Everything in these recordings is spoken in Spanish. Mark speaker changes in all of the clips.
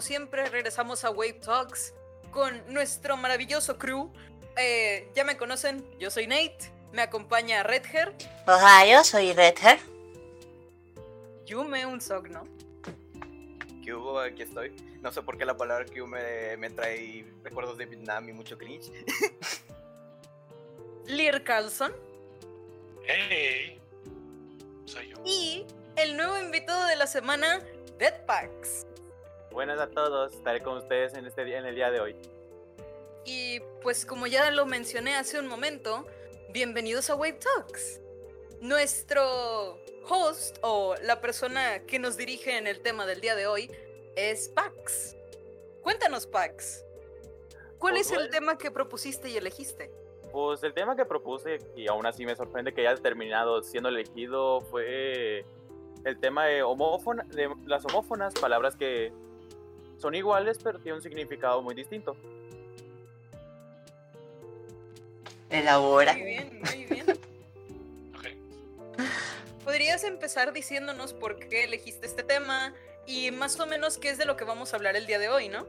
Speaker 1: siempre, regresamos a Wave Talks con nuestro maravilloso crew. Eh, ya me conocen, yo soy Nate, me acompaña Red Hair,
Speaker 2: Hola, yo soy Red Hair.
Speaker 1: Yume, un sogno.
Speaker 3: que hubo, aquí estoy. No sé por qué la palabra que me, me trae recuerdos de Vietnam y mucho cringe.
Speaker 1: Lear Carlson
Speaker 4: ¡Hey! Soy yo.
Speaker 1: y el nuevo invitado de la semana, Deadpacks.
Speaker 5: Buenas a todos, estaré con ustedes en, este, di- en el día de hoy.
Speaker 1: Y pues como ya lo mencioné hace un momento, bienvenidos a Wave Talks. Nuestro host o la persona que nos dirige en el tema del día de hoy es Pax. Cuéntanos, Pax. ¿Cuál
Speaker 5: Pues
Speaker 1: es el
Speaker 5: bueno.
Speaker 1: tema que propusiste y elegiste?
Speaker 5: Pues el tema que propuse, y aún así me sorprende que haya terminado siendo elegido, fue el tema de, homófona, de las homófonas, palabras que son iguales pero tienen un significado muy distinto.
Speaker 2: Elabora.
Speaker 1: Muy bien, muy bien.
Speaker 4: Ok.
Speaker 1: ¿Podrías empezar diciéndonos por qué elegiste este tema y más o menos qué es de lo que vamos a hablar el día de hoy, ¿no?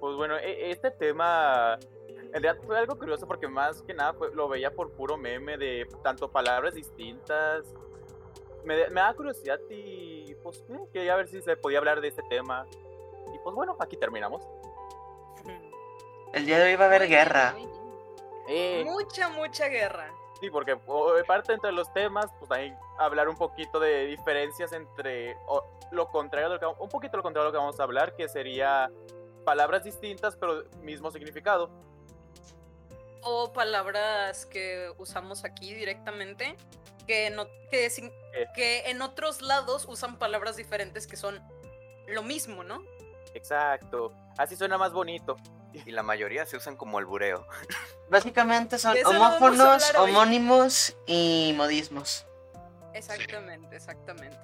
Speaker 5: Pues bueno, e- este tema en realidad fue algo curioso porque más que nada fue- lo veía por puro meme de tanto palabras distintas. Me, de- me daba curiosidad y pues eh, quería ver si se podía hablar de este tema. Y pues bueno, aquí terminamos.
Speaker 2: El día de hoy va a haber guerra.
Speaker 5: Eh,
Speaker 1: Mucha, mucha guerra.
Speaker 5: Sí, porque o- eh, parte entre los temas, pues hay hablar un poquito de diferencias entre o- lo contrario de lo que, un poquito lo contrario de lo que vamos a hablar, que sería palabras distintas pero mismo significado.
Speaker 1: O palabras que usamos aquí directamente que, no, que, sin-
Speaker 5: Eh.
Speaker 1: que en otros lados usan palabras diferentes que son lo mismo, ¿no?
Speaker 5: Exacto. Así suena más bonito.
Speaker 3: Y la mayoría se usan como albureo.
Speaker 2: Básicamente son
Speaker 1: De eso vamos a
Speaker 2: homófonos,
Speaker 1: hablar hoy.
Speaker 2: homónimos y modismos.
Speaker 1: Exactamente, exactamente.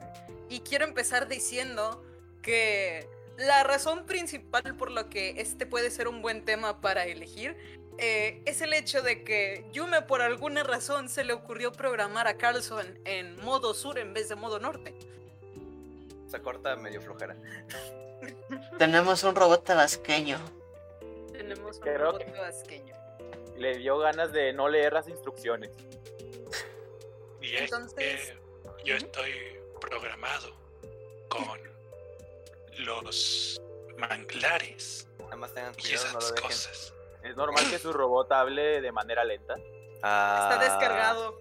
Speaker 1: Y quiero empezar diciendo que la razón principal por la que este puede ser un buen tema para elegir eh, es el hecho de que Yume por alguna razón se le ocurrió programar a Carlson en modo sur en vez de modo norte.
Speaker 3: Esa corta medio flojera.
Speaker 2: Tenemos un robot tabasqueño.
Speaker 1: Tenemos un
Speaker 5: Creo
Speaker 1: robot
Speaker 5: que-
Speaker 1: tabasqueño.
Speaker 5: Le dio ganas de no leer las instrucciones.
Speaker 4: Y es
Speaker 1: Entonces-
Speaker 4: que yo estoy programado con los manglares
Speaker 3: Nada más tengan
Speaker 4: y
Speaker 3: cuidado, no lo
Speaker 4: esas
Speaker 3: dejen.
Speaker 4: cosas.
Speaker 5: Es normal que su robot hable de manera lenta.
Speaker 3: Ah,
Speaker 1: Está descargado.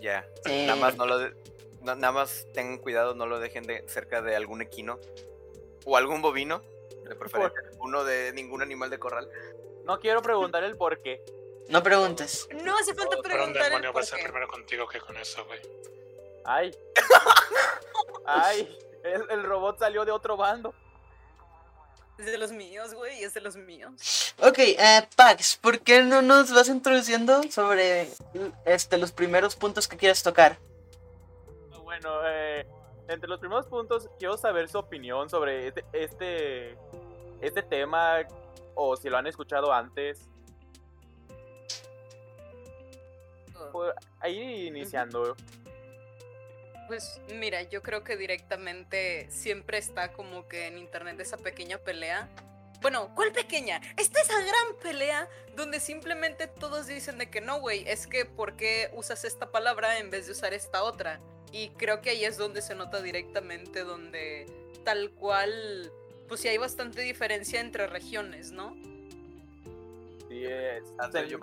Speaker 3: Ya.
Speaker 2: Sí.
Speaker 3: Nada más no lo de- no- nada más tengan cuidado, no lo dejen de cerca de algún equino o algún bovino, de preferencia, uno de ningún animal de corral.
Speaker 5: No quiero preguntar el por qué.
Speaker 2: No preguntes.
Speaker 1: No hace falta
Speaker 4: ¿Por Oh, un
Speaker 1: preguntar el
Speaker 4: demonio va a
Speaker 1: por
Speaker 4: ser
Speaker 1: qué.
Speaker 4: primero contigo que con eso, güey?
Speaker 5: Ay. Ay. El, el robot salió de otro bando.
Speaker 1: Es de los míos, güey, es de los míos.
Speaker 2: Ok, eh, Pax, ¿por qué no nos vas introduciendo sobre este, los primeros puntos que quieres tocar?
Speaker 5: Bueno, eh, entre los primeros puntos, quiero saber su opinión sobre este, este, este tema o si lo han escuchado antes. Por ahí iniciando.
Speaker 1: Pues mira, yo creo que directamente siempre está como que en internet esa pequeña pelea. Bueno, ¿cuál pequeña? Esta es la gran pelea donde simplemente todos dicen de que no, güey, es que ¿por qué usas esta palabra en vez de usar esta otra? Y creo que ahí es donde se nota directamente donde tal cual, pues sí hay bastante diferencia entre regiones, ¿no?
Speaker 5: Sí, eh,
Speaker 3: Tanto
Speaker 5: se,
Speaker 3: yo-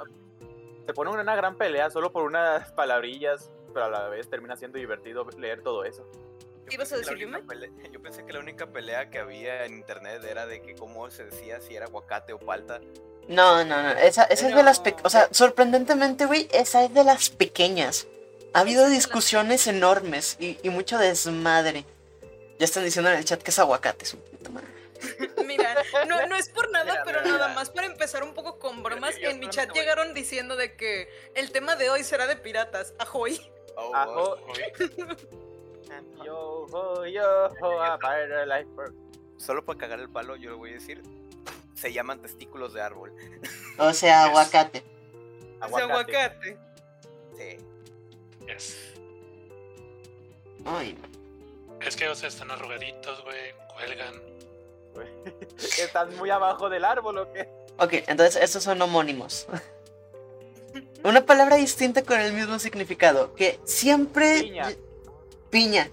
Speaker 5: se pone una gran pelea solo por unas palabrillas, pero a la vez termina siendo divertido leer todo eso.
Speaker 3: Yo
Speaker 1: ¿Qué ibas a
Speaker 3: pensé que la
Speaker 1: decir,
Speaker 3: única pele- Yo pensé que la única pelea que había en internet era de que cómo se decía si era aguacate o palta.
Speaker 2: No, no, no. Esa, esa es de las pequeñas. O sea, sorprendentemente, güey, esa es de las pequeñas. Ha habido
Speaker 1: Esa es de las
Speaker 2: discusiones enormes y, y mucho desmadre. Ya están diciendo en el chat que es aguacate, su puta madre.
Speaker 1: Mira, no, no es por nada,
Speaker 3: Mira,
Speaker 1: pero
Speaker 3: mira,
Speaker 1: nada
Speaker 3: mira.
Speaker 1: más para empezar un poco con bromas,
Speaker 3: yo
Speaker 1: en mi
Speaker 3: creo
Speaker 1: chat
Speaker 3: que voy-
Speaker 1: llegaron diciendo de que el tema de hoy será de piratas, ajoy.
Speaker 3: Oh,
Speaker 4: Ah,
Speaker 5: Ajo,
Speaker 4: Uy,
Speaker 5: yo, ho, yo, ho, a pirate life for-
Speaker 3: Solo para cagar el palo, yo lo voy a decir. Se llaman testículos de árbol.
Speaker 2: O sea, aguacate.
Speaker 1: O sea,
Speaker 5: aguacate.
Speaker 1: aguacate.
Speaker 3: Sí.
Speaker 4: yes.
Speaker 2: Ay,
Speaker 4: Es que, o sea, están arrugaditos, güey, cuelgan.
Speaker 5: güey. Estás muy abajo del árbol, ¿o qué?
Speaker 2: Ok, entonces estos son homónimos. Una palabra distinta con el mismo significado, que siempre...
Speaker 5: Piña.
Speaker 2: Piña.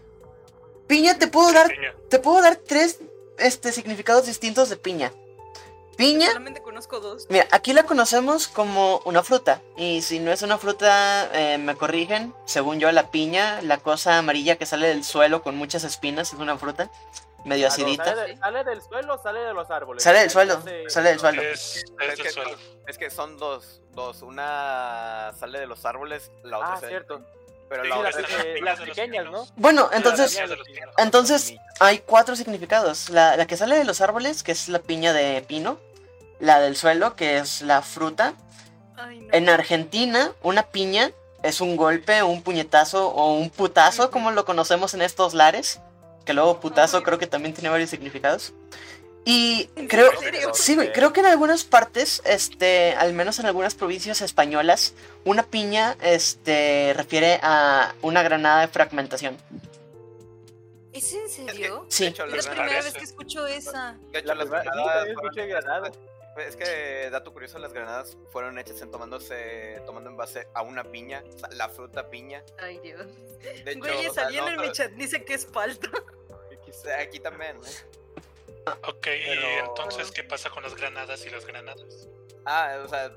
Speaker 2: Piña te puedo dar,
Speaker 4: Piña.
Speaker 2: te puedo dar tres este, significados distintos de piña. Piña
Speaker 1: Solamente conozco dos.
Speaker 2: Mira, aquí la conocemos como una fruta. Y si no es una fruta, eh, me corrigen. Según yo, la piña, la cosa amarilla que sale del suelo con muchas espinas, es una fruta medio
Speaker 5: Ah, no,
Speaker 2: acidita.
Speaker 5: sale, de- sale del suelo, o sale de los árboles.
Speaker 2: Sale del suelo,
Speaker 5: Entonces,
Speaker 2: sale del suelo.
Speaker 4: Es,
Speaker 3: Es
Speaker 4: es del
Speaker 3: que-
Speaker 4: suelo.
Speaker 3: Es que son dos, dos. Una sale de los árboles, la otra
Speaker 5: Ah,
Speaker 3: sale del
Speaker 5: cierto.
Speaker 3: Pero
Speaker 4: Sí,
Speaker 3: la
Speaker 5: sí,
Speaker 3: otra
Speaker 5: las
Speaker 3: es
Speaker 5: que-
Speaker 4: piñas
Speaker 5: las
Speaker 4: de los
Speaker 5: pequeñas,
Speaker 4: pinos.
Speaker 2: Bueno, entonces,
Speaker 4: La piña de los pinos.
Speaker 2: entonces hay cuatro significados. La, la que sale de los árboles, que es la piña de pino. La del suelo, que es la fruta.
Speaker 1: Ay, no.
Speaker 2: En Argentina, una piña es un golpe, un puñetazo o un putazo,
Speaker 1: Ujú.
Speaker 2: como lo conocemos en estos lares. Que luego putazo
Speaker 1: Ay.
Speaker 2: creo que también tiene varios significados. Y
Speaker 1: ¿En
Speaker 2: creo,
Speaker 1: serio?
Speaker 2: sí, güey, creo que en algunas partes, este, al menos en algunas provincias españolas, una piña, este, refiere a una granada de fragmentación.
Speaker 1: ¿Es en serio?
Speaker 2: Sí.
Speaker 3: De hecho,
Speaker 1: Es la
Speaker 3: las
Speaker 1: primera
Speaker 3: granadas-
Speaker 1: vez que escucho esa.
Speaker 3: de hecho,
Speaker 5: La
Speaker 3: las
Speaker 5: primera- yo
Speaker 3: granadas
Speaker 5: también
Speaker 3: fueron
Speaker 5: escuché
Speaker 3: hechas-
Speaker 5: granada.
Speaker 3: Es que, dato curioso, las granadas fueron hechas en tomándose, tomando en base a una piña, o sea, la fruta piña.
Speaker 1: Ay, Dios.
Speaker 3: De hecho,
Speaker 1: Güey,
Speaker 3: o sea,
Speaker 1: alguien
Speaker 3: no,
Speaker 1: en
Speaker 3: pero-
Speaker 1: mi chat dice que es palta.
Speaker 3: Aquí también. ¿eh?
Speaker 4: Ok, y
Speaker 3: Pero-
Speaker 4: entonces, ¿qué pasa con las granadas y las granadas?
Speaker 3: Ah, o sea,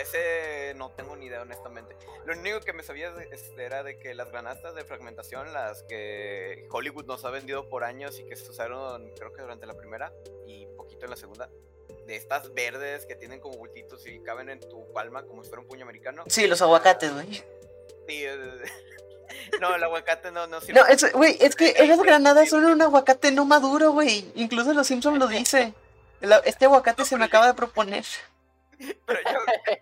Speaker 3: ese no tengo ni idea, honestamente. Lo único que me sabía de- es- era de que las granadas de fragmentación, las que Hollywood nos ha vendido por años y que se usaron, creo que durante la primera y poquito en la segunda, de estas verdes que tienen como bultitos y caben en tu palma como si fuera un puño americano.
Speaker 2: Sí, los aguacates, güey.
Speaker 3: Sí, eh, no, el aguacate no, no sirve.
Speaker 2: No, es, güey, es que
Speaker 3: El
Speaker 2: esas granadas
Speaker 3: proyectil.
Speaker 2: son un aguacate no maduro, güey. Incluso los Simpsons lo dice. La- este aguacate se me acaba de proponer.
Speaker 3: Pero yo,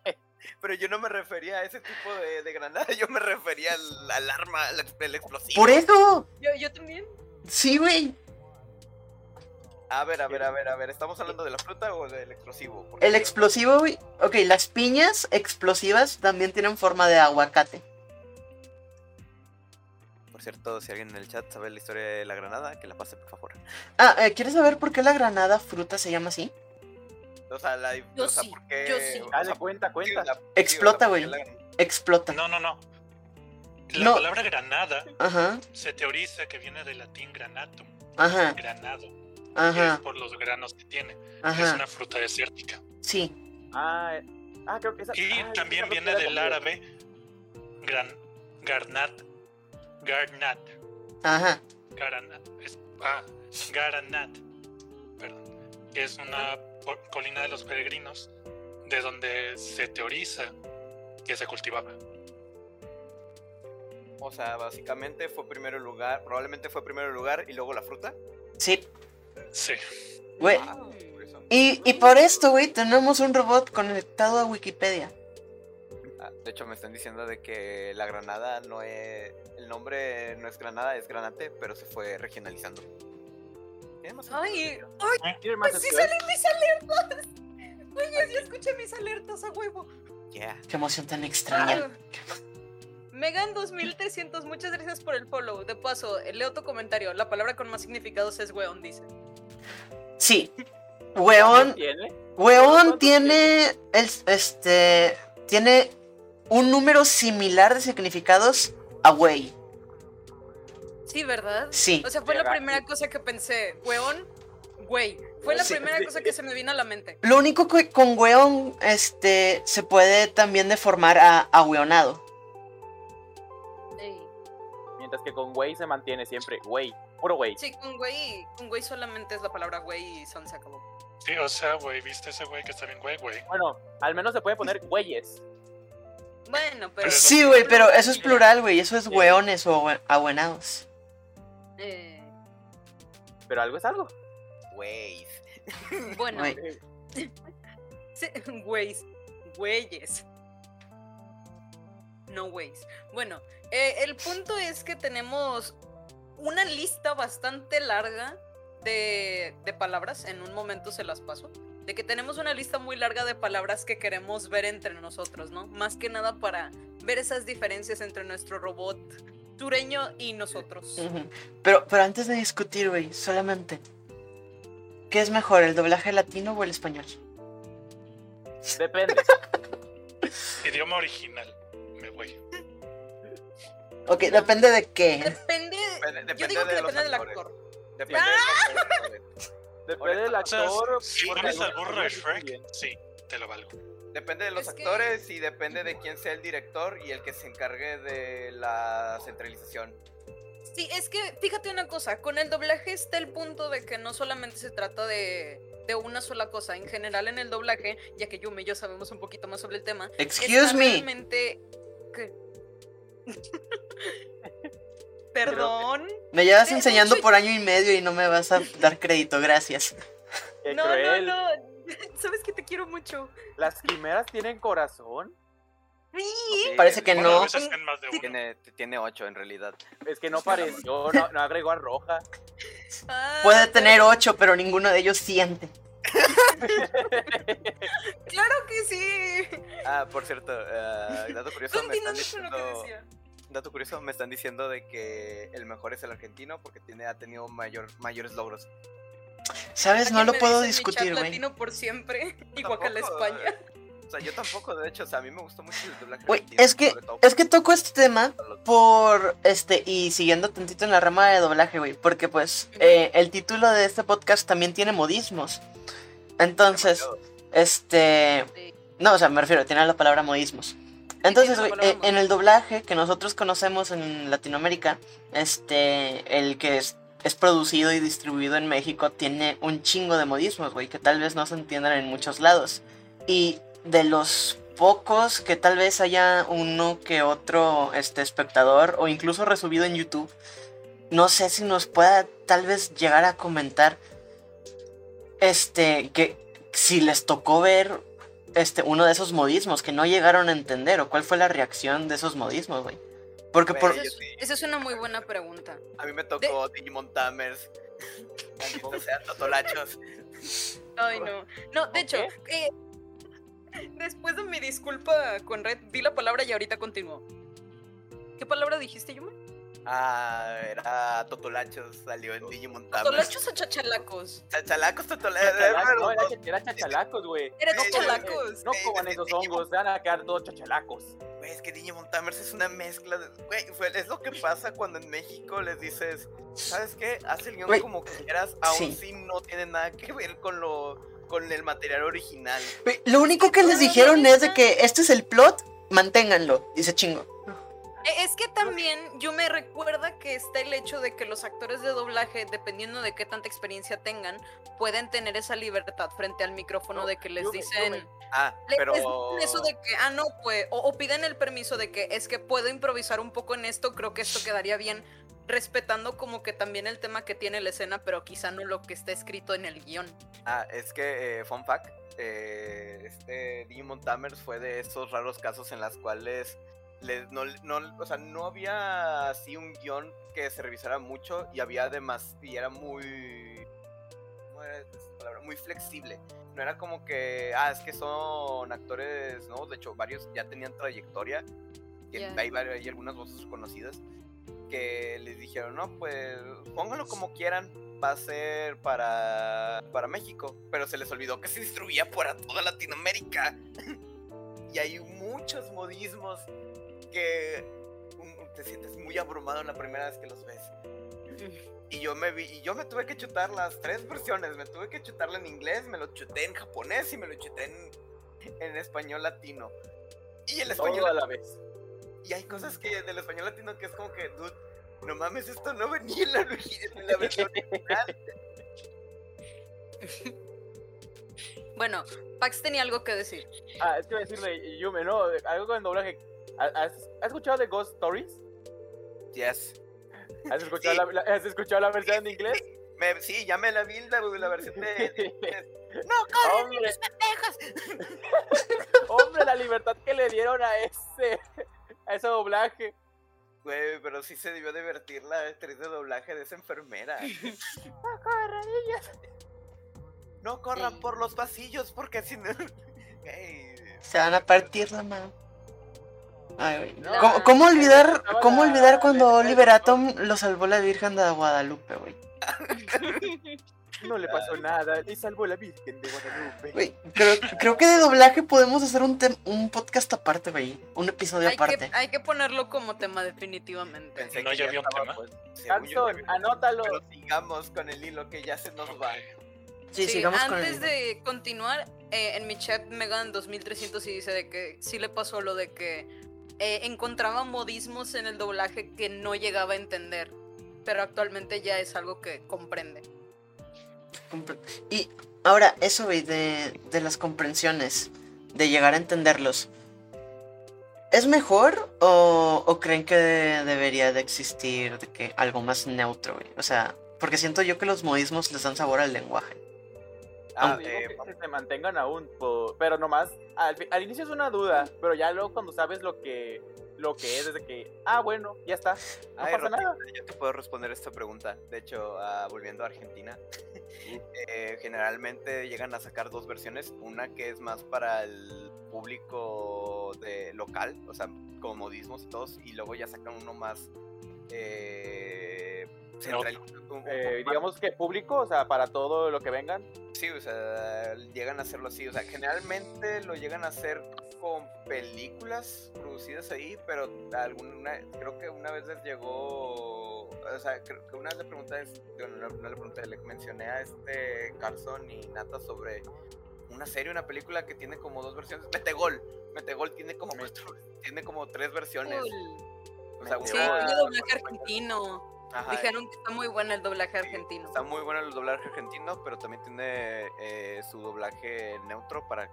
Speaker 3: pero yo no me refería a ese tipo de, de granada, yo me refería al, al arma, al, ex- el explosivo.
Speaker 2: Por eso.
Speaker 1: Yo, yo también.
Speaker 2: Sí, güey.
Speaker 3: A ver, a ver, a ver, a ver, ¿estamos hablando de la fruta o del explosivo? Porque
Speaker 2: El explosivo, güey. Ok, las piñas explosivas también tienen forma de aguacate.
Speaker 3: Por cierto, si alguien en el chat sabe la historia de la granada, que la pase, por favor.
Speaker 2: Ah, eh, ¿quieres saber por qué la granada fruta se llama así?
Speaker 3: O sea, la...
Speaker 1: Yo
Speaker 3: o sea,
Speaker 1: sí,
Speaker 3: ¿por qué-
Speaker 1: yo sí.
Speaker 3: o sea,
Speaker 5: Dale, Ah, cuenta,
Speaker 3: sí,
Speaker 5: cuenta.
Speaker 3: la- sí, o sea,
Speaker 2: Explota,
Speaker 3: ¿por qué
Speaker 2: güey.
Speaker 3: la-
Speaker 2: Explota.
Speaker 4: No, no, no. La
Speaker 2: No.
Speaker 4: palabra granada
Speaker 2: Ajá,
Speaker 4: se teoriza que viene del latín granatum,
Speaker 2: ajá,
Speaker 4: granado, que es
Speaker 2: Ah. ajá,
Speaker 4: por los granos que tiene. Es
Speaker 2: ajá.
Speaker 4: una fruta desértica.
Speaker 2: Sí.
Speaker 5: Ah, eh, ah, creo que esa.
Speaker 4: Y
Speaker 5: ah,
Speaker 4: también
Speaker 5: esa no
Speaker 4: viene
Speaker 5: queda
Speaker 4: del
Speaker 5: conmigo.
Speaker 4: árabe gran, garnat, garnat,
Speaker 2: Ajá.
Speaker 4: garanat, es- ah, garanat, perdón, que es una po- colina de los peregrinos de donde se teoriza que se cultivaba.
Speaker 3: O sea, básicamente fue primero lugar, probablemente fue primero lugar y luego la fruta.
Speaker 2: Sí.
Speaker 4: Sí,
Speaker 2: Güey.
Speaker 3: Ah,
Speaker 1: Mm.
Speaker 3: curioso.
Speaker 2: Y, y por esto, güey, tenemos un robot conectado a Wikipedia.
Speaker 3: Ah, de hecho, me están diciendo de que la granada no es... El nombre no es granada, es granate, pero se fue regionalizando. Tiene más sentido,
Speaker 1: Ay,
Speaker 3: yo creo.
Speaker 1: ay,
Speaker 5: Tiene más
Speaker 1: pues sí
Speaker 5: sentido.
Speaker 1: salen mis alertas. Güey, yo escuché mis alertas a huevo.
Speaker 3: Yeah.
Speaker 2: Qué emoción tan extraña.
Speaker 1: Megan 2300, muchas gracias por el follow. De paso, eh, leo tu comentario. La palabra con más significados es weón, dice.
Speaker 2: Sí.
Speaker 5: ¿Cuánto
Speaker 2: Weón,
Speaker 5: tiene?
Speaker 2: weón
Speaker 5: ¿Cuánto
Speaker 2: tiene el, este, tiene un número similar de significados a güey.
Speaker 1: Sí, ¿verdad?
Speaker 2: Sí.
Speaker 1: O sea, fue la
Speaker 5: Llega.
Speaker 1: primera cosa que pensé. Weón, güey. Fue la
Speaker 2: Sí.
Speaker 1: primera cosa que se me vino a la mente.
Speaker 2: Lo único que con weón, este, se puede también deformar a, a weonado.
Speaker 5: Mientras que con güey se mantiene siempre. Güey. Puro güey.
Speaker 1: Sí, con güey, con güey solamente es la palabra güey y son se acabó.
Speaker 4: sí, o sea, güey, ¿viste ese güey que está bien güey, güey?
Speaker 5: Bueno, al menos se puede poner güeyes.
Speaker 1: Bueno, pero.
Speaker 4: Pero
Speaker 2: Sí, güey, pero eso es plural, güey. Eso es weones o we- ahuenados.
Speaker 1: Eh,
Speaker 5: Pero algo es algo.
Speaker 3: Ways.
Speaker 1: bueno,
Speaker 2: Güey.
Speaker 1: sí, güeyes. Güeyes. No güeyes. Bueno, eh, el punto es que tenemos una lista bastante larga de, de palabras. En un momento se las paso. De que tenemos una lista muy larga de palabras que queremos ver entre nosotros, ¿no? Más que nada para ver esas diferencias entre nuestro robot sureño y nosotros.
Speaker 2: Ujú. Pero, pero antes de discutir, güey, solamente. ¿Qué es mejor, el doblaje latino o el español?
Speaker 5: Depende.
Speaker 4: Idioma original. Me voy.
Speaker 2: Ok, depende de qué.
Speaker 1: Depende.
Speaker 3: Depende,
Speaker 1: yo digo que
Speaker 3: de los
Speaker 1: depende del
Speaker 3: actores.
Speaker 1: actor.
Speaker 3: Depende
Speaker 1: ¡Ah!
Speaker 3: de los actores.
Speaker 5: Depende del
Speaker 4: O sea,
Speaker 5: actor.
Speaker 4: si
Speaker 5: porque
Speaker 4: pones al
Speaker 5: algunos
Speaker 4: burro de
Speaker 5: actores bien.
Speaker 4: Shrek, sí, te lo valgo.
Speaker 3: Depende de los
Speaker 1: Es que-
Speaker 3: actores y depende de quién sea el director y el que se encargue de la centralización.
Speaker 1: Sí, es que fíjate una cosa, con el doblaje está el punto de que no solamente se trata de, de una sola cosa, en general en el doblaje, ya que Yumi y yo sabemos un poquito más sobre el tema,
Speaker 2: Excuse
Speaker 1: está
Speaker 2: me.
Speaker 1: realmente... ¿Qué? Perdón.
Speaker 2: Me llevas
Speaker 1: Eh,
Speaker 2: enseñando
Speaker 1: mucho-
Speaker 2: por año y medio y no me vas a dar crédito, gracias.
Speaker 5: Qué
Speaker 1: No, no,
Speaker 5: cruel.
Speaker 1: no. Sabes que te quiero mucho.
Speaker 5: Las quimeras tienen corazón.
Speaker 1: Sí.
Speaker 3: Sí,
Speaker 2: Parece
Speaker 3: el-
Speaker 2: que
Speaker 4: Bueno,
Speaker 2: no.
Speaker 4: a veces en más de uno.
Speaker 3: Tiene, tiene ocho en realidad.
Speaker 5: Es que no pareció, no, no agregó a roja.
Speaker 1: Ah,
Speaker 2: Puede tener ocho, pero ninguno de ellos siente.
Speaker 1: Claro que sí.
Speaker 3: Ah, por cierto, ah, dato curioso, me están
Speaker 1: Continuando con lo que
Speaker 3: diciendo,
Speaker 1: decía.
Speaker 3: dato curioso, me están diciendo de que el mejor es el argentino porque tiene, ha tenido mayor, mayores logros.
Speaker 2: ¿Sabes? Pues, No
Speaker 1: Alguien
Speaker 2: lo
Speaker 1: me
Speaker 2: puedo
Speaker 1: dice en mi chat
Speaker 2: discutir, güey.
Speaker 1: latino por siempre, igual que la
Speaker 3: Tampoco,
Speaker 1: España.
Speaker 3: O sea, yo tampoco, de hecho, o sea, a mí me gustó mucho el doblaje
Speaker 2: Güey,
Speaker 3: argentino,
Speaker 2: es que,
Speaker 3: sobre todo
Speaker 2: es que toco este tema
Speaker 3: por los-
Speaker 2: por, este, y siguiendo tantito en la rama de doblaje, güey, porque pues eh, el título de este podcast también tiene modismos. Entonces, este,
Speaker 1: Sí.
Speaker 2: no, o sea, me refiero, tiene la palabra modismos.
Speaker 1: tiene la
Speaker 2: Entonces, güey,
Speaker 1: palabra
Speaker 2: eh, en el doblaje que nosotros conocemos en Latinoamérica, este, el que es, es producido y distribuido en México tiene un chingo de modismos, güey, que tal vez no se entiendan en muchos lados. Y de los pocos que tal vez haya uno que otro este, espectador o incluso resubido en YouTube, no sé si nos pueda tal vez llegar a comentar este que si les tocó ver este uno de esos modismos que no llegaron a entender o cuál fue la reacción de esos modismos, güey. Porque por
Speaker 5: Pues,
Speaker 3: Güey,
Speaker 1: Esa es- Esa es una muy buena pregunta.
Speaker 3: A mí me tocó Digimon Tamers. O sea, Totolachos.
Speaker 1: Ay, no. No, de hecho,
Speaker 5: Ok.
Speaker 1: eh, después de mi disculpa con Red, di la palabra y ahorita continúo. ¿Qué palabra dijiste, Yuma?
Speaker 3: Ah, era Totolachos, salió en Digimon
Speaker 5: Ah, pues.
Speaker 3: Tamers.
Speaker 1: ¿Tolachos o chachalacos?
Speaker 3: Chachalacos, Totolachos.
Speaker 5: Chachalacos, no, era, ch- era chachalacos, güey.
Speaker 1: Era
Speaker 3: Sí,
Speaker 1: chachalacos.
Speaker 5: No
Speaker 3: Sí,
Speaker 5: coman
Speaker 3: desde
Speaker 5: esos
Speaker 3: niño.
Speaker 5: hongos, se van a quedar todos chachalacos.
Speaker 3: Güey, es que Digimon Tamers es una mezcla de... Güey, fue- es lo que pasa cuando en México les dices... ¿Sabes qué? Haz el guión
Speaker 2: Güey,
Speaker 3: como quieras, aún
Speaker 2: sí.
Speaker 3: si no tiene nada que ver con lo... Con el material original.
Speaker 2: Güey, lo único que les dijeron es de que este es el plot, manténganlo, dice chingo.
Speaker 1: Eh, Es que también yo me recuerda que está el hecho de que los actores de doblaje, dependiendo de qué tanta experiencia tengan, pueden tener esa libertad frente al micrófono
Speaker 5: No,
Speaker 1: de que les
Speaker 5: yo me- yo
Speaker 1: dicen...
Speaker 5: me-
Speaker 3: Ah,
Speaker 1: Le-
Speaker 3: pero...
Speaker 1: les dicen eso de que, ah, no, pues, o, o piden el permiso de que es que puedo improvisar un poco en esto, creo que esto quedaría bien, respetando como que también el tema que tiene la escena, pero quizá no lo que está escrito en el guión.
Speaker 3: Ah, es que, eh, fun fact, eh, este Digimon Tamers fue de esos raros casos en las cuales le- no, no- o sea, no había así un guión que se revisara mucho y había además, y era muy, ¿cómo era esa palabra? Muy flexible. No era como que, ah, es que son actores, ¿no? De hecho, varios ya tenían trayectoria. Y
Speaker 1: Ya.
Speaker 3: hay, varios- hay algunas voces conocidas que les dijeron, no, pues pónganlo como quieran, va a ser para, para México, pero se les olvidó que se distribuía para toda Latinoamérica. y hay muchos modismos que mm, te sientes muy abrumado la primera vez que los ves. Y yo me vi, y yo me tuve que chutar las tres versiones, me tuve que chutarla en inglés, me lo chuté en japonés y me lo chuté en, en español latino. Y el español
Speaker 5: Todo a la vez.
Speaker 3: y hay cosas que del español latino que es como que, dude, no mames, esto no venía en la, origi- en la versión original.
Speaker 1: Bueno, Pax tenía algo que decir.
Speaker 5: Ah, es que iba a decirle, Yume, no, algo con el doblaje. ¿Has, has escuchado de Ghost Stories?
Speaker 3: Yes.
Speaker 5: ¿Has escuchado,
Speaker 3: Sí.
Speaker 5: la, la- ¿has escuchado la versión en inglés?
Speaker 3: Me, sí, ya me la vi la, la versión de...
Speaker 5: ¡Hombre! ¡Hombre, la libertad que le dieron a ese, a ese doblaje!
Speaker 3: Güey, pero sí se debió divertir la actriz de doblaje de esa enfermera. No corran por los pasillos porque si no... Güey,
Speaker 2: Se van a partir la mano. Ay, güey.
Speaker 5: No.
Speaker 2: ¿Cómo, cómo olvidar,
Speaker 5: Estaba
Speaker 2: cómo
Speaker 5: la-
Speaker 2: olvidar cuando
Speaker 5: la-
Speaker 2: Oliver Atom lo salvó la Virgen de Guadalupe, güey?
Speaker 5: No le pasó nada, le salvó la Virgen de Guadalupe.
Speaker 2: Güey, creo, creo que de doblaje podemos hacer un, tem- un podcast aparte, güey. Un episodio
Speaker 1: Hay
Speaker 2: aparte.
Speaker 1: que, hay que ponerlo como tema definitivamente.
Speaker 3: Pensé
Speaker 4: No,
Speaker 3: que
Speaker 4: ya había un
Speaker 3: estaba,
Speaker 4: tema.
Speaker 3: pues, según yo ya
Speaker 5: Hanson,
Speaker 3: había-
Speaker 5: anótalo.
Speaker 3: Pero sigamos con el hilo que ya se nos
Speaker 4: Ok.
Speaker 3: va.
Speaker 2: Sí,
Speaker 1: Sí,
Speaker 2: sigamos con
Speaker 1: antes
Speaker 2: el...
Speaker 1: de continuar, eh, en mi chat Megan2300 sí dice de que sí le pasó lo de que eh, encontraba modismos en el doblaje que no llegaba a entender, pero actualmente ya es algo que comprende.
Speaker 2: compre- Y ahora, eso, güey, de, de las comprensiones, de llegar a entenderlos. ¿Es mejor o, o creen que de- debería de existir de que algo más neutro, güey? O sea, porque siento yo que los modismos les dan sabor al lenguaje.
Speaker 3: Ah,
Speaker 5: Digo
Speaker 3: eh,
Speaker 5: que se mantengan aún, po- pero nomás al, fi- al inicio es una duda, pero ya luego cuando sabes lo que lo que es, desde que, ah, bueno, ya está, no
Speaker 3: Ay,
Speaker 5: pasa
Speaker 3: Rotita,
Speaker 5: nada.
Speaker 3: yo te puedo responder esta pregunta. De hecho, ah, volviendo a Argentina, eh, generalmente llegan a sacar dos versiones. Una que es más para el público de local, o sea, como modismos y todos, y luego ya sacan uno más eh, central- un- un poco
Speaker 5: Eh,
Speaker 3: más
Speaker 5: digamos que público, o sea, para todo lo que vengan.
Speaker 3: Sí, o sea, llegan a hacerlo así. O sea, generalmente lo llegan a hacer con películas producidas ahí, pero alguna, creo que una vez les llegó. O sea, creo que una vez le pregunté, digo, no, no le pregunté, le mencioné a este Carson y Nata sobre una serie, una película que tiene como dos versiones. Metegol, Metegol tiene como, cuatro- tiene como tres versiones.
Speaker 1: Cool.
Speaker 3: O sea,
Speaker 1: Sí,
Speaker 3: una-
Speaker 1: tiene doblaje argentino.
Speaker 3: Ajá,
Speaker 1: Dijeron que está muy bueno el doblaje
Speaker 3: Sí,
Speaker 1: argentino.
Speaker 3: Está muy bueno el doblaje argentino, pero también tiene eh, su doblaje neutro para,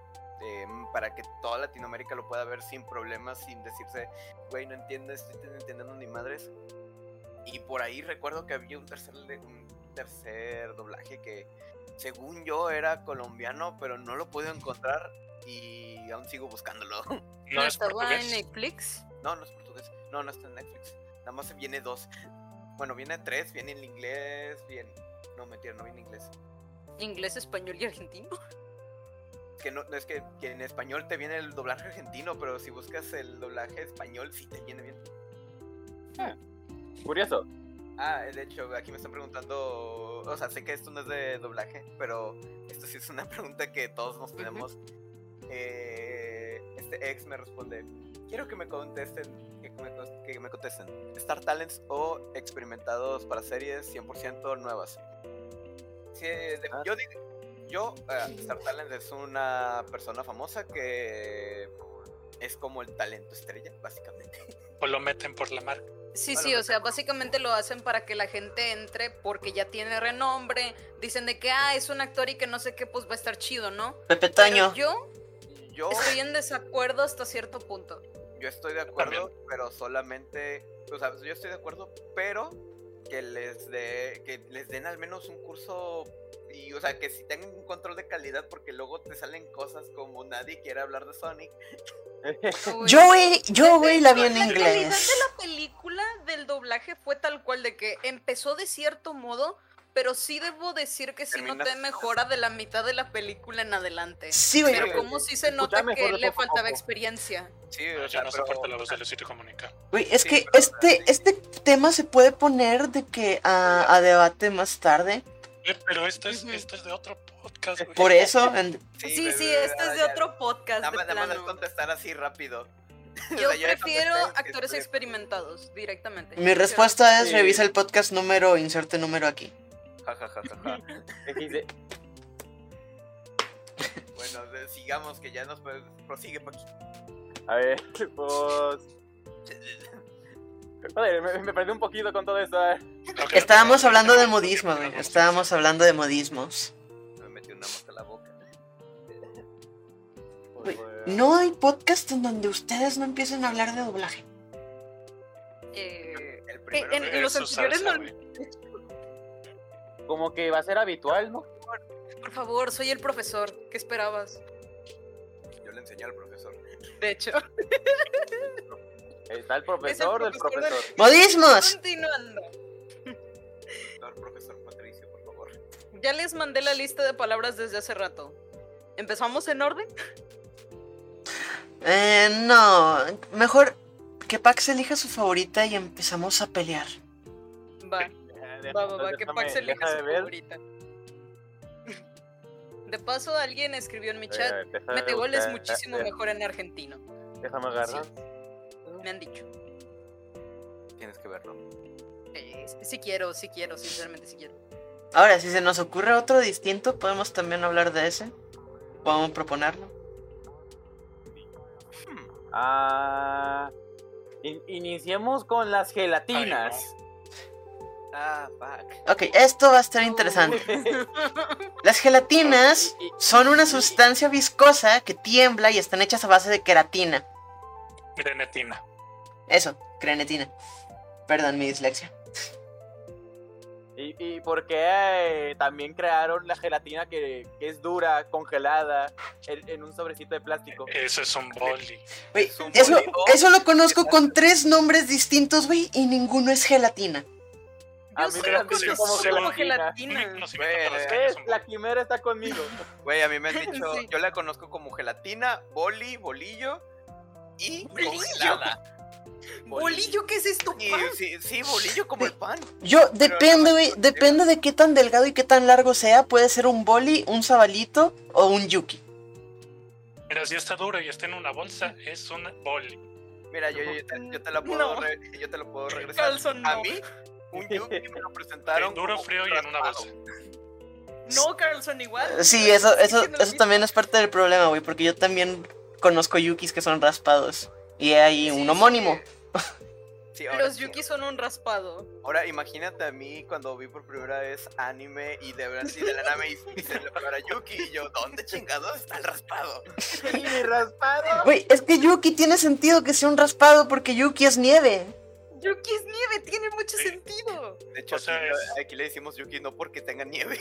Speaker 3: eh, para que toda Latinoamérica lo pueda ver sin problemas, sin decirse, güey, no entiendo, estoy ten- entendiendo ni madres. Y por ahí recuerdo que había un tercer, le- un tercer doblaje que, según yo, era colombiano, pero no lo pude encontrar y aún sigo buscándolo.
Speaker 4: No es
Speaker 1: estaba en
Speaker 4: portugués.
Speaker 1: Netflix.
Speaker 3: No, no es portugués. No, no está en Netflix. Nada más viene dos. Bueno, viene tres, viene el inglés, viene... No, mentira, no viene inglés.
Speaker 1: Inglés, español y argentino.
Speaker 3: que no, no es que, que en español te viene el doblaje argentino, pero si buscas el doblaje español sí te viene bien.
Speaker 5: Curioso.
Speaker 3: Ah, de hecho, aquí me están preguntando, o sea, sé que esto no es de doblaje, pero esto sí es una pregunta que todos nos tenemos. Eh, este ex me responde, quiero que me contesten, que me, cos- que me contesten, Star Talents o experimentados para series 100% nuevas. Sí, de-
Speaker 5: Ah.
Speaker 3: yo, di- yo eh, Star Talents es una persona famosa que es como el talento estrella, básicamente.
Speaker 4: O lo meten por la marca.
Speaker 1: Sí,
Speaker 3: Bueno,
Speaker 1: sí, o
Speaker 3: pues,
Speaker 1: sea, básicamente lo hacen para que la gente entre porque ya tiene renombre. Dicen de que, ah, es un actor y que no sé qué, pues va a estar chido, ¿no?
Speaker 2: Pepe
Speaker 1: Pero
Speaker 2: Toño,
Speaker 1: yo
Speaker 3: Yo...
Speaker 1: estoy en desacuerdo hasta cierto punto.
Speaker 3: Yo estoy de acuerdo, pero solamente, o sea, yo estoy de acuerdo, pero que les dé, que les den al menos un curso y, o sea, que si tengan un control de calidad, porque luego te salen cosas como nadie quiere hablar de Sonic.
Speaker 1: Uy.
Speaker 2: yo, güey, yo, güey, la vi en
Speaker 1: La E calidad
Speaker 2: inglés.
Speaker 1: de la película del doblaje fue tal cual de que empezó de cierto modo, pero sí debo decir que sí
Speaker 3: Terminas-
Speaker 1: noté mejora de la mitad de la película en adelante.
Speaker 2: Sí, güey,
Speaker 1: Pero
Speaker 3: güey.
Speaker 1: como sí se
Speaker 5: Escuchaba
Speaker 1: nota
Speaker 5: mejor
Speaker 1: que
Speaker 5: de
Speaker 1: le
Speaker 5: poco a
Speaker 1: faltaba
Speaker 5: poco.
Speaker 1: experiencia.
Speaker 3: Sí,
Speaker 4: Yo
Speaker 3: o sea,
Speaker 4: no
Speaker 3: Ah, pero-
Speaker 4: soporto la voz de Luisito Comunica.
Speaker 2: Güey, es
Speaker 3: Sí,
Speaker 2: que
Speaker 3: pero-
Speaker 2: este, este tema se puede poner de que a, a debate más tarde.
Speaker 4: Eh, Pero esto es,
Speaker 1: Ujú.
Speaker 4: esto es de otro podcast, güey.
Speaker 2: Por eso, en-
Speaker 1: Sí,
Speaker 3: pero-
Speaker 1: sí, este es de
Speaker 3: ah, ya,
Speaker 1: otro podcast
Speaker 3: Nada,
Speaker 1: de
Speaker 3: más- nada más es
Speaker 1: plano.
Speaker 3: contestar así rápido. O
Speaker 1: Yo
Speaker 3: sea, ya este,
Speaker 1: prefiero
Speaker 3: contesté que
Speaker 1: actores
Speaker 3: estoy-
Speaker 1: experimentados directamente.
Speaker 2: mi respuesta es
Speaker 5: Sí.
Speaker 2: revisa el podcast número, inserte número aquí.
Speaker 3: Ja, ja, ja, ja, ja.
Speaker 5: XD.
Speaker 3: bueno, de- sigamos que ya nos puede- prosigue Paquito.
Speaker 5: A ver, pues. Joder, me, me perdí un poquito con todo esto. eh. a ver.
Speaker 4: Ok.
Speaker 2: Estábamos hablando de modismos, güey. Estábamos hablando de modismos.
Speaker 3: Me metí una mosca en la boca.
Speaker 2: Güey,
Speaker 5: Pues,
Speaker 2: No hay podcast en donde ustedes no empiecen a hablar de doblaje.
Speaker 1: Eh,
Speaker 3: El primero
Speaker 1: en-
Speaker 3: de-
Speaker 1: en los
Speaker 4: Eso
Speaker 1: anteriores
Speaker 4: salsa,
Speaker 1: no-
Speaker 4: güey.
Speaker 5: Como que va a ser habitual, ¿no?
Speaker 1: por favor, soy el profesor. ¿Qué esperabas?
Speaker 3: yo le enseñé al profesor.
Speaker 1: De hecho,
Speaker 5: Está el profesor del
Speaker 1: profesor del-
Speaker 5: profesor.
Speaker 2: ¡Modismos!
Speaker 1: continuando.
Speaker 3: Doctor, profesor Patricio, por favor.
Speaker 1: Ya les mandé la lista de palabras desde hace rato. ¿Empezamos en orden?
Speaker 2: Eh, no. Mejor que Pax elija su favorita y empezamos a pelear.
Speaker 1: Va,
Speaker 5: Eh, deja-
Speaker 1: va, va, va, que
Speaker 5: déjame-
Speaker 1: Pax elija
Speaker 5: deja de
Speaker 1: su
Speaker 5: ver.
Speaker 1: favorita. De paso, alguien escribió en mi chat,
Speaker 5: Eh, déjame
Speaker 1: metegol es
Speaker 5: buscar,
Speaker 1: muchísimo
Speaker 5: eh, eh,
Speaker 1: mejor en argentino.
Speaker 5: Déjame agarrar.
Speaker 1: Me han dicho.
Speaker 3: Tienes que verlo.
Speaker 1: Eh, sí quiero, sí quiero, sinceramente sí quiero.
Speaker 2: Ahora, si se nos ocurre otro distinto, podemos también hablar de ese. Podemos proponerlo.
Speaker 5: Ah, in- iniciemos con las gelatinas.
Speaker 3: Ah, fuck.
Speaker 2: Ok, esto va a estar interesante. Las gelatinas
Speaker 5: Y- y-
Speaker 2: son una
Speaker 5: y-
Speaker 2: sustancia viscosa que tiembla y están hechas a base de queratina.
Speaker 4: Grenetina.
Speaker 2: Eso, crenetina. Perdón, mi dislexia.
Speaker 5: ¿Y, y por qué eh, también crearon la gelatina que, que es dura, congelada, en, en un sobrecito de plástico?
Speaker 4: Eso es un boli.
Speaker 2: Güey,
Speaker 3: Es un
Speaker 2: eso,
Speaker 3: bolido.
Speaker 2: eso lo conozco con tres nombres distintos, güey, y ninguno es gelatina.
Speaker 5: A
Speaker 1: Yo
Speaker 5: mí
Speaker 1: sí
Speaker 5: me
Speaker 4: lo
Speaker 5: han dicho
Speaker 4: conozco
Speaker 5: como
Speaker 4: como
Speaker 5: gelatina.
Speaker 4: Un
Speaker 1: gelatina.
Speaker 4: conocimiento para los que
Speaker 5: ¿Ves?
Speaker 4: no son
Speaker 5: La
Speaker 4: boli.
Speaker 5: quimera está conmigo.
Speaker 3: Güey, a mí me han dicho,
Speaker 1: Sí.
Speaker 3: yo la conozco como gelatina, boli, bolillo y
Speaker 1: Bolillo.
Speaker 3: congelada.
Speaker 1: Bolillo, ¿qué es esto? Ah,
Speaker 3: Y
Speaker 1: pan?
Speaker 3: sí, sí, bolillo como el pan.
Speaker 2: Yo, depende, güey, depende de qué tan delgado y qué tan largo sea, puede ser un boli, un sabalito o un yuki.
Speaker 4: Mira, si está duro y está en una bolsa, es un boli.
Speaker 3: Mira, yo, yo- yo te, yo te la puedo
Speaker 1: No.
Speaker 3: re- yo te lo puedo regresar.
Speaker 1: Calzón,
Speaker 3: A
Speaker 1: no.
Speaker 3: mí, un yuki me lo presentaron.
Speaker 4: En duro,
Speaker 3: como
Speaker 4: frío y en una
Speaker 3: raspado.
Speaker 4: bolsa.
Speaker 1: No, Carlson, igual.
Speaker 2: Sí, eso, eso,
Speaker 1: Diciendo lo
Speaker 2: eso
Speaker 1: mismo.
Speaker 2: también es parte del problema, güey, porque yo también conozco yukis que son raspados. Y hay
Speaker 1: Sí,
Speaker 2: un
Speaker 1: sí,
Speaker 2: homónimo.
Speaker 3: Sí, ahora
Speaker 1: Los
Speaker 3: sí.
Speaker 1: Yuki son un raspado.
Speaker 3: Ahora imagínate a mí cuando vi por primera vez anime y de verdad sí, de la nave y dice la palabra Yuki y yo, ¿dónde chingados está el raspado?
Speaker 5: y mi raspado.
Speaker 2: Güey, es que yuki tiene sentido que sea un raspado porque yuki es nieve.
Speaker 1: Yuki es nieve, tiene mucho
Speaker 4: Sí.
Speaker 1: sentido.
Speaker 3: De hecho,
Speaker 4: O sea,
Speaker 3: aquí, lo-
Speaker 4: es-
Speaker 3: aquí le decimos Yuki no porque tenga nieve.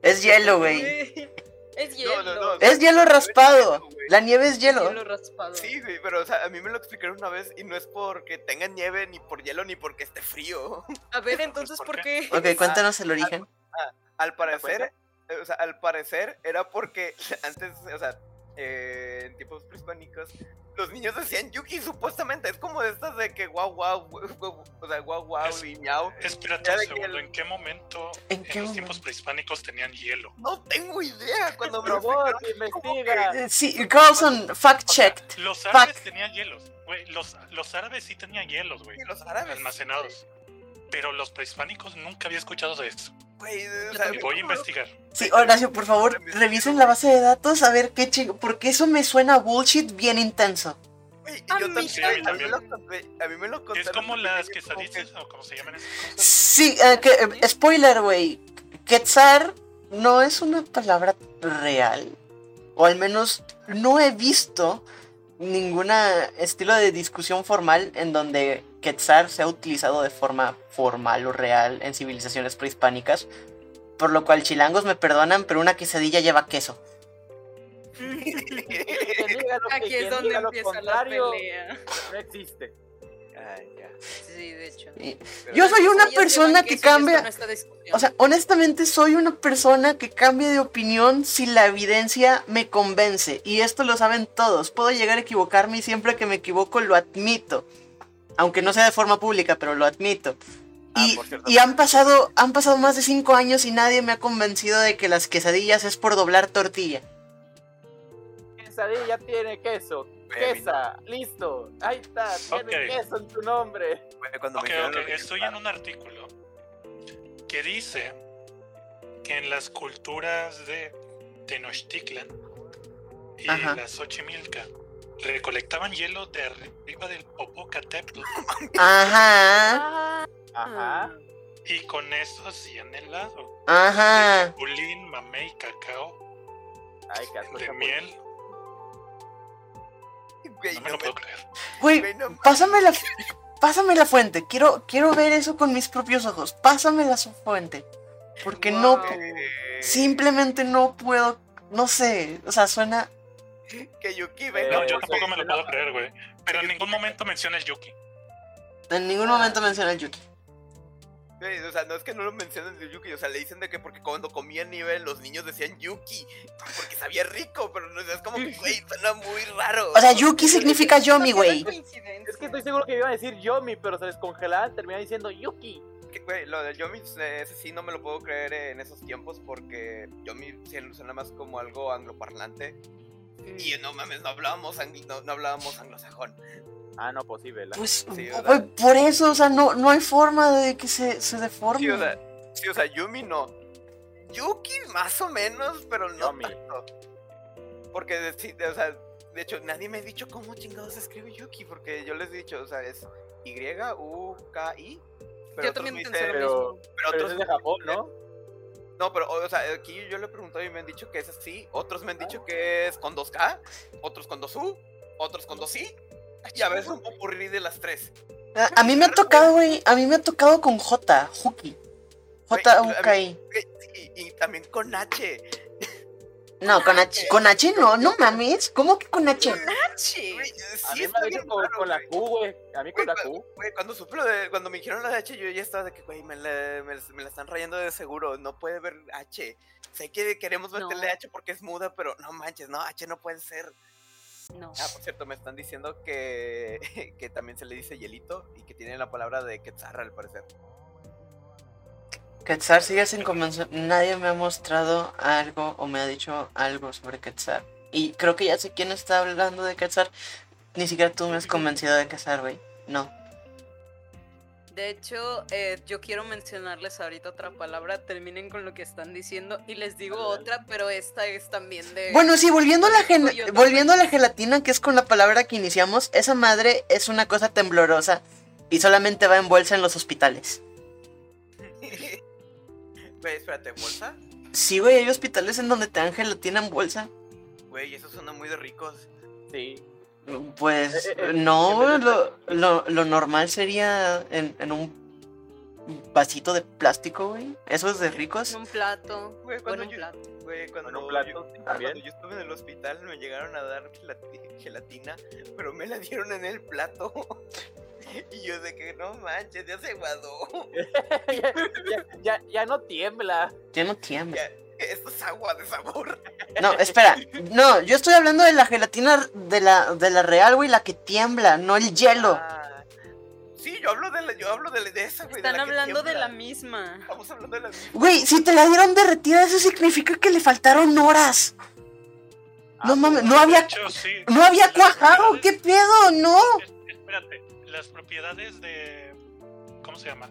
Speaker 2: Es hielo, güey.
Speaker 1: Sí. Es
Speaker 3: No,
Speaker 1: hielo.
Speaker 3: no, no.
Speaker 2: Es hielo raspado. La nieve es hielo.
Speaker 1: Hielo raspado.
Speaker 3: Sí, güey, pero o sea, a mí me lo explicaron una vez y no es porque tenga nieve, ni por hielo, ni porque esté frío.
Speaker 1: A ver, entonces, ¿por
Speaker 4: ¿Por
Speaker 1: qué?
Speaker 2: Ok, cuéntanos el origen.
Speaker 4: Ah,
Speaker 3: Al
Speaker 4: pues,
Speaker 3: parecer,
Speaker 5: cuenta?
Speaker 3: eh, o sea, al parecer era porque antes, o sea, eh, en tiempos prehispánicos, los niños decían Yuki supuestamente. Es como de estas de que guau, guau, guau, guau, o sea, guau, guau
Speaker 4: Es-
Speaker 3: y miau.
Speaker 4: Espérate
Speaker 3: Ya
Speaker 4: un
Speaker 3: de que
Speaker 4: segundo,
Speaker 3: el-
Speaker 4: ¿en qué momento
Speaker 2: ¿En
Speaker 4: en,
Speaker 2: qué
Speaker 4: los
Speaker 2: momento?
Speaker 4: tiempos prehispánicos tenían hielo?
Speaker 3: No tengo idea cuando me lo
Speaker 5: Robot,
Speaker 3: explicaron.
Speaker 5: investiga.
Speaker 2: Eh, Sí, Carlson, fact checked.
Speaker 4: Los árabes tenían hielos, güey. Los, los árabes sí tenían hielos, güey. eh,
Speaker 3: Y los árabes.
Speaker 4: Almacenados. Pero los prehispánicos nunca había escuchado de esto.
Speaker 3: Güey, o
Speaker 1: Yo
Speaker 3: sea,
Speaker 1: también.
Speaker 4: Voy a investigar.
Speaker 2: Sí, Horacio, por favor, revisen la base de datos a ver qué chingo. Porque eso me suena a bullshit bien intenso.
Speaker 3: güey,
Speaker 1: A
Speaker 3: yo
Speaker 1: mí
Speaker 3: también,
Speaker 4: sí, a mí
Speaker 3: a mí me lo
Speaker 4: también.
Speaker 3: conté- A mí me lo
Speaker 4: Es
Speaker 3: contaron
Speaker 4: como
Speaker 3: de
Speaker 4: las
Speaker 3: pequeño, como que-
Speaker 4: quesadillas o como se llaman esas cosas.
Speaker 2: Sí, eh, que- eh, spoiler, güey. Quetzar no es una palabra real. O al menos no he visto ningún estilo de discusión formal en donde Quetzar se ha utilizado de forma formal o real en civilizaciones prehispánicas. Por lo cual, chilangos me perdonan, pero una quesadilla lleva queso.
Speaker 5: Quien diga lo que-
Speaker 1: Aquí
Speaker 5: quien
Speaker 1: es donde
Speaker 5: diga lo
Speaker 1: empieza la
Speaker 5: contrario,
Speaker 1: pelea.
Speaker 5: No existe.
Speaker 3: Ay, ya.
Speaker 1: Sí, de hecho.
Speaker 2: Y-
Speaker 3: Pero-
Speaker 2: Yo soy una
Speaker 1: Ellas llevan
Speaker 2: persona que
Speaker 1: queso y esto
Speaker 2: cambia.
Speaker 1: no está discusión.
Speaker 2: O sea, honestamente soy una persona que cambia de opinión si la evidencia me convence. Y esto lo saben todos. Puedo llegar a equivocarme y siempre que me equivoco lo admito. Aunque no sea de forma pública, pero lo admito.
Speaker 3: Ah,
Speaker 2: y
Speaker 3: por cierto.
Speaker 2: y han, pasado, han pasado más de cinco años y nadie me ha convencido de que las quesadillas es por doblar tortilla.
Speaker 5: Quesadilla tiene queso.
Speaker 3: Güey, a mí no-
Speaker 5: Quesa, listo. Ahí está, tiene
Speaker 4: Ok.
Speaker 5: queso en tu nombre.
Speaker 3: güey, cuando me
Speaker 4: Ok,
Speaker 3: dijeron
Speaker 4: ok,
Speaker 3: lo que-
Speaker 4: estoy en un artículo que dice que en las culturas de Tenochtitlan y
Speaker 2: Ajá.
Speaker 4: la Xochimilca recolectaban hielo de arriba del Popocatépetl
Speaker 2: Ajá,
Speaker 1: Ah,
Speaker 5: Ajá.
Speaker 4: y con eso hacían helado.
Speaker 2: ajá.
Speaker 4: Bulín, mamey, cacao,
Speaker 5: Ay, casco.
Speaker 4: de
Speaker 5: chapo.
Speaker 4: miel.
Speaker 3: Güey,
Speaker 4: No
Speaker 3: no
Speaker 4: me lo
Speaker 3: me-
Speaker 4: puedo creer.
Speaker 2: Güey,
Speaker 3: güey, no
Speaker 2: pásame la, pásame la fuente. Quiero, quiero ver eso con mis propios ojos. Pásame la su- fuente. Porque no,
Speaker 1: Wow.
Speaker 3: mames.
Speaker 2: Simplemente no puedo, no sé, o sea, suena...
Speaker 3: Que Yuki
Speaker 5: Pero
Speaker 4: No,
Speaker 3: venga.
Speaker 4: yo
Speaker 5: eso
Speaker 4: tampoco
Speaker 5: es
Speaker 4: me lo
Speaker 5: helado.
Speaker 4: puedo creer, güey. Pero en ningún momento menciona el Yuki.
Speaker 2: En
Speaker 3: Ah,
Speaker 2: ningún momento menciona el Yuki.
Speaker 3: güey, o sea, no es que no lo mencionen de Yuki, o sea, le dicen de que porque cuando comía nieve los niños decían Yuki, porque sabía rico, pero no o sea, es como que, güey, suena muy raro.
Speaker 2: O sea, Yuki significa Yomi,
Speaker 1: no, qué
Speaker 2: güey.
Speaker 1: coincidencia.
Speaker 5: Es que estoy seguro que iban a decir Yomi, pero se descongelaban, terminaban diciendo Yuki.
Speaker 3: que, güey, lo del Yomi, eh, ese sí no me lo puedo creer eh, en esos tiempos porque Yomi sí suena más como algo angloparlante. Y eh, no mames, no hablábamos, angl- no, no hablábamos anglosajón.
Speaker 5: Ah, no, pues sí, vela.
Speaker 2: Pues,
Speaker 3: Sí,
Speaker 2: güey,
Speaker 3: ¿verdad?
Speaker 2: por eso, o sea, no, no hay forma de que se, se deforme.
Speaker 3: Sí, o sea, sí, o sea, Yumi no. Yuki más o menos, pero no
Speaker 5: Yomi.
Speaker 3: tanto. Porque, de- sí, de- o sea, de hecho, nadie me ha dicho cómo chingados se escribe Yuki, porque yo les he dicho, o sea, es Y-U-K-I.
Speaker 1: Yo
Speaker 3: otros
Speaker 1: también
Speaker 3: me dicen-
Speaker 1: pensé lo
Speaker 5: pero-
Speaker 1: mismo.
Speaker 3: pero
Speaker 5: Pero
Speaker 3: otros
Speaker 5: eso es de Japón, ¿no?
Speaker 3: No, pero, o o sea, aquí yo le he preguntado y me han dicho que es así. Otros me han dicho que es con 2K, otros con 2U, otros con 2I.
Speaker 1: Ah,
Speaker 3: Y a veces un popurrí de las tres.
Speaker 2: A, a mí me ha tocado, güey, a mí me ha tocado con J, Juki. J, U, K, I.
Speaker 3: Y, y también con H.
Speaker 2: No, con H, con H no, no mames, ¿cómo que con H?
Speaker 1: Sí.
Speaker 3: Güey,
Speaker 5: A
Speaker 3: sí,
Speaker 5: mí me
Speaker 3: está
Speaker 5: ha
Speaker 3: bien
Speaker 5: dicho con,
Speaker 3: raro,
Speaker 5: con la
Speaker 3: güey.
Speaker 5: Q, güey. A mí con la Q.
Speaker 3: Güey, cuando, supe lo de- cuando me dijeron la de H, yo ya estaba de que, güey, me la, me, la- me la están rayando de seguro. No puede ver H. Sé que queremos
Speaker 1: No.
Speaker 3: meterle H porque es muda, pero no manches, no, H no puede ser.
Speaker 1: No.
Speaker 3: Ah, por cierto, me están diciendo que, que también se le dice hielito y que tiene la palabra de quetzarra, al parecer.
Speaker 2: Quetzal sigue sin convencer. Nadie me ha mostrado algo o me ha dicho algo sobre Quetzal. Y creo que ya sé quién está hablando de Quetzal. Ni siquiera tú me has convencido de Quetzal, güey. No.
Speaker 1: De hecho, eh, yo quiero mencionarles ahorita otra palabra. Terminen con lo que están diciendo y les digo
Speaker 5: Dale, dale.
Speaker 1: otra, pero esta es también de.
Speaker 2: Bueno, sí, volviendo a la, gen-
Speaker 1: Oye, otra
Speaker 2: volviendo a la gelatina, que es con la palabra que iniciamos, esa madre es una cosa temblorosa y solamente va envuelta en los hospitales.
Speaker 3: Güey, espérate, ¿bolsa?
Speaker 2: Sí, güey, hay hospitales en donde te dan gelatina en bolsa.
Speaker 3: Güey, eso suena muy de ricos.
Speaker 5: Sí.
Speaker 2: Pues
Speaker 5: Eh, eh, eh,
Speaker 2: no,
Speaker 5: en vez de-
Speaker 2: lo, lo- lo normal sería en, en un vasito de plástico, güey. Eso es de ricos.
Speaker 1: Un plato.
Speaker 3: Güey,
Speaker 1: bueno,
Speaker 3: cuando
Speaker 1: un
Speaker 3: yo-
Speaker 1: plato.
Speaker 3: Güey, cuando,
Speaker 5: Con un
Speaker 3: yo,
Speaker 5: plato
Speaker 3: cuando
Speaker 5: también.
Speaker 3: yo estuve en el hospital me llegaron a dar gelati- gelatina, pero me la dieron en el plato. y yo de que no manches, ya se aguadó.
Speaker 5: ya, ya- ya- ya no tiembla.
Speaker 2: Ya no tiembla.
Speaker 3: Ya, Esto es agua de sabor.
Speaker 2: No, espera. No, yo estoy hablando de la gelatina de la, de la real, güey, la que tiembla, no el hielo.
Speaker 3: Ah, sí, yo hablo de la, yo hablo de, la- de esa, güey.
Speaker 1: Están
Speaker 3: la que
Speaker 1: hablando de la
Speaker 3: tiembla.
Speaker 1: misma.
Speaker 3: Estamos hablando de la misma.
Speaker 2: Güey, si te la dieron derretida, eso significa que le faltaron horas.
Speaker 5: Ah,
Speaker 2: No mames, no
Speaker 4: De
Speaker 2: había,
Speaker 4: hecho, sí.
Speaker 2: no había
Speaker 4: Las
Speaker 2: cuajado,
Speaker 4: propiedades-
Speaker 2: qué pedo, no.
Speaker 4: es- Espérate, las propiedades de. ¿Cómo se llama?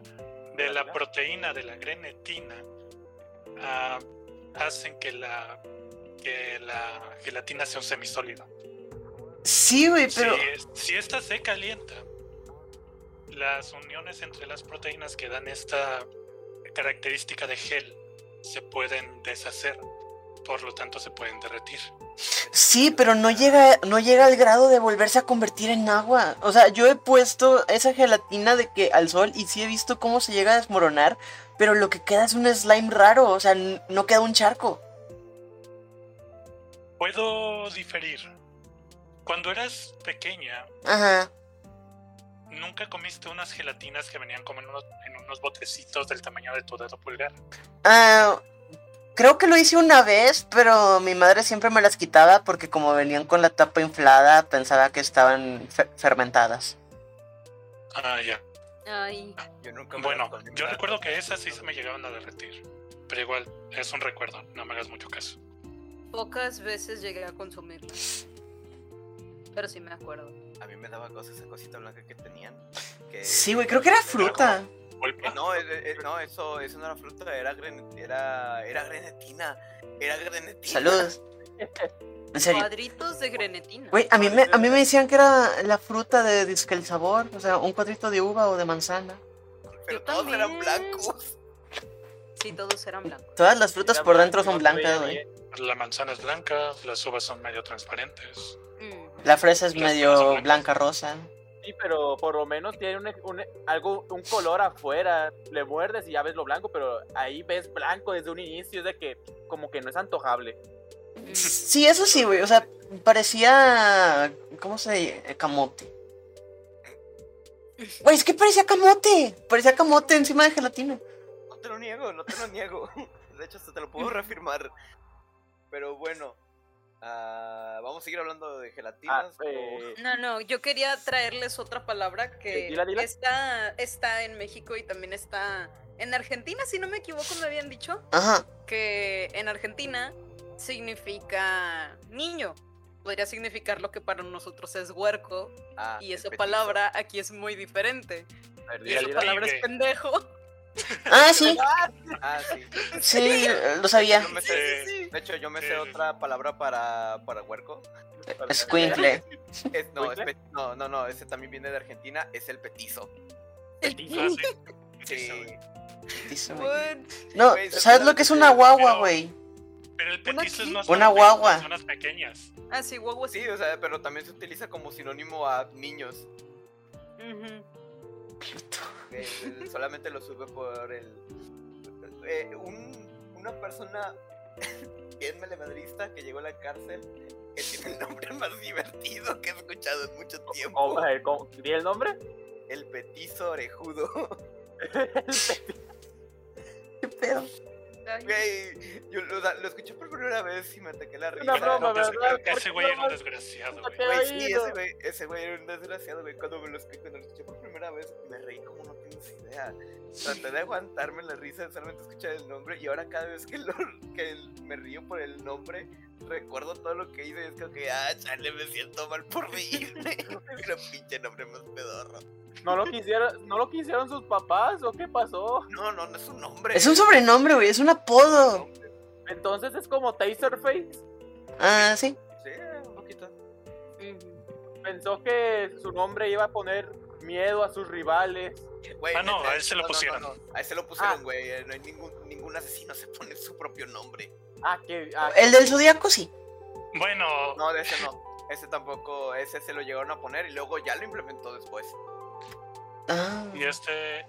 Speaker 4: De la proteína, de la grenetina, ah, hacen que la, que la gelatina sea un semisólido.
Speaker 2: Sí, güey,
Speaker 4: Si,
Speaker 2: pero.
Speaker 4: es- si esta se calienta, las uniones entre las proteínas que dan esta característica de gel se pueden deshacer, por lo tanto se pueden derretir.
Speaker 2: Sí, pero no llega, no llega al grado de volverse a convertir en agua. O sea, yo he puesto esa gelatina de que al sol y sí he visto cómo se llega a desmoronar, pero lo que queda es un slime raro, o sea, n- no queda un charco.
Speaker 4: Puedo diferir. Cuando eras pequeña,
Speaker 2: Ajá.
Speaker 4: ¿Nunca comiste unas gelatinas que venían como en unos, en unos botecitos del tamaño de tu dedo pulgar?
Speaker 2: Ah, creo que lo hice una vez, pero mi madre siempre me las quitaba porque como venían con la tapa inflada, pensaba que estaban fe- fermentadas.
Speaker 4: Ah, ya.
Speaker 1: Ay.
Speaker 3: Yo nunca me
Speaker 4: Bueno,
Speaker 3: las comí,
Speaker 4: yo
Speaker 3: ¿verdad?
Speaker 4: recuerdo que esas sí se me llegaban a derretir. Pero igual, es un recuerdo, no me hagas mucho caso.
Speaker 1: Pocas veces llegué a consumirla. Pero sí me acuerdo.
Speaker 3: A mí me daba cosas esa cosita blanca que tenían. Que...
Speaker 2: Sí, güey, creo que era fruta.
Speaker 4: Pulpa.
Speaker 3: Eh, No, eh, eh, no, eso, eso no era fruta, era, gren- era, era grenetina. Era grenetina.
Speaker 2: Saludos. En serio.
Speaker 1: Cuadritos de grenetina.
Speaker 2: Güey, a mí, me, a mí me decían que era la fruta de disque el sabor, o sea, un cuadrito de uva o de manzana.
Speaker 3: Pero
Speaker 1: Yo
Speaker 3: todos eran
Speaker 1: también.
Speaker 3: blancos.
Speaker 1: Sí, todos eran blancos.
Speaker 2: Todas las frutas
Speaker 5: Era
Speaker 2: por
Speaker 5: blanca
Speaker 2: dentro
Speaker 5: y no
Speaker 2: son
Speaker 5: se
Speaker 2: blancas,
Speaker 5: veía
Speaker 2: güey.
Speaker 4: eh.
Speaker 5: bien.
Speaker 4: La manzana es blanca, las uvas son medio transparentes.
Speaker 1: Mm.
Speaker 2: La fresa es
Speaker 4: Las frutas son
Speaker 2: medio
Speaker 4: blancas.
Speaker 2: blanca rosa.
Speaker 5: Sí, pero por lo menos tiene un, un- algo, un color afuera. Le muerdes y ya ves lo blanco, pero ahí ves blanco desde un inicio. Es de que como que no es antojable.
Speaker 1: Mm.
Speaker 2: Sí, eso sí, güey, o sea, parecía... ¿Cómo se dice? Camote. Güey, es que parecía camote. Parecía camote encima de gelatina.
Speaker 3: No te lo niego, no te lo niego. De hecho, hasta te lo puedo reafirmar. Pero bueno, ah, Ah, vamos a seguir hablando de gelatinas.
Speaker 5: Ah, eh,
Speaker 1: No, no, yo quería traerles otra palabra que
Speaker 5: Eh, dila, dila.
Speaker 1: Está, está en México y también está en Argentina, si no me equivoco, me habían dicho
Speaker 2: Ajá.
Speaker 1: que en Argentina significa niño. Podría significar lo que para nosotros es huerco
Speaker 3: Ah,
Speaker 1: y
Speaker 3: el
Speaker 1: esa
Speaker 3: petizo.
Speaker 1: palabra aquí es muy diferente.
Speaker 5: a ver,
Speaker 1: Y
Speaker 5: dila,
Speaker 1: esa
Speaker 5: dila.
Speaker 1: palabra es
Speaker 4: Libre.
Speaker 1: pendejo.
Speaker 2: Ah, sí.
Speaker 3: Ah, sí.
Speaker 2: Sí, lo sabía.
Speaker 3: Yo me
Speaker 4: Sí,
Speaker 3: sé-
Speaker 4: sí,
Speaker 3: De hecho, yo me
Speaker 4: Sí,
Speaker 3: sé
Speaker 4: sí,
Speaker 3: otra palabra para, para huerco.
Speaker 2: Squinkle.
Speaker 3: Es- no, es
Speaker 5: ¿Huicle?
Speaker 3: pe- no, no, no, ese también viene de Argentina, es el petizo.
Speaker 4: Ah, sí. Sí,
Speaker 3: Sí.
Speaker 4: sabe.
Speaker 2: No, ¿sabes lo que es una guagua, güey?
Speaker 4: Pero el petiso es
Speaker 1: qué?
Speaker 4: más
Speaker 2: Una
Speaker 4: para
Speaker 2: guagua.
Speaker 4: personas pequeñas.
Speaker 1: Ah, sí, guagua sí.
Speaker 3: Sí, o sea, pero también se utiliza como sinónimo a niños.
Speaker 1: Ujú.
Speaker 3: que él solamente lo sube por el. eh, un- una persona bien melemadrista que llegó a la cárcel que tiene el nombre más divertido que he escuchado en mucho tiempo.
Speaker 5: Oh, eh, ¿cómo? ¿Di el nombre?
Speaker 3: El petizo orejudo.
Speaker 2: ¿Qué pedo?
Speaker 1: Ay,
Speaker 3: Güey, yo lo, lo escuché por primera vez y me ataqué la risa.
Speaker 5: Una broma,
Speaker 4: Entonces,
Speaker 5: ¿verdad?
Speaker 4: pues, Ese güey era un desgraciado, güey.
Speaker 3: Güey,
Speaker 5: Ay,
Speaker 3: sí,
Speaker 5: no.
Speaker 3: ese güey, ese güey era un desgraciado, güey. Cuando me lo escuché, cuando lo escuché por primera vez, me reí como no tienes idea. Traté de aguantarme la risa de solamente escuchar el nombre y ahora cada vez que, lo, que el- me río por el nombre, recuerdo todo lo que hice y es como que, ah, chale, me siento mal por reírme. Pero pinche nombre más pedorro.
Speaker 5: ¿No lo, quisieron, ¿No lo quisieron sus papás o qué pasó?
Speaker 3: No, no, no es un nombre.
Speaker 2: Es un sobrenombre, güey, es un apodo.
Speaker 5: Entonces es como Taserface.
Speaker 2: Ah, sí.
Speaker 3: Sí, un poquito.
Speaker 1: ujú.
Speaker 5: Pensó que su nombre iba a poner miedo a sus rivales.
Speaker 3: Güey,
Speaker 4: Ah, no,
Speaker 3: neta,
Speaker 4: a él se lo pusieron.
Speaker 3: A él se lo pusieron,
Speaker 5: Ah.
Speaker 3: güey. No hay ningún, ningún asesino se pone su propio nombre.
Speaker 5: Ah, que. ah,
Speaker 2: El del zodiaco sí.
Speaker 4: Bueno,
Speaker 3: No, de ese no. Ese tampoco, ese se lo llegaron a poner y luego ya lo implementó después.
Speaker 2: Ah.
Speaker 4: y este. eh,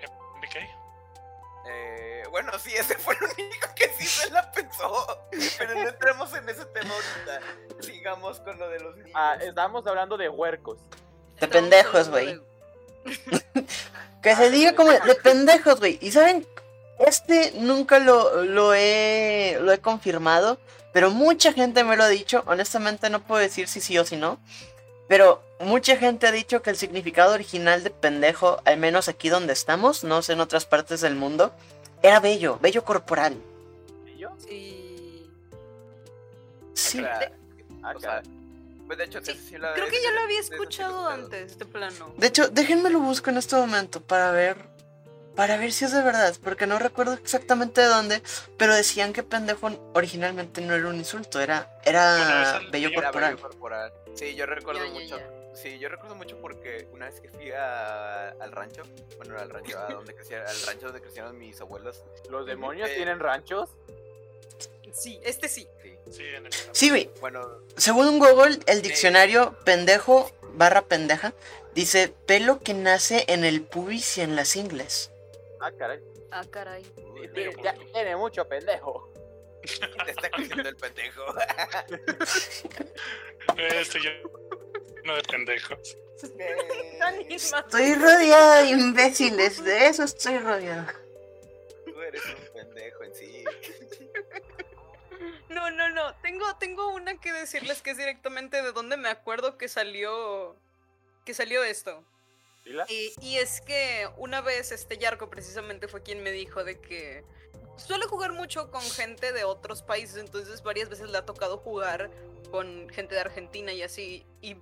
Speaker 4: eh, ¿BK?
Speaker 3: Eh, bueno, sí, ese fue el único que sí se la pensó. Pero no entremos en ese tema ahorita. Sigamos con lo de los niños.
Speaker 5: ah, estábamos hablando de huercos.
Speaker 2: De
Speaker 1: Estamos
Speaker 2: pendejos,
Speaker 1: hablando
Speaker 2: güey.
Speaker 1: de-
Speaker 2: Que se
Speaker 5: Ah,
Speaker 2: diga
Speaker 5: sí.
Speaker 2: como de pendejos, güey. Y saben, este nunca lo, lo, he, lo he confirmado, pero mucha gente me lo ha dicho. Honestamente no puedo decir si sí o si no. Pero mucha gente ha dicho que el significado original de pendejo, al menos aquí donde estamos, no sé en otras partes del mundo, era bello, bello corporal.
Speaker 5: ¿Y yo?
Speaker 1: Sí.
Speaker 2: Sí.
Speaker 3: Claro,
Speaker 5: Ah,
Speaker 3: o sea,
Speaker 5: caray.
Speaker 3: pues de hecho,
Speaker 1: Sí,
Speaker 3: ese sí la-
Speaker 1: Creo que
Speaker 3: ese
Speaker 1: ya
Speaker 3: sí
Speaker 1: lo
Speaker 3: la-
Speaker 1: había
Speaker 3: ese sí lo
Speaker 1: escuchado
Speaker 3: escucharon.
Speaker 1: antes, de plano.
Speaker 2: De hecho, déjenme lo busco en este momento para ver. Para ver si es de verdad, porque no recuerdo exactamente de dónde, pero decían que pendejo originalmente no era un insulto, era,
Speaker 4: Bueno,
Speaker 2: era
Speaker 4: es el-
Speaker 2: bello
Speaker 4: era
Speaker 3: Era
Speaker 2: corporal.
Speaker 3: bello corporal. Sí, yo recuerdo
Speaker 1: Ya, ya,
Speaker 3: mucho.
Speaker 1: ya.
Speaker 3: Sí, yo recuerdo mucho porque una vez que fui a- al rancho, bueno, no al rancho, a donde crecí- al rancho donde crecieron mis abuelos,
Speaker 5: ¿Los demonios
Speaker 3: Eh.
Speaker 5: tienen ranchos?
Speaker 1: Sí, este sí.
Speaker 4: Sí, en el.
Speaker 2: Sí, güey.
Speaker 3: bueno,
Speaker 2: Según Google, el diccionario pendejo barra pendeja dice pelo que nace en el pubis y en las ingles.
Speaker 5: Ah, caray.
Speaker 1: Ah, caray.
Speaker 4: Bello
Speaker 5: Ya
Speaker 4: corporal.
Speaker 5: tiene mucho pendejo.
Speaker 3: Te está cogiendo el pendejo.
Speaker 4: Eh, Estoy yo. No de pendejos.
Speaker 1: Tan inmaduro.
Speaker 2: Estoy rodeada de imbéciles, de eso estoy rodeada.
Speaker 3: Tú eres un pendejo en sí.
Speaker 1: No, no, no. Tengo, tengo una que decirles que es directamente de donde me acuerdo que salió. Que salió esto.
Speaker 5: ¿Dila?
Speaker 1: Y, y es que una vez este Yarko precisamente fue quien me dijo de que suele jugar mucho con gente de otros países, entonces varias veces le ha tocado jugar con gente de Argentina y así. Y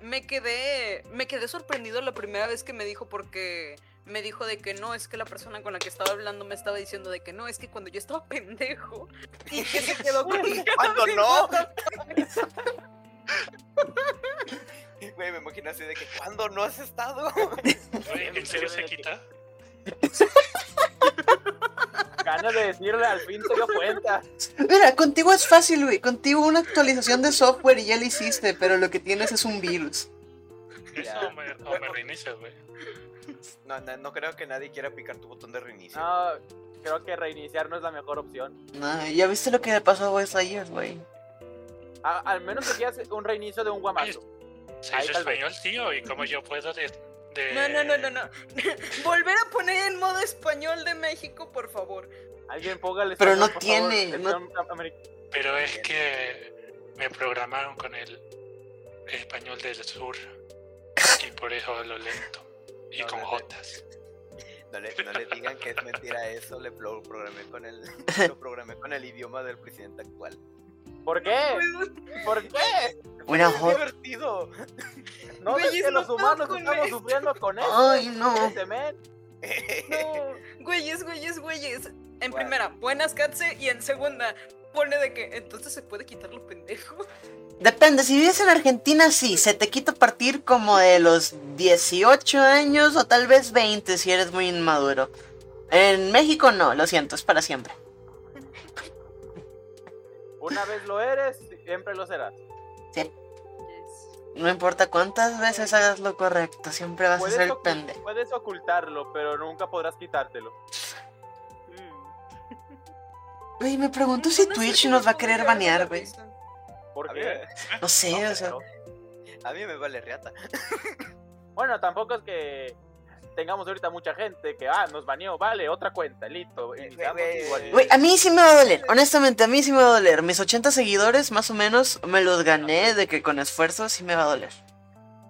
Speaker 1: me quedé, me quedé sorprendido la primera vez que me dijo porque me dijo de que no, es que la persona con la que estaba hablando me estaba diciendo de que no, es que cuando yo estaba pendejo y que se quedó con
Speaker 3: ¿Cuándo no? Güey, me imagino así de que ¿cuándo no has estado?
Speaker 4: Güey, ¿En serio se quita?
Speaker 5: Ganas de decirle al fin se dio cuenta.
Speaker 2: Mira, contigo es fácil, güey. Contigo una actualización de software y ya la hiciste, pero lo que tienes es un virus.
Speaker 4: Eso o me, o me reinicias, güey.
Speaker 3: No, no, no creo que nadie quiera picar tu botón de reinicio.
Speaker 5: No, creo que reiniciar no es la mejor opción.
Speaker 2: No, ya viste lo que le pasó a Wes ayer, güey.
Speaker 5: A- al menos que quieras un reinicio de un guamazo.
Speaker 4: Se
Speaker 5: Ahí
Speaker 4: dice
Speaker 5: tal vez.
Speaker 4: español, tío, y como yo puedo de. de-
Speaker 1: No, no, no, no, no. Volver a poner en modo español de México, por favor.
Speaker 5: Alguien póngale.
Speaker 2: Pero no
Speaker 5: español, por favor,
Speaker 2: tiene, no-
Speaker 5: español ameri-
Speaker 4: Pero es que. Me programaron con el español del sur y por eso hablo lento y
Speaker 3: No,
Speaker 4: con
Speaker 3: no, no.
Speaker 4: jotas.
Speaker 3: No le, no le digan que es mentira eso, le pro- programé con el, lo programé con el idioma del presidente actual.
Speaker 5: ¿Por qué? ¿Por qué?
Speaker 2: Una
Speaker 3: ¡Es
Speaker 2: jota.
Speaker 3: divertido!
Speaker 5: No
Speaker 1: Güey,
Speaker 5: ves
Speaker 1: es
Speaker 5: que los
Speaker 1: lo
Speaker 5: humanos
Speaker 1: con
Speaker 5: estamos
Speaker 1: esto.
Speaker 5: sufriendo con eso.
Speaker 2: Ay, no.
Speaker 5: Ese men, no.
Speaker 1: Güeyes, güeyes, güeyes. En
Speaker 3: Bueno.
Speaker 1: primera, buenas Katze. Y en segunda, pone de que entonces se puede quitar los pendejos.
Speaker 2: Depende, si vives en Argentina, sí, se te quita a partir como de los 18 años o tal vez 20 si eres muy inmaduro. En México no, lo siento, es para siempre.
Speaker 5: Una vez lo eres, siempre lo serás.
Speaker 2: No importa cuántas veces hagas lo correcto, siempre vas a ser el
Speaker 5: ocul-
Speaker 2: pendejo.
Speaker 5: puedes ocultarlo, pero nunca podrás quitártelo.
Speaker 2: Güey, me pregunto si Twitch nos va a querer banear, güey.
Speaker 5: ¿Por
Speaker 3: A
Speaker 5: qué?
Speaker 3: ver,
Speaker 2: No sé,
Speaker 5: No
Speaker 2: o sea.
Speaker 5: creo.
Speaker 3: a mí me vale reata.
Speaker 5: Bueno, tampoco es que tengamos ahorita mucha gente que, ah, nos baneó, vale, otra cuenta, listo.
Speaker 3: Güey,
Speaker 5: iniciamos
Speaker 3: güey.
Speaker 5: igual.
Speaker 2: Güey, a mí sí me va a doler, honestamente, a mí sí me va a doler. Mis 80 seguidores, más o menos, me los gané de que con esfuerzo sí me va a doler.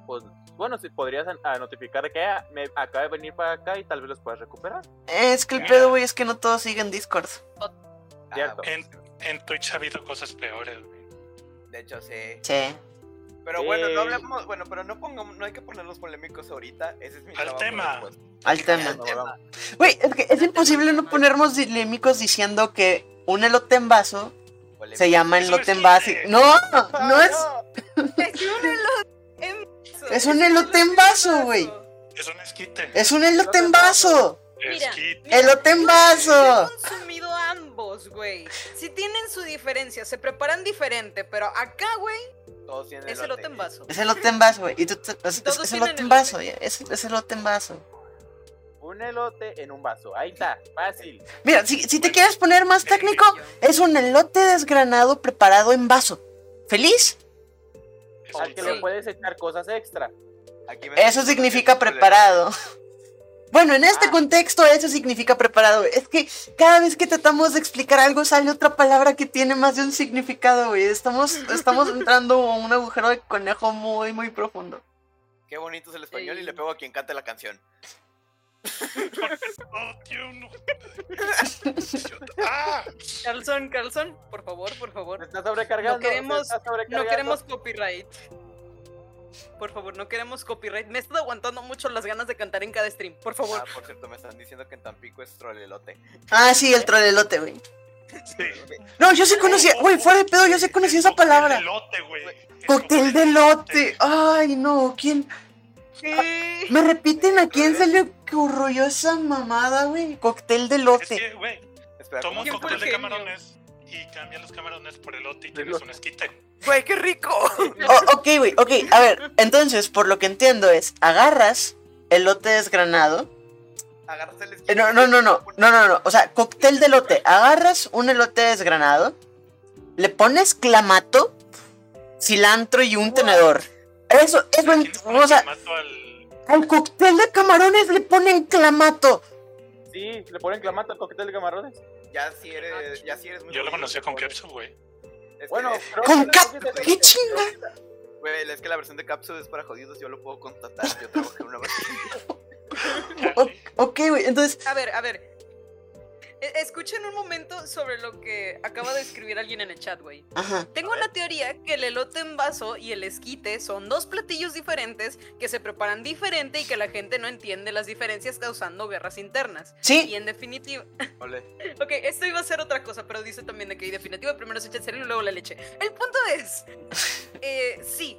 Speaker 5: Pues, bueno, si podrías an- a notificar que ah, me acaba de venir para acá y tal vez los puedas recuperar.
Speaker 2: Es que el pedo, güey, es que no todos siguen Discord.
Speaker 3: Ah,
Speaker 5: Cierto.
Speaker 3: bueno,
Speaker 4: En Twitch ha habido cosas peores. güey.
Speaker 3: de hecho, sí.
Speaker 2: Sí.
Speaker 3: Pero bueno, no
Speaker 5: Sí.
Speaker 3: hablemos. Bueno, pero no pongamos, no hay que ponernos polémicos ahorita. Ese es mi
Speaker 4: Al
Speaker 3: trabajo
Speaker 4: tema.
Speaker 3: después.
Speaker 2: Al tema.
Speaker 3: Al tema.
Speaker 2: Güey, es, que es imposible no ponernos dilémicos diciendo que un elote en vaso se llama
Speaker 4: Eso es
Speaker 2: elote en vaso.
Speaker 4: chiste.
Speaker 2: No, no es.
Speaker 1: Es un elote en vaso.
Speaker 2: Es un elote en vaso, güey.
Speaker 4: Es un esquite.
Speaker 2: Es un elote en vaso.
Speaker 1: Mira.
Speaker 4: Esquite.
Speaker 2: Elote en
Speaker 1: Yo
Speaker 2: vaso.
Speaker 1: he consumido ambos, güey. Si tienen su diferencia, se preparan diferente, pero acá, güey,
Speaker 3: Todos tienen
Speaker 1: es elote en vaso.
Speaker 2: Es elote en vaso, güey. Y tú te- es,
Speaker 1: Todos
Speaker 2: es
Speaker 1: tienen
Speaker 2: elote en
Speaker 1: elote.
Speaker 2: vaso. ya, Es, es elote en vaso.
Speaker 5: Un elote en un vaso, ahí está, fácil.
Speaker 2: Mira, si, si te quieres poner más técnico,
Speaker 1: Yo.
Speaker 2: es un elote desgranado preparado en vaso. ¿Feliz?
Speaker 5: Al que
Speaker 4: esquite.
Speaker 5: le puedes echar cosas extra.
Speaker 3: Aquí me-
Speaker 2: Eso significa preparado. Bueno, en este
Speaker 5: Ah.
Speaker 2: contexto eso significa preparado. güey. Es que cada vez que tratamos de explicar algo sale otra palabra que tiene más de un significado, güey. Estamos, estamos entrando a un agujero de conejo muy, muy profundo.
Speaker 3: Qué bonito es el español y
Speaker 1: Sí.
Speaker 3: le pego a quien cante la canción.
Speaker 4: Oh, tío, no. Ah,
Speaker 1: Calzón, calzón, por favor, por favor.
Speaker 5: Se está sobrecargando.
Speaker 1: No queremos-
Speaker 5: se está sobrecargando.
Speaker 1: No queremos copyright. Por favor, no queremos copyright. Me he estado aguantando mucho las ganas de cantar en cada stream. Por favor.
Speaker 3: Ah, por cierto, me están diciendo que en Tampico es trolelote.
Speaker 2: Ah, sí,
Speaker 4: Eh.
Speaker 2: el trolelote, güey.
Speaker 4: sí.
Speaker 2: No, yo sí conocía,
Speaker 4: Eh,
Speaker 2: güey, fuera de pedo, yo sí conocía esa palabra.
Speaker 4: Elote, güey.
Speaker 2: Cóctel de lote. Ay, no, ¿quién?
Speaker 1: Sí.
Speaker 2: ¿Me repiten a quién se le ocurrió esa mamada, güey? Cóctel de
Speaker 4: Es
Speaker 2: lote.
Speaker 4: que, güey,
Speaker 3: Espera,
Speaker 4: toma un
Speaker 1: ¿Quién fue
Speaker 4: cóctel
Speaker 1: el
Speaker 4: de
Speaker 1: genio?
Speaker 4: camarones y cambia los camarones por elote y tienes
Speaker 5: Elote.
Speaker 4: un esquite.
Speaker 3: ¡Güey, qué rico!
Speaker 2: O- ok, güey, ok. A ver, entonces, por lo que entiendo es, agarras elote desgranado.
Speaker 3: Agarraste el
Speaker 2: Eh, No, no, no, no, no, no, no. O sea, cóctel de elote. Agarras un elote desgranado, le pones clamato, cilantro y un tenedor. Eso, eso, en- o sea,
Speaker 4: Mato al.
Speaker 2: al cóctel de camarones le ponen clamato.
Speaker 5: Sí, le ponen clamato al coquetel de camarones.
Speaker 3: Ya si eres, ya si eres muy
Speaker 4: Yo lo
Speaker 3: jodido,
Speaker 4: conocía con
Speaker 3: cabrón.
Speaker 4: ketchup, güey.
Speaker 3: Es
Speaker 5: Bueno,
Speaker 3: que-
Speaker 5: creo
Speaker 2: Con
Speaker 5: que-
Speaker 2: cap-
Speaker 5: creo que-
Speaker 2: ¡Qué chinga!
Speaker 3: Güey, es que la versión de Capsule es para jodidos, yo lo puedo constatar. Yo trabajé una vez.
Speaker 2: Oh. Ok, güey, entonces,
Speaker 1: A ver, a ver. E- Escuchen un momento sobre lo que acaba de escribir alguien en el chat, güey.
Speaker 2: ajá.
Speaker 1: Tengo una teoría que el elote en vaso y el esquite son dos platillos diferentes que se preparan diferente y que la gente no entiende las diferencias causando guerras internas. Y
Speaker 2: Sí,
Speaker 1: en definitiva,
Speaker 3: Ole.
Speaker 1: ok, esto iba a ser otra cosa, pero dice también de que en definitiva primero se echa el cereal y luego la leche. El punto es, eh, sí,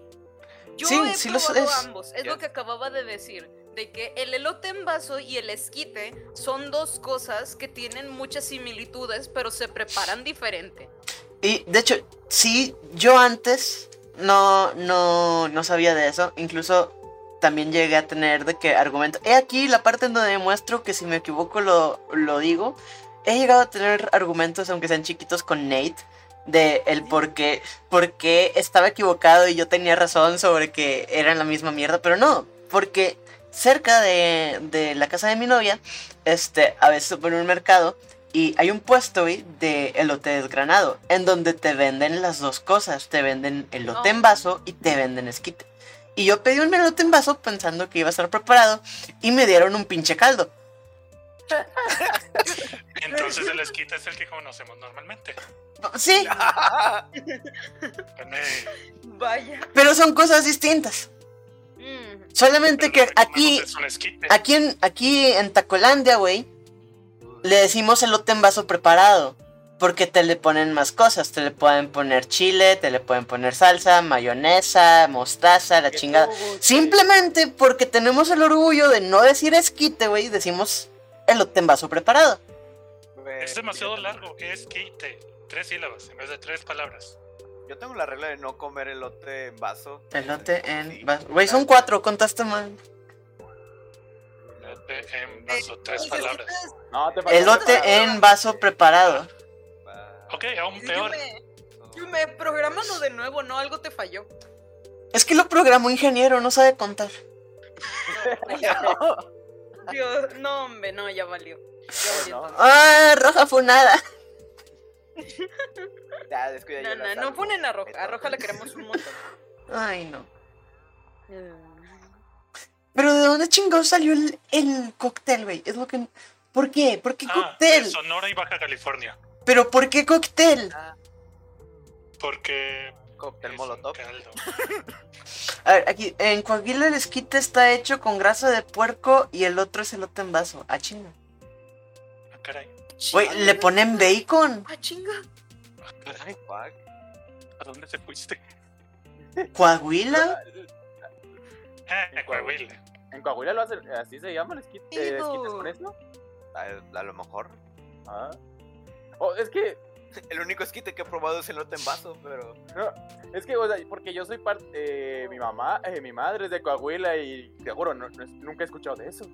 Speaker 1: yo
Speaker 2: Sí,
Speaker 1: he
Speaker 2: sí lo
Speaker 1: probado
Speaker 2: es.
Speaker 1: ambos, es lo
Speaker 3: Ya.
Speaker 1: que acababa de decir, de que el elote en vaso y el esquite son dos cosas que tienen muchas similitudes, pero se preparan diferente.
Speaker 2: y de hecho, sí, yo antes no, no, no sabía de eso. Incluso también llegué a tener de que argumento. He aquí la parte en donde demuestro que si me equivoco lo, lo digo. He llegado a tener argumentos, aunque sean chiquitos, con Nate. De el por qué, por qué estaba equivocado y yo tenía razón sobre que eran la misma mierda. Pero no, porque cerca de, de la casa de mi novia, este, a veces supermercado, Y hay un puesto, güey, de elote desgranado, en donde te venden las dos cosas. Te venden elote
Speaker 1: Oh.
Speaker 2: en vaso y te venden esquite. Y yo pedí un elote en vaso pensando que iba a estar preparado y me dieron un pinche caldo.
Speaker 4: Entonces el esquite es el que conocemos normalmente.
Speaker 2: Sí,
Speaker 4: Eh,
Speaker 1: Vaya.
Speaker 2: pero son cosas distintas.
Speaker 1: Mm,
Speaker 2: Solamente
Speaker 4: pero
Speaker 2: que
Speaker 4: lo que
Speaker 2: aquí,
Speaker 4: comemos Es un esquite.
Speaker 2: aquí en, aquí en Tacolandia, güey, le decimos elote en vaso preparado. Porque te le ponen más cosas. Te le pueden poner chile, te le pueden poner salsa, mayonesa, mostaza, la chingada. Simplemente porque tenemos el orgullo de no decir esquite, güey, decimos elote en vaso preparado.
Speaker 4: Es demasiado largo. Esquite. Tres sílabas en vez de tres palabras.
Speaker 3: Yo tengo la regla de no comer elote en vaso.
Speaker 2: Elote
Speaker 3: Sí,
Speaker 2: en vaso. Güey,
Speaker 3: claro.
Speaker 2: son cuatro, contaste mal.
Speaker 4: Elote En vaso,
Speaker 2: Eh,
Speaker 4: tres
Speaker 1: Oye, si
Speaker 4: palabras.
Speaker 1: ustedes-
Speaker 5: No, te faltó
Speaker 2: Elote
Speaker 5: palabra.
Speaker 2: en vaso preparado.
Speaker 3: Va-
Speaker 4: Ok, aún
Speaker 2: eh,
Speaker 1: yo
Speaker 4: peor.
Speaker 1: me, yo me programalo de nuevo, ¿no? Algo te falló.
Speaker 2: Es que lo programó ingeniero, no sabe contar.
Speaker 1: Dios, no, hombre, no, ya valió. Ya valió
Speaker 5: No,
Speaker 1: entonces.
Speaker 2: ¡Ah, roja funada!
Speaker 3: Ya, descuida, yo
Speaker 1: No, no,
Speaker 3: la
Speaker 1: no
Speaker 3: salvo.
Speaker 1: ponen a Roja. A Roja la queremos un montón.
Speaker 2: Ay, no. Pero ¿de dónde chingados salió el, el cóctel, güey? Es lo que... ¿Por qué? ¿Por qué
Speaker 4: Ah, de
Speaker 2: cóctel?
Speaker 4: Sonora y Baja California.
Speaker 2: ¿Pero por qué cóctel?
Speaker 4: Porque.
Speaker 3: Cóctel
Speaker 4: es un
Speaker 3: molotov.
Speaker 4: caldo.
Speaker 2: A ver, aquí, en Coahuila el esquite está hecho con grasa de puerco y el otro es elote en vaso. Ah, chinga.
Speaker 4: Ah, caray.
Speaker 2: Güey, le ponen bacon.
Speaker 1: Ah, chinga.
Speaker 4: Ah, caray.
Speaker 3: Ay, fuck.
Speaker 4: ¿A dónde te fuiste?
Speaker 2: Coahuila.
Speaker 4: Ah, a Coahuila.
Speaker 5: En Coahuila lo hacen, así se llama el esquite. eh,
Speaker 1: Ew.
Speaker 5: ¿Esquites con eso?
Speaker 3: A, a lo mejor.
Speaker 5: Ah. Oh, es que
Speaker 3: El único esquite que he probado es elote en vaso, pero.
Speaker 5: No, es que, o sea, porque yo soy parte. eh, mi mamá, eh, mi madre es de Coahuila y te juro, no, no es- nunca he escuchado de eso.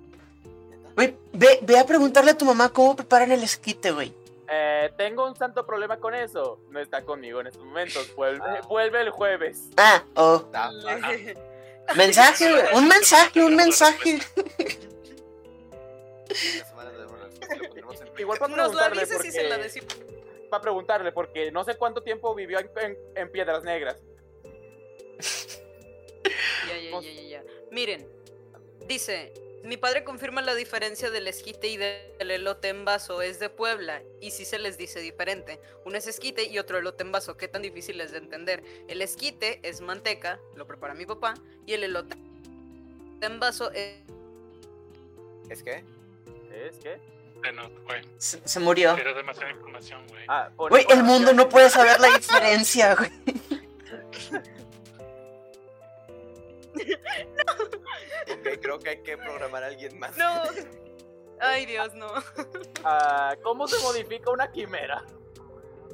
Speaker 2: Güey, ve, ve a preguntarle a tu mamá cómo preparan el esquite, güey.
Speaker 5: Eh, tengo un santo problema con eso. No está conmigo en estos momentos. Vuelve,
Speaker 1: Ah.
Speaker 5: vuelve el jueves.
Speaker 2: Ah, oh.
Speaker 3: Ah, fuck.
Speaker 2: Mensaje, güey. Un mensaje, un mensaje.
Speaker 3: La semana de una respuesta lo pondremos en
Speaker 5: Igual
Speaker 3: Twitter.
Speaker 5: para
Speaker 1: Nos la
Speaker 5: preguntarle,
Speaker 1: dices y se la
Speaker 5: porque,
Speaker 1: decimos.
Speaker 5: para preguntarle, porque no sé cuánto tiempo vivió en, en- en Piedras Negras.
Speaker 1: Ya, ya, ya, ya, ya. Miren, dice, mi padre confirma la diferencia del esquite y del elote en vaso, es de Puebla, y sí se les dice diferente. Uno es esquite y otro elote en vaso, qué tan difícil es de entender. El esquite es manteca, lo prepara mi papá, y el elote en vaso es...
Speaker 3: ¿Es que?
Speaker 5: ¿Es que?
Speaker 4: Bueno, güey.
Speaker 2: Se, se murió.
Speaker 4: Era demasiada información, güey.
Speaker 5: Ah, por
Speaker 2: Güey, el mundo
Speaker 5: información.
Speaker 2: no puede saber la diferencia, güey.
Speaker 3: Ok, creo que hay que programar a alguien más.
Speaker 1: No. Ay, Dios, no.
Speaker 5: Ah, ¿Cómo se modifica una quimera?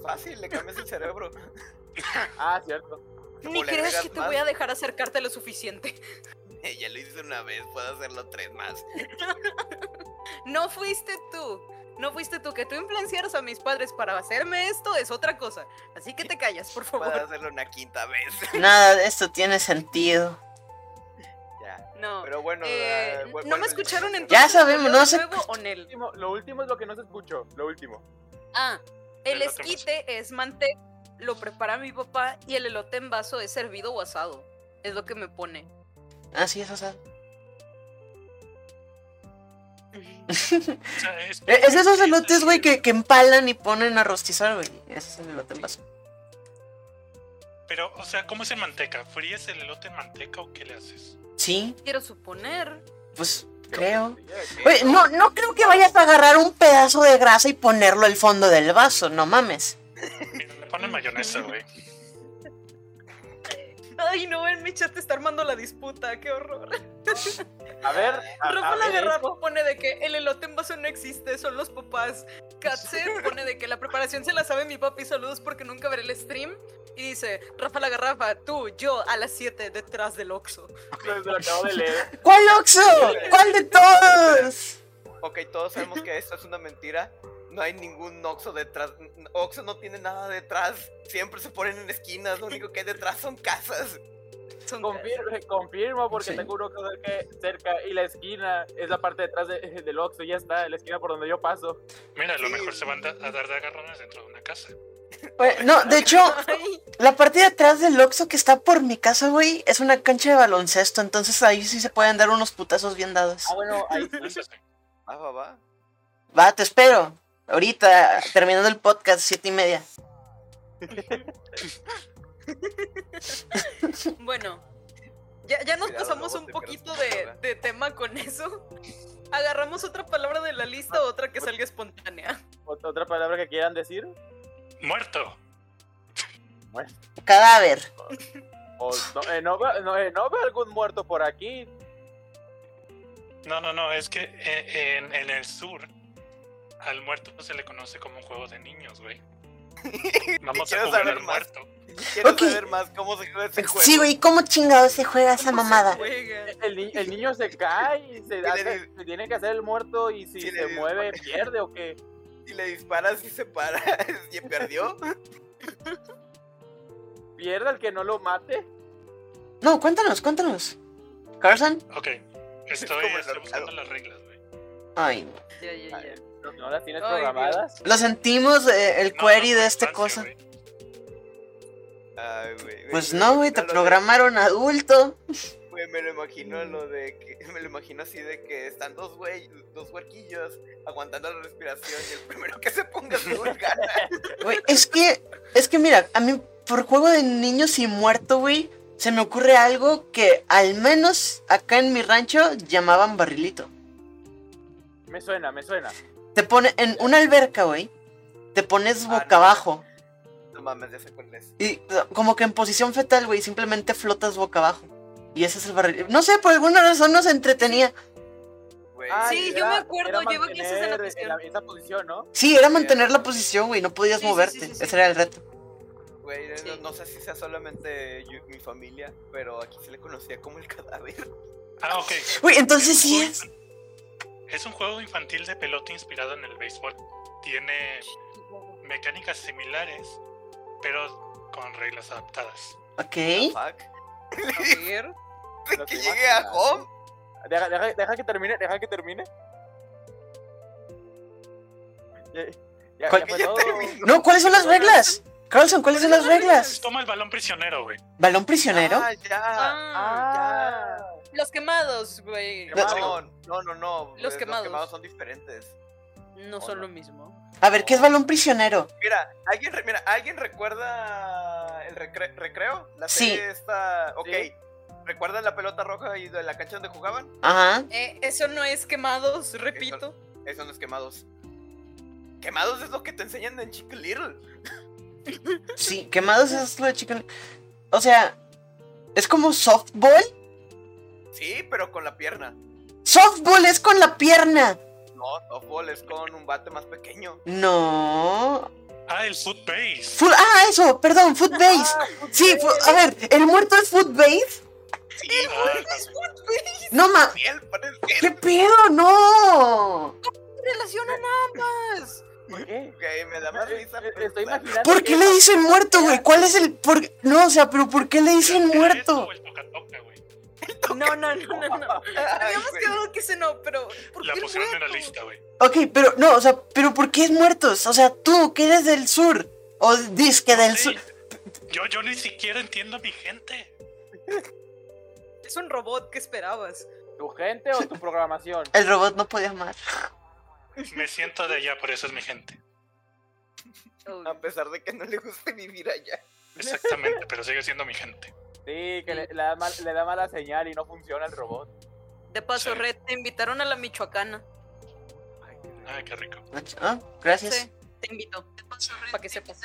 Speaker 3: Fácil, le cambias el cerebro.
Speaker 5: Ah, cierto.
Speaker 1: Ni
Speaker 3: le
Speaker 1: creas
Speaker 3: agregas
Speaker 1: que te
Speaker 3: más.
Speaker 1: voy a dejar acercarte lo suficiente.
Speaker 3: Eh, ya lo hice una vez, puedo hacerlo tres más.
Speaker 1: No fuiste tú. No fuiste tú. Que tú influenciaras a mis padres para hacerme esto es otra cosa. Así que te callas, por favor.
Speaker 3: Puedo hacerlo una quinta vez.
Speaker 2: Nada de esto tiene sentido.
Speaker 3: ya.
Speaker 1: No.
Speaker 3: Pero bueno,
Speaker 1: Eh,
Speaker 3: eh, vu-
Speaker 1: no me
Speaker 3: vuelve-
Speaker 1: escucharon entonces.
Speaker 2: Ya sabemos, no
Speaker 1: ¿volvió de
Speaker 2: se-
Speaker 1: nuevo o Nel?
Speaker 5: Último- Lo último es lo que no se escuchó. Lo último.
Speaker 1: Ah, el
Speaker 4: El elote en
Speaker 1: esquite es manteca, lo prepara mi papá y el elote en vaso es servido o asado. Es lo que me pone.
Speaker 2: Así es, o sea.
Speaker 4: O sea, es-
Speaker 2: E- Es esos elotes, güey, que, que empalan y ponen a rostizar, güey. Ese es el elote en vaso.
Speaker 4: Pero, o sea, ¿cómo es en manteca? ¿Fríes el elote en manteca o qué le haces?
Speaker 2: Sí,
Speaker 1: Quiero suponer.
Speaker 2: pues creo.
Speaker 5: Sí, es que-
Speaker 2: Güey, no, no creo que vayas a agarrar un pedazo de grasa y ponerlo al fondo del vaso, no mames.
Speaker 4: Mira, le ponen mayonesa, güey.
Speaker 1: Ay, no, en mi chat está armando la disputa. Qué horror.
Speaker 5: A ver, a, a
Speaker 1: Rafa
Speaker 5: ver,
Speaker 1: Guerrero pone de que el elote en vaso no existe, son los papás. Katze pone de que la preparación se la sabe mi papi, saludos porque nunca veré el stream. Y dice, Rafa la garrafa, tú, yo, a las 7 detrás del Oxxo.
Speaker 5: se lo acabo de leer.
Speaker 2: ¿Cuál Oxo? ¿Cuál de todos?
Speaker 3: Ok, todos sabemos que esto es una mentira. No hay ningún Oxxo detrás. Oxxo no tiene nada detrás. Siempre se ponen en esquinas. Lo único que hay detrás son casas.
Speaker 1: Son tres.
Speaker 5: Confirmo, confirmo, porque
Speaker 2: Sí.
Speaker 5: tengo un Oxxo cerca, cerca y la esquina es la parte detrás de- del Oxxo, ya está, la esquina por donde yo paso.
Speaker 4: Mira, a lo
Speaker 3: Sí.
Speaker 4: mejor se van da- a dar de agarrones dentro de una casa.
Speaker 2: Oye, no, de hecho,
Speaker 1: Ay,
Speaker 2: la parte de atrás del Oxxo que está por mi casa, güey, es una cancha de baloncesto. Entonces ahí sí se pueden dar unos putazos bien dados.
Speaker 5: Ah, bueno, ahí
Speaker 4: Entonces,
Speaker 3: Ah, va, va.
Speaker 2: Va, te espero. Ahorita, terminando el podcast, siete y media.
Speaker 1: bueno, ya, ya nos
Speaker 3: Cuidado,
Speaker 1: pasamos
Speaker 3: luego
Speaker 1: un
Speaker 3: te
Speaker 1: poquito
Speaker 3: pierdes
Speaker 1: de,
Speaker 3: una
Speaker 1: de tema con eso. Agarramos otra palabra de la lista, otra que salga espontánea.
Speaker 5: ot- otra palabra que quieran decir.
Speaker 4: Muerto.
Speaker 2: Cadáver.
Speaker 5: O no, eh, no, veo- no, eh, no veo algún muerto por aquí.
Speaker 4: No, no, no, es que eh, en, en el sur al muerto se le conoce como un juego de niños, güey. Vamos a
Speaker 3: Quiero
Speaker 4: jugar
Speaker 3: saber
Speaker 4: al
Speaker 3: más.
Speaker 4: muerto.
Speaker 3: Quiero
Speaker 2: Ok.
Speaker 3: saber más cómo se juega ese juego.
Speaker 2: Sí, güey, ¿cómo chingado se juega esa
Speaker 1: ¿Cómo se
Speaker 2: mamada?
Speaker 1: juega?
Speaker 5: El, ni- el niño se cae y se,
Speaker 3: le
Speaker 5: hace-
Speaker 3: di-
Speaker 5: se tiene que hacer el muerto y si
Speaker 3: Sí, le
Speaker 5: se
Speaker 3: di-
Speaker 5: mueve pierde o qué.
Speaker 3: Si le disparas y se para, y perdió.
Speaker 5: Pierde al que no lo mate.
Speaker 2: No, cuéntanos, cuéntanos. ¿Carson?
Speaker 4: Ok, estoy,
Speaker 3: como el
Speaker 4: estoy buscando
Speaker 3: ahorcado.
Speaker 4: las reglas, güey.
Speaker 2: Ay, no.
Speaker 1: Ya, ya, ya.
Speaker 5: No, no las tienes
Speaker 1: Ay,
Speaker 5: programadas.
Speaker 2: Lo sentimos, eh, el
Speaker 4: No,
Speaker 2: query
Speaker 4: no fue
Speaker 2: de este
Speaker 4: infancia,
Speaker 2: cosa.
Speaker 4: güey.
Speaker 3: Ay, güey.
Speaker 2: Pues no, güey, te
Speaker 3: lo de-
Speaker 2: programaron adulto.
Speaker 3: güey, me lo imagino lo de que, me lo imagino así de que están dos güey, dos huerquillos aguantando la respiración y el primero que se ponga azul gana.
Speaker 2: Güey, es que, es que mira, a mí por juego de niños y muerto, güey, se me ocurre algo que al menos acá en mi rancho llamaban barrilito.
Speaker 5: Me suena, me suena.
Speaker 2: Te pone en una alberca, güey. Te pones
Speaker 3: Ah,
Speaker 2: boca
Speaker 3: no.
Speaker 2: abajo.
Speaker 3: No mames, ya sé cuál es.
Speaker 2: Y o sea, como que en posición fetal, güey, simplemente flotas boca abajo. Y ese es el barril. No sé, por alguna razón nos entretenía.
Speaker 3: Güey.
Speaker 5: Ah,
Speaker 1: Sí, yo me acuerdo, yo iba a clases de
Speaker 5: mantener
Speaker 1: natación.
Speaker 5: en la- Esa posición, ¿no?
Speaker 2: Sí, era mantener la posición, güey, no podías
Speaker 1: Sí, sí, sí,
Speaker 2: moverte.
Speaker 1: sí, sí.
Speaker 2: Ese era el reto.
Speaker 3: Güey, no-
Speaker 1: Sí.
Speaker 3: no sé si sea solamente yo- mi familia, pero aquí se le conocía como el cadáver.
Speaker 4: Ah, ok.
Speaker 2: Güey, entonces
Speaker 4: un
Speaker 2: sí
Speaker 4: juego
Speaker 2: es.
Speaker 4: infan- Es un juego infantil de pelota inspirado en el béisbol. Tiene mecánicas similares, pero con reglas adaptadas.
Speaker 2: Ok.
Speaker 3: Fuck.
Speaker 1: A ver.
Speaker 5: Lo
Speaker 3: Que
Speaker 5: que
Speaker 3: llegue a
Speaker 5: imaginas.
Speaker 3: home.
Speaker 5: Deja, deja- deja que termine, deja que termine. Ya, ya-
Speaker 2: ¿Cuál-
Speaker 5: ya
Speaker 3: Que
Speaker 5: fue
Speaker 3: ya
Speaker 5: todo.
Speaker 3: terminó.
Speaker 2: No, ¿cuáles son las reglas? Carlson, ¿cuáles son las reglas?
Speaker 4: Toma el balón prisionero, güey.
Speaker 2: ¿Balón prisionero?
Speaker 3: Ah, ya.
Speaker 1: Ah,
Speaker 5: Ah,
Speaker 1: Los quemados, güey.
Speaker 2: No,
Speaker 3: No, no, no, no.
Speaker 1: Los quemados.
Speaker 3: son diferentes.
Speaker 1: No son lo mismo.
Speaker 2: A ver, ¿qué es balón prisionero?
Speaker 3: Mira, alguien, re- mira, ¿alguien recuerda el recre- recreo? La
Speaker 2: Sí.
Speaker 3: serie esta. Ok.
Speaker 5: Sí.
Speaker 3: ¿Recuerdan la pelota roja y de la cancha donde jugaban?
Speaker 2: Ajá.
Speaker 1: Eh, eso no es quemados, repito.
Speaker 3: Esos son los quemados. Quemados es lo que te enseñan en Chick Little.
Speaker 2: Sí, quemados es lo de chicken. O sea, es como softball.
Speaker 3: Sí, pero con la pierna.
Speaker 2: Softball es con la pierna.
Speaker 3: No, softball es con un bate más pequeño.
Speaker 2: No.
Speaker 4: Ah, el footbase.
Speaker 2: Fu- ah, eso, perdón, footbase. Sí, fu- a ver, el muerto es footbase.
Speaker 4: Ah,
Speaker 2: No ma,
Speaker 3: Ni él
Speaker 2: qué
Speaker 3: parece.
Speaker 2: pedo, no.
Speaker 1: Relaciona nada más.
Speaker 5: ¿por qué?
Speaker 3: Ok, me da más risa.
Speaker 5: Eh, eh, Estoy
Speaker 3: pensar.
Speaker 5: imaginando.
Speaker 2: ¿Por qué
Speaker 5: que-
Speaker 2: le dicen muerto, güey? ¿Cuál es el por no, o sea, pero por qué le dicen
Speaker 4: Era esto
Speaker 2: muerto?
Speaker 4: o el toca-toca, güey.
Speaker 1: No, no, no, no, no. Habíamos
Speaker 3: güey.
Speaker 1: quedado que ese no, pero. ¿por
Speaker 4: La
Speaker 1: qué
Speaker 4: pusieron en la
Speaker 1: muerto?
Speaker 4: lista, güey.
Speaker 2: Ok, pero no, o sea, pero ¿por qué es muertos? O sea, tú que eres del sur o disque del
Speaker 4: Sí,
Speaker 2: sur.
Speaker 4: Yo, yo ni siquiera entiendo a mi gente.
Speaker 1: Es un robot, ¿qué esperabas?
Speaker 5: ¿Tu gente o tu programación?
Speaker 2: El robot no podía amar.
Speaker 4: Me siento de allá, por eso es mi gente.
Speaker 1: Oh,
Speaker 3: A pesar de que no le guste vivir allá.
Speaker 4: Exactamente, pero sigue siendo mi gente.
Speaker 5: Sí, que le, le da mal- le da mala señal y no funciona el robot.
Speaker 1: De paso,
Speaker 4: Sí.
Speaker 1: Red, te invitaron a la Michoacana.
Speaker 4: Ay, qué rico.
Speaker 2: Ah, gracias.
Speaker 1: Sí, te invito. Para que sepas.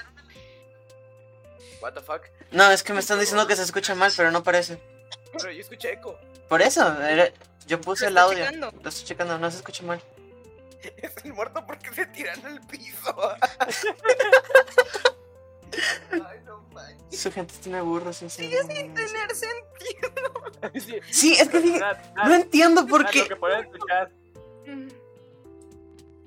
Speaker 3: What the fuck.
Speaker 2: No, es que me están diciendo que se escucha mal, pero no parece.
Speaker 3: Pero yo escuché eco.
Speaker 2: Por eso, era- yo puse
Speaker 1: Lo
Speaker 2: el
Speaker 1: está
Speaker 2: audio.
Speaker 1: checando.
Speaker 2: Lo estoy checando, no se escucha mal.
Speaker 3: Es el muerto porque se tiran al piso. Ay, no manches.
Speaker 2: Su gente tiene burros. Sí, sí,
Speaker 1: Tener sentido.
Speaker 5: Sí,
Speaker 2: sí, es que sí,
Speaker 5: Nat, Nat,
Speaker 2: no entiendo por
Speaker 5: Nat,
Speaker 2: qué.
Speaker 5: Lo que pueden escuchar.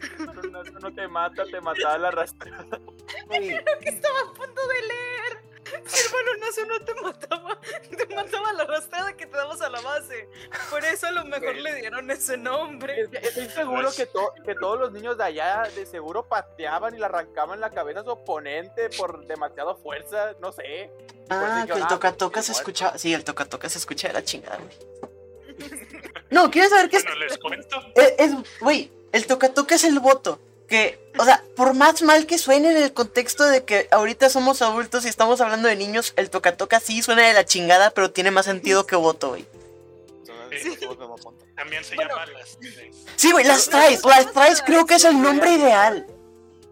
Speaker 5: Eso no, eso no te mata, te mata la rastra.
Speaker 1: Lo que estaba a punto de leer. Si el balonazo no te mataba, te mataba la rastreada que te damos a la base. Por eso a lo mejor
Speaker 3: Güey.
Speaker 1: le dieron ese nombre.
Speaker 5: Es que Estoy seguro que, to- que todos los niños de allá de seguro pateaban y le arrancaban la cabeza a su oponente por demasiada fuerza, no sé.
Speaker 2: Ah,
Speaker 5: Pues,
Speaker 2: que el
Speaker 5: ah,
Speaker 2: toca toca se
Speaker 5: igual.
Speaker 2: escuchaba. Sí, el toca toca se escucha de la chingada, güey. No, ¿quieres saber qué es?
Speaker 4: Bueno, les cuento.
Speaker 2: Eh, es- Güey, el toca toca es el voto. Que, o sea, por más mal que suene en el contexto de que ahorita somos adultos y estamos hablando de niños, el toca toca sí suena de la chingada, pero tiene más sentido que voto, güey.
Speaker 3: Entonces,
Speaker 4: Sí.
Speaker 3: somos mamapontos.
Speaker 4: Eh, También se
Speaker 1: Bueno.
Speaker 4: llama las tres.
Speaker 2: Sí, güey, las traes, las traes creo que es el nombre ideal.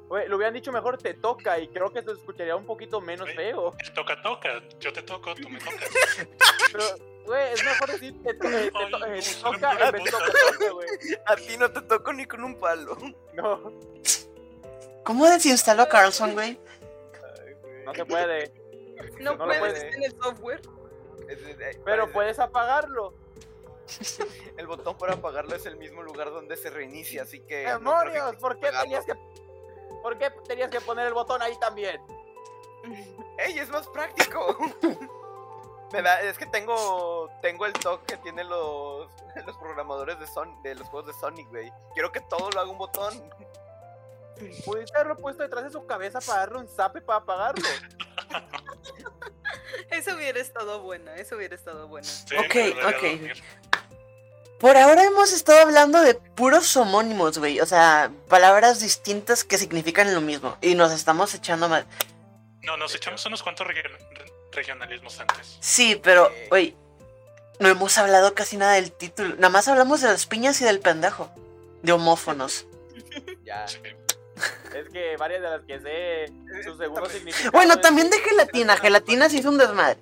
Speaker 5: Güey, lo hubieran dicho mejor te toca y creo que se escucharía un poquito menos
Speaker 4: Güey.
Speaker 5: feo.
Speaker 4: El toca toca, yo te toco, tú me tocas.
Speaker 5: Pero, güey, es mejor decir te, to- eh, te to- eh, te toca en vez de toca, toca, güey.
Speaker 3: A ti no te toco ni con un palo.
Speaker 5: No,
Speaker 2: ¿Cómo desinstaló a Carlson, güey?
Speaker 5: no se puede.
Speaker 1: No,
Speaker 5: No lo
Speaker 1: puedes
Speaker 5: puede.
Speaker 1: en el software.
Speaker 3: Es- es- eh,
Speaker 5: Pero
Speaker 3: parece-
Speaker 5: puedes apagarlo.
Speaker 3: El botón para apagarlo es el mismo lugar donde se reinicia, así que. no creo que
Speaker 5: ¡Demonios!
Speaker 3: exista
Speaker 5: ¿Por qué
Speaker 3: apagarlo.
Speaker 5: tenías que.? ¿Por qué tenías que poner el botón ahí también?
Speaker 3: ¡Ey, es más práctico! Me da- es que tengo tengo el toque que tienen los, los programadores de Son, de los juegos de Sonic, güey. Quiero que todo lo haga un botón. Pues
Speaker 5: Pudiste haberlo puesto detrás de su cabeza para darle un zape para apagarlo.
Speaker 1: Eso hubiera estado bueno, eso hubiera estado bueno.
Speaker 4: Sí,
Speaker 2: Ok,
Speaker 4: me voy a
Speaker 2: ok.
Speaker 4: dormir.
Speaker 2: Por ahora hemos estado hablando de puros homónimos, güey. O sea, palabras distintas que significan lo mismo. Y nos estamos echando mal.
Speaker 4: No, nos echamos unos cuantos region- re- regionalismos antes.
Speaker 2: Sí, pero,
Speaker 3: Eh.
Speaker 2: güey, no hemos hablado casi nada del título. Nada más hablamos de las piñas y del pendejo. De homófonos.
Speaker 3: Ya.
Speaker 4: Sí.
Speaker 5: Es que varias de las que sé, su segundo
Speaker 3: Eh, También-
Speaker 5: significado.
Speaker 2: Bueno,
Speaker 5: es-
Speaker 2: también de gelatina. Gelatina se hizo un desmadre.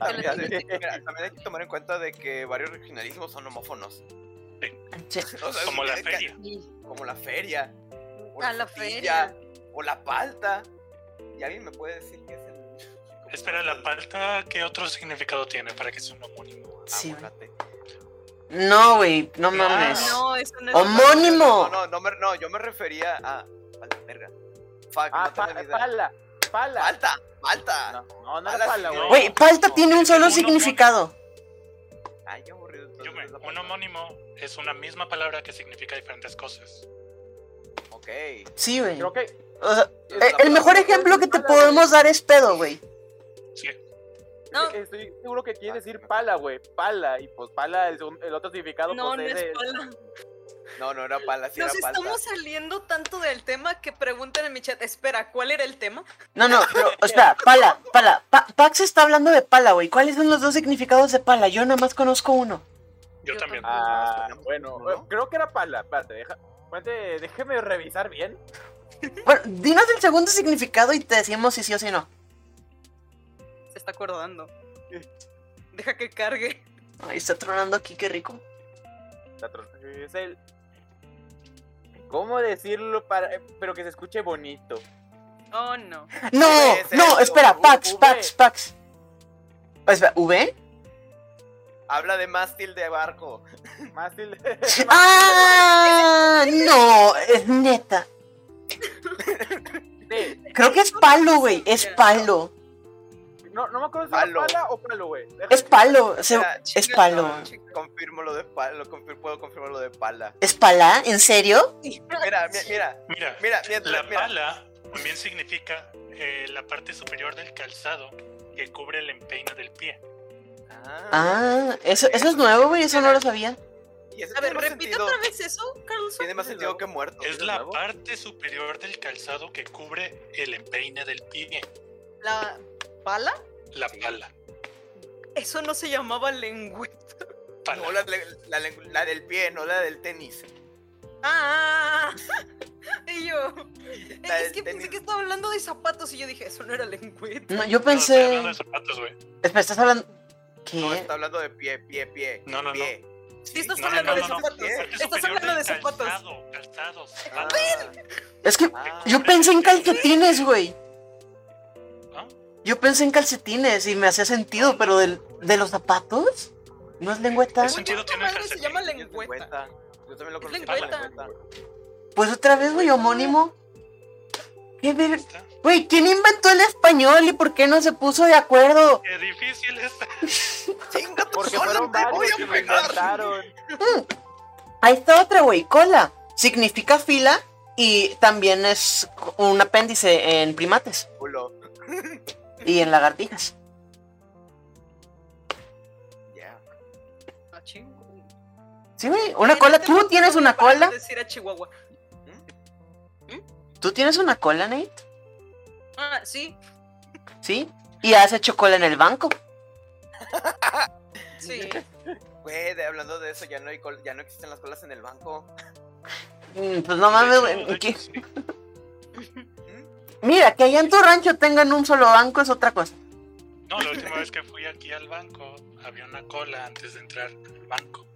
Speaker 3: También, mira, también hay que tomar en cuenta de que varios regionalismos son homófonos.
Speaker 2: Sí.
Speaker 3: O sea,
Speaker 4: Como la
Speaker 3: ca-
Speaker 4: feria.
Speaker 3: Como la feria. o
Speaker 1: A Ah, la
Speaker 3: tortilla,
Speaker 1: feria.
Speaker 3: O la palta. ¿Y alguien me puede decir qué es el.?
Speaker 4: Espera, la palta, ¿qué otro significado tiene para que sea un homónimo?
Speaker 2: Sí, güey.
Speaker 3: Aguacate.
Speaker 2: No, güey, no mames.
Speaker 1: Ah, No, eso no es.
Speaker 2: Homónimo.
Speaker 3: No, no, no, me- no, yo me refería a. Falta, verga. Fuck,
Speaker 5: Ah,
Speaker 3: no
Speaker 5: pa-
Speaker 3: tengo ni idea.
Speaker 5: pala, pala.
Speaker 3: Falta, falta.
Speaker 5: No, no, no
Speaker 3: Pala,
Speaker 5: era pala,
Speaker 3: sí,
Speaker 5: güey.
Speaker 2: Güey, palta
Speaker 3: No,
Speaker 2: tiene un solo
Speaker 4: uno-
Speaker 2: significado.
Speaker 3: Ay, qué aburrido. entonces
Speaker 4: Yo me-
Speaker 3: es la
Speaker 4: un
Speaker 3: palta.
Speaker 4: homónimo es una misma palabra que significa diferentes cosas.
Speaker 3: Ok.
Speaker 2: Sí, güey.
Speaker 5: Creo que.
Speaker 2: O sea,
Speaker 3: Es la
Speaker 2: eh, el mejor
Speaker 5: palabra.
Speaker 2: ejemplo que te
Speaker 5: Pala, güey.
Speaker 2: podemos dar es pedo, güey.
Speaker 4: Sí,
Speaker 1: No.
Speaker 5: Estoy seguro que quiere decir pala, güey. Pala. Y pues pala, el, segun- el otro significado.
Speaker 1: No,
Speaker 5: pues,
Speaker 1: no
Speaker 5: de-
Speaker 1: es pala.
Speaker 3: No, no era pala, sí
Speaker 1: Nos
Speaker 3: era palta.
Speaker 1: estamos saliendo tanto del tema que preguntan en mi chat. Espera, ¿cuál era el tema?
Speaker 2: No, no, pero, o sea, pala, pala. Pa- Pax está hablando de pala, güey. ¿Cuáles son los dos significados de pala? Yo nada más conozco uno.
Speaker 4: yo,
Speaker 1: Yo
Speaker 4: también.
Speaker 5: Ah,
Speaker 3: No,
Speaker 5: bueno,
Speaker 3: no, no.
Speaker 5: creo que era pala. Espérate, deja. Cuente, déjeme revisar bien.
Speaker 2: Bueno, dinos el segundo significado y te decimos si sí o si no.
Speaker 1: Se está acordando. Deja que cargue.
Speaker 2: Ay, está tronando aquí, qué rico.
Speaker 5: La tro- Es el. ¿Cómo decirlo para. eh, pero que se escuche bonito?
Speaker 1: Oh, no.
Speaker 2: No,
Speaker 3: V es
Speaker 2: no,
Speaker 3: esto,
Speaker 2: espera,
Speaker 5: U-
Speaker 2: Pax,
Speaker 5: V.
Speaker 2: Pax, Pax. Ah, espera, ¿V?
Speaker 3: Habla de mástil de barco.
Speaker 5: Mástil.
Speaker 2: ¡Ah! No, es neta.
Speaker 5: Sí.
Speaker 2: Creo que es palo, güey. Es palo.
Speaker 5: No, no me acuerdo si era
Speaker 3: Palo.
Speaker 5: pala o palo, güey. Deja-
Speaker 2: Es palo. se-
Speaker 3: Mira,
Speaker 2: es
Speaker 3: chinga,
Speaker 2: palo.
Speaker 3: no, chinga, Confirmo lo de palo, confir- puedo confirmar lo de pala.
Speaker 2: ¿Es pala? ¿En serio?
Speaker 3: Mira, mi- mira,
Speaker 4: Mira,
Speaker 3: Ah, mira, mientras-
Speaker 4: la
Speaker 3: mira.
Speaker 4: pala también significa eh, la parte superior del calzado que cubre el empeine del pie.
Speaker 2: Ah, eso, eso es nuevo, güey. Eso no lo sabía.
Speaker 3: Y eso
Speaker 1: A ver,
Speaker 3: tiene más
Speaker 1: repite
Speaker 3: sentido-
Speaker 1: otra vez eso, Carlson.
Speaker 3: Tiene más sentido que muerto.
Speaker 4: Es la
Speaker 5: nuevo?
Speaker 4: parte superior del calzado que cubre el empeine del pie,
Speaker 1: ¿La pala?
Speaker 4: la pala.
Speaker 1: Eso no se llamaba lengüeta.
Speaker 4: pala.
Speaker 3: No, la, la- la- la del pie, no la del tenis.
Speaker 1: Ah, y yo. Es
Speaker 3: del
Speaker 1: que pensé
Speaker 3: tenis.
Speaker 1: que estaba hablando de zapatos y yo dije, eso no era lengüeta.
Speaker 2: No, yo
Speaker 4: No, estoy
Speaker 2: pensé.
Speaker 4: hablando de zapatos, güey.
Speaker 2: Espera, estás hablando.
Speaker 3: No,
Speaker 2: ¿Qué?
Speaker 3: está hablando de pie, pie, pie.
Speaker 4: No, no, no.
Speaker 3: pie.
Speaker 1: Sí, estás
Speaker 4: No, no,
Speaker 1: hablando
Speaker 4: no,
Speaker 1: de
Speaker 4: no, no.
Speaker 1: zapatos.
Speaker 4: Parte
Speaker 1: Estás
Speaker 4: superior
Speaker 1: hablando de
Speaker 4: del
Speaker 1: zapatos.
Speaker 4: Calzado, calzados,
Speaker 3: Ah,
Speaker 4: zapatos.
Speaker 2: Es que
Speaker 3: ah,
Speaker 2: yo pensé en calcetines, güey.
Speaker 4: ¿Ah?
Speaker 2: Yo pensé en calcetines y me hacía sentido, pero del, de los zapatos. ¿No es lengüeta?
Speaker 4: ¿Qué sentido tiene el
Speaker 1: madre se
Speaker 4: calcetín?
Speaker 1: llama
Speaker 3: yo
Speaker 1: lengüeta?
Speaker 3: Yo también lo
Speaker 1: Es
Speaker 3: conocí como
Speaker 1: lengüeta.
Speaker 3: lengüeta.
Speaker 2: Pues otra vez, güey, homónimo. ¿Qué ver-
Speaker 4: está.
Speaker 2: Güey, ¿quién inventó el español y por qué no se puso de acuerdo?
Speaker 4: Ah, Qué difícil está.
Speaker 3: Chinga tu
Speaker 5: Porque
Speaker 3: cola,
Speaker 5: fueron
Speaker 3: te voy
Speaker 5: varios
Speaker 3: a
Speaker 5: que lo
Speaker 3: pegar.
Speaker 5: inventaron.
Speaker 2: Ahí está otra, güey, cola. Significa fila y también es un apéndice en primates
Speaker 3: Culo.
Speaker 2: y en lagartijas.
Speaker 3: Ya.
Speaker 1: Ah, chingo.
Speaker 2: Sí, güey, una cola.
Speaker 1: Imagínate
Speaker 2: ¿Tú
Speaker 1: cuánto
Speaker 2: tienes
Speaker 1: tiempo
Speaker 2: una
Speaker 1: para
Speaker 2: cola?
Speaker 1: Decir a Chihuahua.
Speaker 2: ¿Tú tienes una cola, Nate?
Speaker 1: Ah, sí,
Speaker 2: ¿Sí? Y has hecho cola en el banco.
Speaker 1: sí.
Speaker 3: Güey, de- hablando de eso, ya no, hay col- ya no existen las colas en el banco.
Speaker 2: Mm, Pues no mames,
Speaker 4: De hecho, de
Speaker 2: güey.
Speaker 4: hecho,
Speaker 2: que-
Speaker 4: sí.
Speaker 2: Mira, que allá en tu rancho tengan un solo banco es otra cosa.
Speaker 4: No, la última vez que fui aquí al banco había una cola antes de entrar al banco.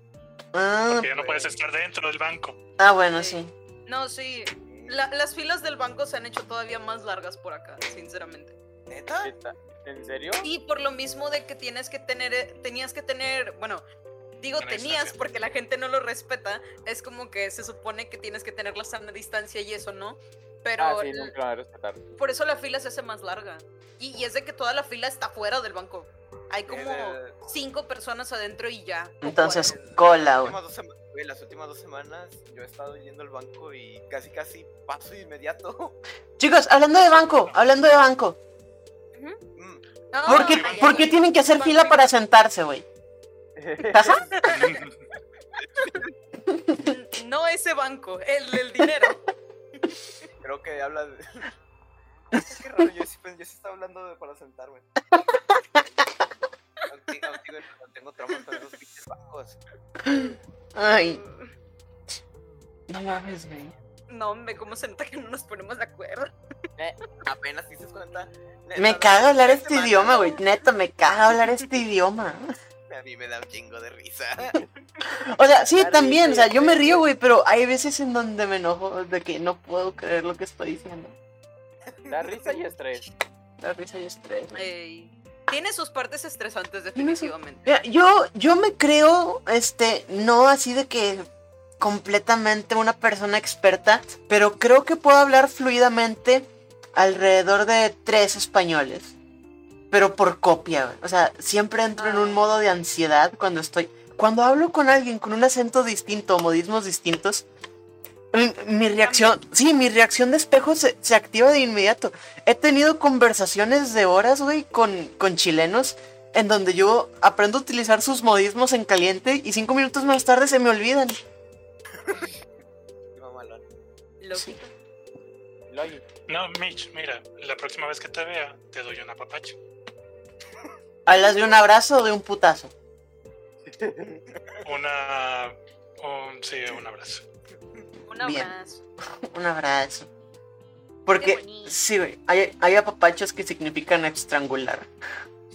Speaker 2: Ah,
Speaker 4: Porque ya no puedes
Speaker 1: pues.
Speaker 4: estar dentro del banco.
Speaker 2: ah, bueno, sí.
Speaker 1: No, sí. La- las filas del banco se han hecho todavía más largas por acá, sinceramente.
Speaker 3: ¿Neta?
Speaker 5: Neta, ¿En serio?
Speaker 1: Y por lo mismo de que tienes que tener, eh, tenías que tener, bueno, digo
Speaker 4: Sana
Speaker 1: tenías
Speaker 4: distancia.
Speaker 1: porque la gente no lo respeta, es como que se supone que tienes que tener la sana distancia y eso, ¿no? Pero
Speaker 5: Ah, sí,
Speaker 1: l-
Speaker 5: nunca van a respetar.
Speaker 1: por eso la fila se hace más larga. Y, y es de que toda la fila está fuera del banco. Hay como
Speaker 3: Eh,
Speaker 1: cinco personas adentro y ya. o
Speaker 2: Entonces,
Speaker 1: cuatro.
Speaker 2: cola,
Speaker 3: Las
Speaker 2: güey.
Speaker 3: últimas, dos sema- güey, las últimas dos semanas yo he estado yendo al banco y casi casi paso inmediato.
Speaker 2: Chicos, hablando de banco, hablando de banco.
Speaker 3: Mm,
Speaker 1: No,
Speaker 2: ¿Por qué,
Speaker 1: ay,
Speaker 2: por
Speaker 1: ay,
Speaker 2: qué
Speaker 1: ay.
Speaker 2: tienen que hacer fila para sentarse, güey? ¿Pasa?
Speaker 1: No ese banco, el del dinero.
Speaker 3: creo que habla de... Qué raro, yo sí, pues, yo sí estaba hablando de para sentarme. Aún sigo- aún sigo- aún tengo traumas con esos pinches bancos.
Speaker 2: Ay, no mames, güey.
Speaker 1: No, hombre, cómo se nota que no nos ponemos de acuerdo.
Speaker 3: Apenas te dices cuenta. Neta,
Speaker 2: Me
Speaker 3: las
Speaker 2: caga hablar
Speaker 3: tres
Speaker 2: este
Speaker 3: semanas,
Speaker 2: idioma, güey. Neta, me caga hablar este idioma.
Speaker 3: A mí me da un chingo de risa.
Speaker 2: O sea, sí,
Speaker 5: Dale,
Speaker 2: también, o sea, yo me
Speaker 5: cállate.
Speaker 2: río, güey, pero hay veces en donde me enojo de que no puedo creer lo que estoy diciendo.
Speaker 5: La risa y estrés.
Speaker 2: La risa y estrés. güey.
Speaker 1: Ey, Tiene sus partes estresantes,
Speaker 2: Tiene su-
Speaker 1: definitivamente.
Speaker 2: Mira, yo, yo me creo, este, no así de que completamente una persona experta, pero creo que puedo hablar fluidamente alrededor de tres españoles. Pero por copia, güey. o sea, siempre entro en un
Speaker 1: Ah.
Speaker 2: modo de ansiedad cuando estoy. Cuando hablo con alguien con un acento distinto, modismos distintos, mi- mi reacción, sí, mi reacción de espejo se, se activa de inmediato. He tenido conversaciones de horas, güey, con, con chilenos en donde yo aprendo a utilizar sus modismos en caliente y cinco minutos más tarde se me olvidan.
Speaker 3: Qué mamalón.
Speaker 1: Lógico.
Speaker 5: Logi,
Speaker 4: No, Mitch, mira, la próxima vez que te vea, te doy una papacha.
Speaker 2: Hablas de un abrazo o de un putazo.
Speaker 4: Una. Un, sí, un abrazo.
Speaker 1: Un
Speaker 2: Bien.
Speaker 1: abrazo.
Speaker 2: Un abrazo.
Speaker 1: Qué
Speaker 2: Porque,
Speaker 1: bonito.
Speaker 2: sí, güey, hay, hay apapachos que significan estrangular.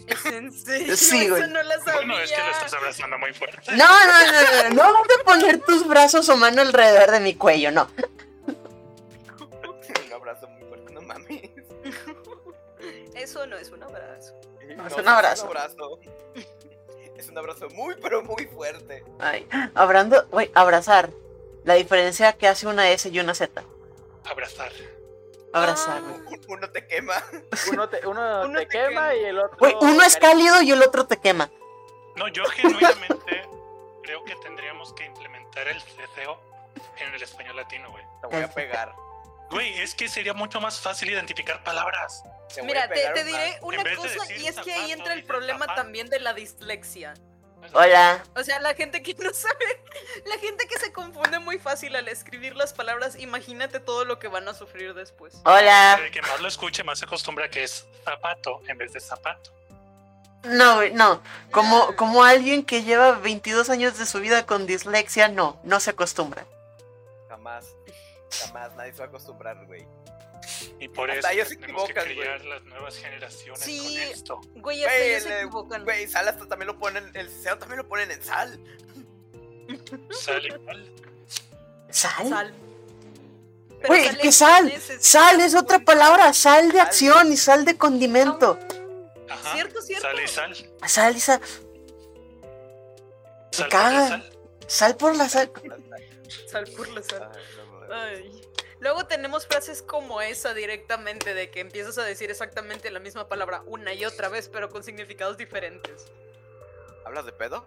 Speaker 1: ¿Es en serio?
Speaker 2: Sí, güey.
Speaker 1: Eso no la sabía.
Speaker 4: Bueno, es que lo estás abrazando muy fuerte.
Speaker 2: No, no, no, no, no vas a poner tus brazos o mano alrededor de mi cuello, no.
Speaker 3: Un abrazo muy fuerte, no mames.
Speaker 1: Eso no es un abrazo.
Speaker 2: No,
Speaker 3: No,
Speaker 2: es un abrazo.
Speaker 3: Es un abrazo. Es un abrazo muy, pero muy fuerte.
Speaker 2: Ay, abrando, güey, abrazar. La diferencia que hace una S y una Z.
Speaker 4: Abrazar.
Speaker 2: Abrazar,
Speaker 1: Ah.
Speaker 2: güey.
Speaker 3: Un- un- Uno te quema.
Speaker 5: Uno te, uno
Speaker 1: Uno
Speaker 5: te
Speaker 1: te
Speaker 5: quema
Speaker 1: quema.
Speaker 5: y el otro.
Speaker 2: Güey, uno
Speaker 1: Oh,
Speaker 2: es
Speaker 5: caliente.
Speaker 2: cálido y el otro te quema.
Speaker 4: No, yo genuinamente creo que tendríamos que implementar el ceceo en el español latino, güey.
Speaker 3: Te voy a pegar.
Speaker 4: Güey, es que sería mucho más fácil identificar palabras.
Speaker 3: Te voy a
Speaker 1: Mira, te,
Speaker 3: pegar
Speaker 1: te
Speaker 3: un
Speaker 1: diré
Speaker 4: En
Speaker 1: una
Speaker 4: vez de
Speaker 1: cosa
Speaker 4: decir
Speaker 1: y es que ahí
Speaker 4: zapato,
Speaker 1: entra el
Speaker 4: dices
Speaker 1: problema
Speaker 4: zapato.
Speaker 1: también de la dislexia.
Speaker 2: Hola.
Speaker 1: O sea, la gente que no sabe, la gente que se confunde muy fácil al escribir las palabras, imagínate todo lo que van a sufrir después.
Speaker 2: Hola.
Speaker 4: El que más lo escuche, más se acostumbra que es zapato en vez de zapato.
Speaker 2: No, güey, no. Como, como alguien que lleva 22 años de su vida con dislexia, no, no se acostumbra.
Speaker 3: ma- Jamás. Jamás nadie se va a acostumbrar, güey.
Speaker 4: Y por
Speaker 3: Hasta
Speaker 4: eso
Speaker 3: ellos se
Speaker 4: tenemos que
Speaker 3: equivocan, güey.
Speaker 4: criar las nuevas generaciones
Speaker 1: Sí.
Speaker 4: con esto.
Speaker 1: Güey, hasta ellos
Speaker 3: Güey,
Speaker 1: se
Speaker 3: le-
Speaker 1: equivocan.
Speaker 3: Güey, sal hasta también lo ponen, el cero también lo ponen en sal.
Speaker 4: Sale igual.
Speaker 2: ¿Sal? Sal,
Speaker 1: Sal. Pero
Speaker 2: Güey,
Speaker 1: sal
Speaker 2: que
Speaker 1: es-
Speaker 2: sal,
Speaker 1: es-
Speaker 2: es otra palabra, sal de acción y sal de condimento.
Speaker 4: Ajá.
Speaker 1: Cierto, cierto.
Speaker 4: Sale y sal.
Speaker 2: Sal y sal,
Speaker 4: Sal,
Speaker 2: cagan.
Speaker 4: sal.
Speaker 2: sal por la sal.
Speaker 1: Sal por la sal.
Speaker 3: Ay, no mames.
Speaker 1: ¿eh? Ay. Luego tenemos frases como esa directamente, de que empiezas a decir exactamente la misma palabra una y otra vez, pero con significados diferentes.
Speaker 3: ¿Hablas de pedo?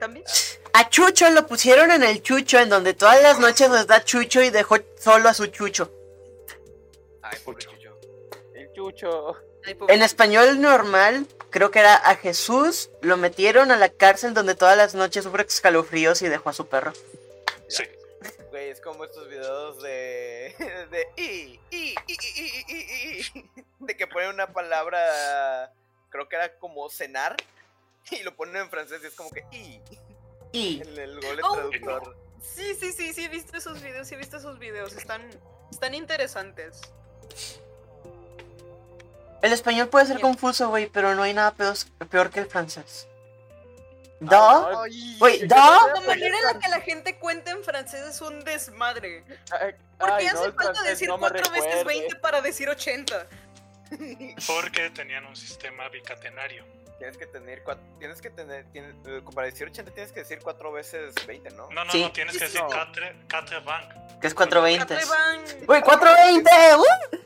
Speaker 1: También.
Speaker 2: A Chucho lo pusieron en el Chucho, en donde todas las noches les da Chucho y dejó solo a su Chucho.
Speaker 3: Ay, pobre chucho.
Speaker 5: El chucho.
Speaker 1: Ay, pobre-
Speaker 2: En español normal, creo que era a Jesús, lo metieron a la cárcel donde todas las noches sufre escalofríos y dejó a su perro.
Speaker 4: Sí.
Speaker 3: Güey, es como estos videos de. de. I, I, I, I, I, I, I, I, de que ponen una palabra. Creo que era como cenar. Y lo ponen en francés y es como que. I,
Speaker 2: Y
Speaker 3: el, el gol de
Speaker 1: Oh.
Speaker 3: traductor.
Speaker 1: Sí, sí, sí, sí, he visto esos videos, sí, he visto esos videos. Están, están interesantes.
Speaker 2: el español puede ser
Speaker 1: Bien.
Speaker 2: confuso, güey, pero no hay nada peor, peor que el francés.
Speaker 5: Ah,
Speaker 2: ¿Da?
Speaker 5: no,
Speaker 2: Güey,
Speaker 5: yo- yo
Speaker 2: ¿da?
Speaker 5: no sé
Speaker 1: La
Speaker 5: aprender
Speaker 1: manera en la que la gente cuenta en francés es un desmadre.
Speaker 5: Ay,
Speaker 1: Porque
Speaker 5: ay, no,
Speaker 1: hace
Speaker 5: el
Speaker 1: falta
Speaker 5: francés
Speaker 1: decir
Speaker 5: no me
Speaker 1: cuatro veces
Speaker 5: recuerde.
Speaker 1: 20 para decir 80.
Speaker 4: Porque tenían un sistema bicatenario.
Speaker 3: Tienes que tener. cuat- Tienes que tener. tiene- eh, para decir 80 tienes que decir 4 veces 20, ¿no?
Speaker 4: No, no,
Speaker 2: Sí.
Speaker 4: no, tienes que
Speaker 1: Sí, sí,
Speaker 4: decir
Speaker 3: no.
Speaker 4: catre, catre bank.
Speaker 2: Que es 420.
Speaker 1: Atrevan.
Speaker 2: Güey, 420. ¡uh!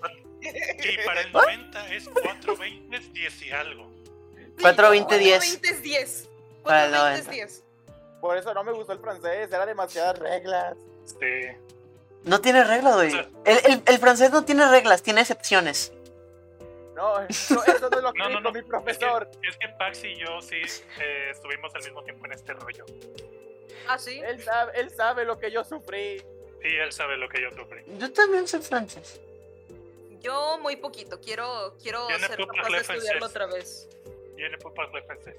Speaker 4: Y para el 90 es 4, 20, 10 y algo.
Speaker 2: 420, 10.
Speaker 1: 420 es 10.
Speaker 2: Para el
Speaker 1: 420 es
Speaker 2: 90.
Speaker 1: 10.
Speaker 5: Por eso no me gustó el francés, eran demasiadas reglas.
Speaker 4: Sí.
Speaker 2: No tiene reglas, güey.
Speaker 4: Sí.
Speaker 2: El, el- el francés no tiene reglas, tiene excepciones.
Speaker 5: No, no, eso no es lo que
Speaker 4: No, no,
Speaker 5: dijo
Speaker 4: no,
Speaker 5: mi
Speaker 4: Es que,
Speaker 5: profesor.
Speaker 4: es que Pax y yo sí eh, estuvimos al mismo tiempo en este rollo.
Speaker 1: Ah, sí.
Speaker 5: Él sabe, él sabe lo que yo sufrí.
Speaker 4: Y él sabe lo que yo sufrí.
Speaker 2: Yo también soy francés.
Speaker 1: Yo muy poquito. Quiero, quiero
Speaker 4: Yo no
Speaker 1: ser
Speaker 4: puedo
Speaker 1: capaz de
Speaker 4: hablar
Speaker 1: estudiarlo
Speaker 4: francés.
Speaker 1: otra vez.
Speaker 4: Viene por parte del francés.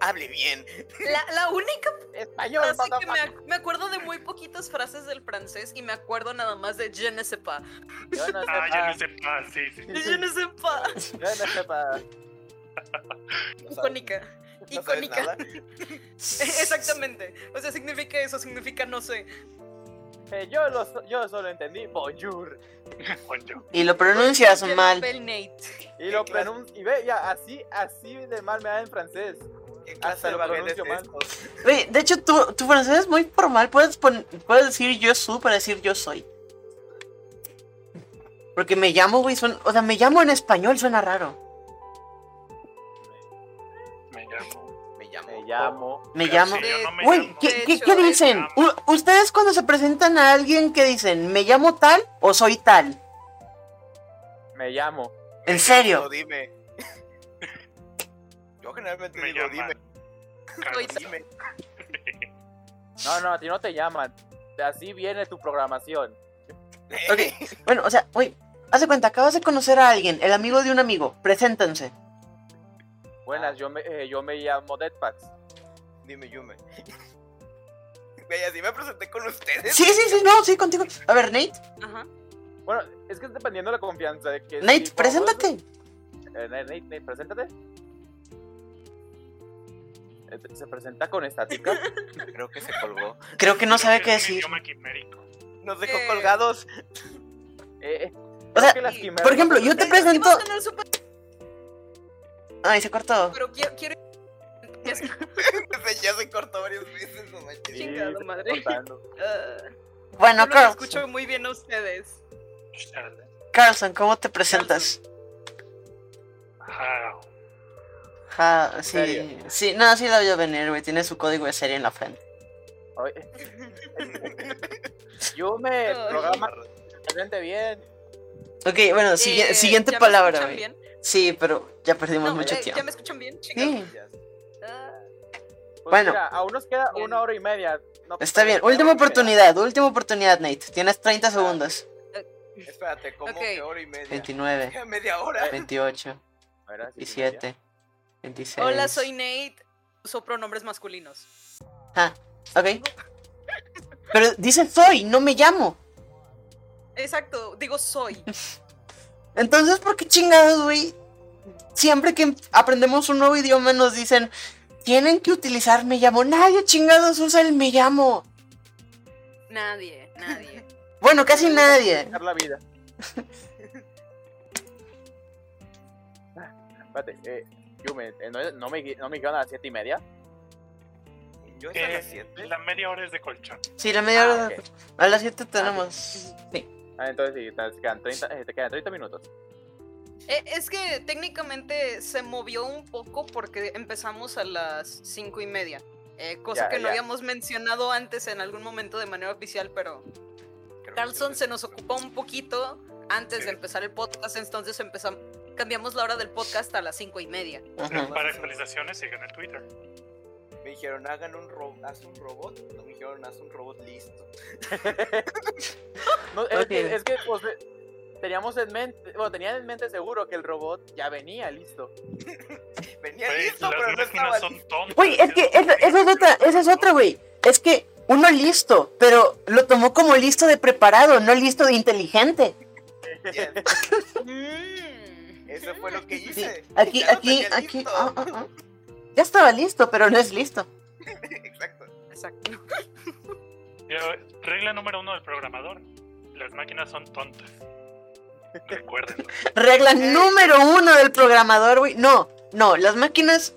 Speaker 3: Hable bien.
Speaker 1: La, la única
Speaker 5: Español,
Speaker 1: frase que me,
Speaker 5: papá.
Speaker 1: ac- me acuerdo de muy poquitas frases del francés y me acuerdo nada más de je ne sais pas.
Speaker 5: Yo no
Speaker 4: Ah, ya no
Speaker 5: sé.
Speaker 4: sé. Ah, sí, sí.
Speaker 1: Je ne sais pas.
Speaker 5: pa, Yo no sé. pa.
Speaker 3: No sabes-
Speaker 1: Icónica.
Speaker 3: no sabes
Speaker 1: Icónica.
Speaker 3: nada.
Speaker 1: Exactamente. O sea, significa eso, significa no sé.
Speaker 5: Eh, Yo lo so- yo solo entendí bonjour.
Speaker 4: Juan, yo.
Speaker 2: Y lo pronuncias
Speaker 1: Yo
Speaker 2: mal.
Speaker 1: papel Nate.
Speaker 5: Y lo
Speaker 3: Qué clase.
Speaker 5: pronuncio. Y ve, ya, así, así de mal me da en francés.
Speaker 3: ¿Qué
Speaker 5: Hasta
Speaker 3: clase de
Speaker 5: lo
Speaker 3: baguette
Speaker 5: pronuncio
Speaker 3: es
Speaker 5: mal.
Speaker 3: esto?
Speaker 2: Güey, de hecho, tu, tu francés es muy formal. Puedes, pon- puedes decir yo su para decir yo soy. Porque me llamo, güey, suena- o sea, me llamo en español, suena raro.
Speaker 4: Me llamo.
Speaker 3: Me llamo.
Speaker 5: Me llamo.
Speaker 2: Me
Speaker 4: Sí,
Speaker 2: llamo.
Speaker 4: yo no me
Speaker 2: Güey,
Speaker 4: llamo.
Speaker 2: ¿qué,
Speaker 1: De
Speaker 2: qué-
Speaker 1: hecho,
Speaker 2: qué
Speaker 1: es-
Speaker 2: dicen? U- ¿Ustedes cuando se presentan a alguien que dicen, me llamo tal o soy tal?
Speaker 5: Me llamo.
Speaker 2: ¿En serio?
Speaker 3: No, dime. Yo generalmente
Speaker 4: Me
Speaker 3: digo,
Speaker 4: llaman.
Speaker 3: dime,
Speaker 4: Claro,
Speaker 1: Soy-
Speaker 3: dime.
Speaker 5: No, no, a ti no te llaman. Así viene tu programación.
Speaker 2: Ok. Bueno, o sea, güey, haz de cuenta, acabas de conocer a alguien, el amigo de un amigo, preséntense.
Speaker 3: Ah.
Speaker 5: Buenas, yo me, eh, yo me llamo Deadpacks.
Speaker 3: Dime, Yume. Güey, así me presenté con ustedes.
Speaker 2: Sí, sí, sí, no, sí, contigo. A ver, Nate,
Speaker 1: Ajá.
Speaker 5: Bueno, es que es dependiendo de la confianza de que.
Speaker 2: Nate,
Speaker 5: si-
Speaker 2: preséntate.
Speaker 5: Eh, Nate, Nate, Nate, preséntate. Eh, Se presenta con estática.
Speaker 3: Creo que se colgó.
Speaker 2: Creo que no sabe qué
Speaker 4: es mi
Speaker 2: decir.
Speaker 4: idioma quimérico.
Speaker 3: Nos dejó
Speaker 1: Eh.
Speaker 3: colgados.
Speaker 5: Eh, eh,
Speaker 2: O sea,
Speaker 5: creo que las
Speaker 1: y-
Speaker 5: quimeras
Speaker 2: por ejemplo, yo te
Speaker 1: Es que
Speaker 2: presento...
Speaker 1: vamos a tener super-
Speaker 2: Ay, se cortó.
Speaker 1: Pero quiero. quiero... Es
Speaker 3: ya se cortó varias veces, no manches.
Speaker 5: Sí.
Speaker 1: chingado, madre.
Speaker 5: cortando.
Speaker 1: Ah,
Speaker 2: Bueno,
Speaker 1: yo los
Speaker 2: Carl,
Speaker 1: escucho muy bien a ustedes.
Speaker 4: Chale.
Speaker 2: Carlson, ¿cómo te presentas?
Speaker 4: Ah,
Speaker 2: Ja, sí,
Speaker 5: Serio.
Speaker 2: sí, no, sí la veo venir, güey. Tiene su código de serie en la frente.
Speaker 5: Ay. Yo me
Speaker 1: Ay.
Speaker 5: programa
Speaker 4: Eh,
Speaker 5: presente bien.
Speaker 2: Ok, bueno, sigui-
Speaker 1: Eh,
Speaker 2: siguiente
Speaker 1: ¿ya me
Speaker 2: palabra,
Speaker 1: escuchan
Speaker 2: güey.
Speaker 1: bien?
Speaker 2: Sí, pero ya perdimos
Speaker 1: No,
Speaker 2: mucho
Speaker 1: eh, ¿Ya
Speaker 2: tiempo.
Speaker 1: me escuchan bien? Chingado.
Speaker 2: Sí,
Speaker 3: Ya.
Speaker 1: Ah,
Speaker 5: Pues
Speaker 2: Bueno.
Speaker 5: mira, aún nos queda
Speaker 1: Bien.
Speaker 5: una hora y media. No,
Speaker 2: está bien. Última oportunidad, última oportunidad, Nate. Tienes
Speaker 5: Ah.
Speaker 2: 30 segundos.
Speaker 3: Espérate, ¿cómo
Speaker 1: Ok.
Speaker 3: que hora y media?
Speaker 2: 29,
Speaker 3: Media hora.
Speaker 2: 28,
Speaker 5: A ver, así que
Speaker 2: 27, 26.
Speaker 1: Hola, soy Nate. Uso pronombres masculinos.
Speaker 2: Ah, ok. Pero dice soy, no me llamo.
Speaker 1: Exacto, digo soy.
Speaker 2: Entonces, ¿por qué chingados, güey? Siempre que aprendemos un nuevo idioma nos dicen, tienen que utilizar me llamo. Nadie chingados usa el me llamo.
Speaker 1: Nadie, nadie.
Speaker 2: Bueno,
Speaker 5: Ah,
Speaker 2: casi nadie.
Speaker 5: complicar la vida. Espérate, eh, Yume, eh, ¿no, no me, gui- ¿no me guiaron a las siete y media?
Speaker 3: Yo es a las
Speaker 4: Eh,
Speaker 3: 7.
Speaker 4: la media hora es de colchón.
Speaker 2: Sí, la media
Speaker 5: Ah,
Speaker 2: hora.
Speaker 5: ok.
Speaker 2: A las 7 tenemos. Sí.
Speaker 5: Ah, entonces sí, te quedan 30, eh, te quedan 30 minutos.
Speaker 1: Eh, Es que técnicamente se movió un poco porque empezamos a las cinco y media. eh, cosa
Speaker 5: Ya,
Speaker 1: que no
Speaker 5: ya.
Speaker 1: habíamos mencionado antes en algún momento de manera oficial, pero Carlson se nos ocupó un poquito antes de empezar el podcast, entonces empezamos, cambiamos la hora del podcast a las cinco y media.
Speaker 2: Ajá.
Speaker 4: Para actualizaciones sigan el Twitter.
Speaker 3: Me dijeron, hagan un robot, haz un robot. No me dijeron, haz un robot listo.
Speaker 5: No, es,
Speaker 2: Ok.
Speaker 5: que, es que, pues, eh, teníamos en mente, bueno, tenían en mente seguro que el robot ya venía listo.
Speaker 3: Venía
Speaker 4: Güey,
Speaker 3: listo,
Speaker 4: las
Speaker 3: pero no
Speaker 4: máquinas
Speaker 3: estaba listo.
Speaker 4: son tontas.
Speaker 2: Güey, es que esa, esa es otra, esa es otra, güey. Es que uno listo, pero lo tomó como listo de preparado, no listo de inteligente.
Speaker 3: Yes.
Speaker 1: Mm.
Speaker 3: Eso fue lo que
Speaker 2: Sí,
Speaker 3: hice.
Speaker 2: aquí,
Speaker 3: Ya lo
Speaker 2: aquí,
Speaker 3: tenía
Speaker 2: aquí.
Speaker 3: listo.
Speaker 2: ah, ah, ah. Ya estaba listo, pero no es listo.
Speaker 3: Exacto.
Speaker 1: Exacto.
Speaker 4: Yo- Regla número uno del programador. Las máquinas son tontas. Recuerden.
Speaker 2: Regla
Speaker 3: Ey.
Speaker 2: número uno del programador, güey. No, no, las máquinas.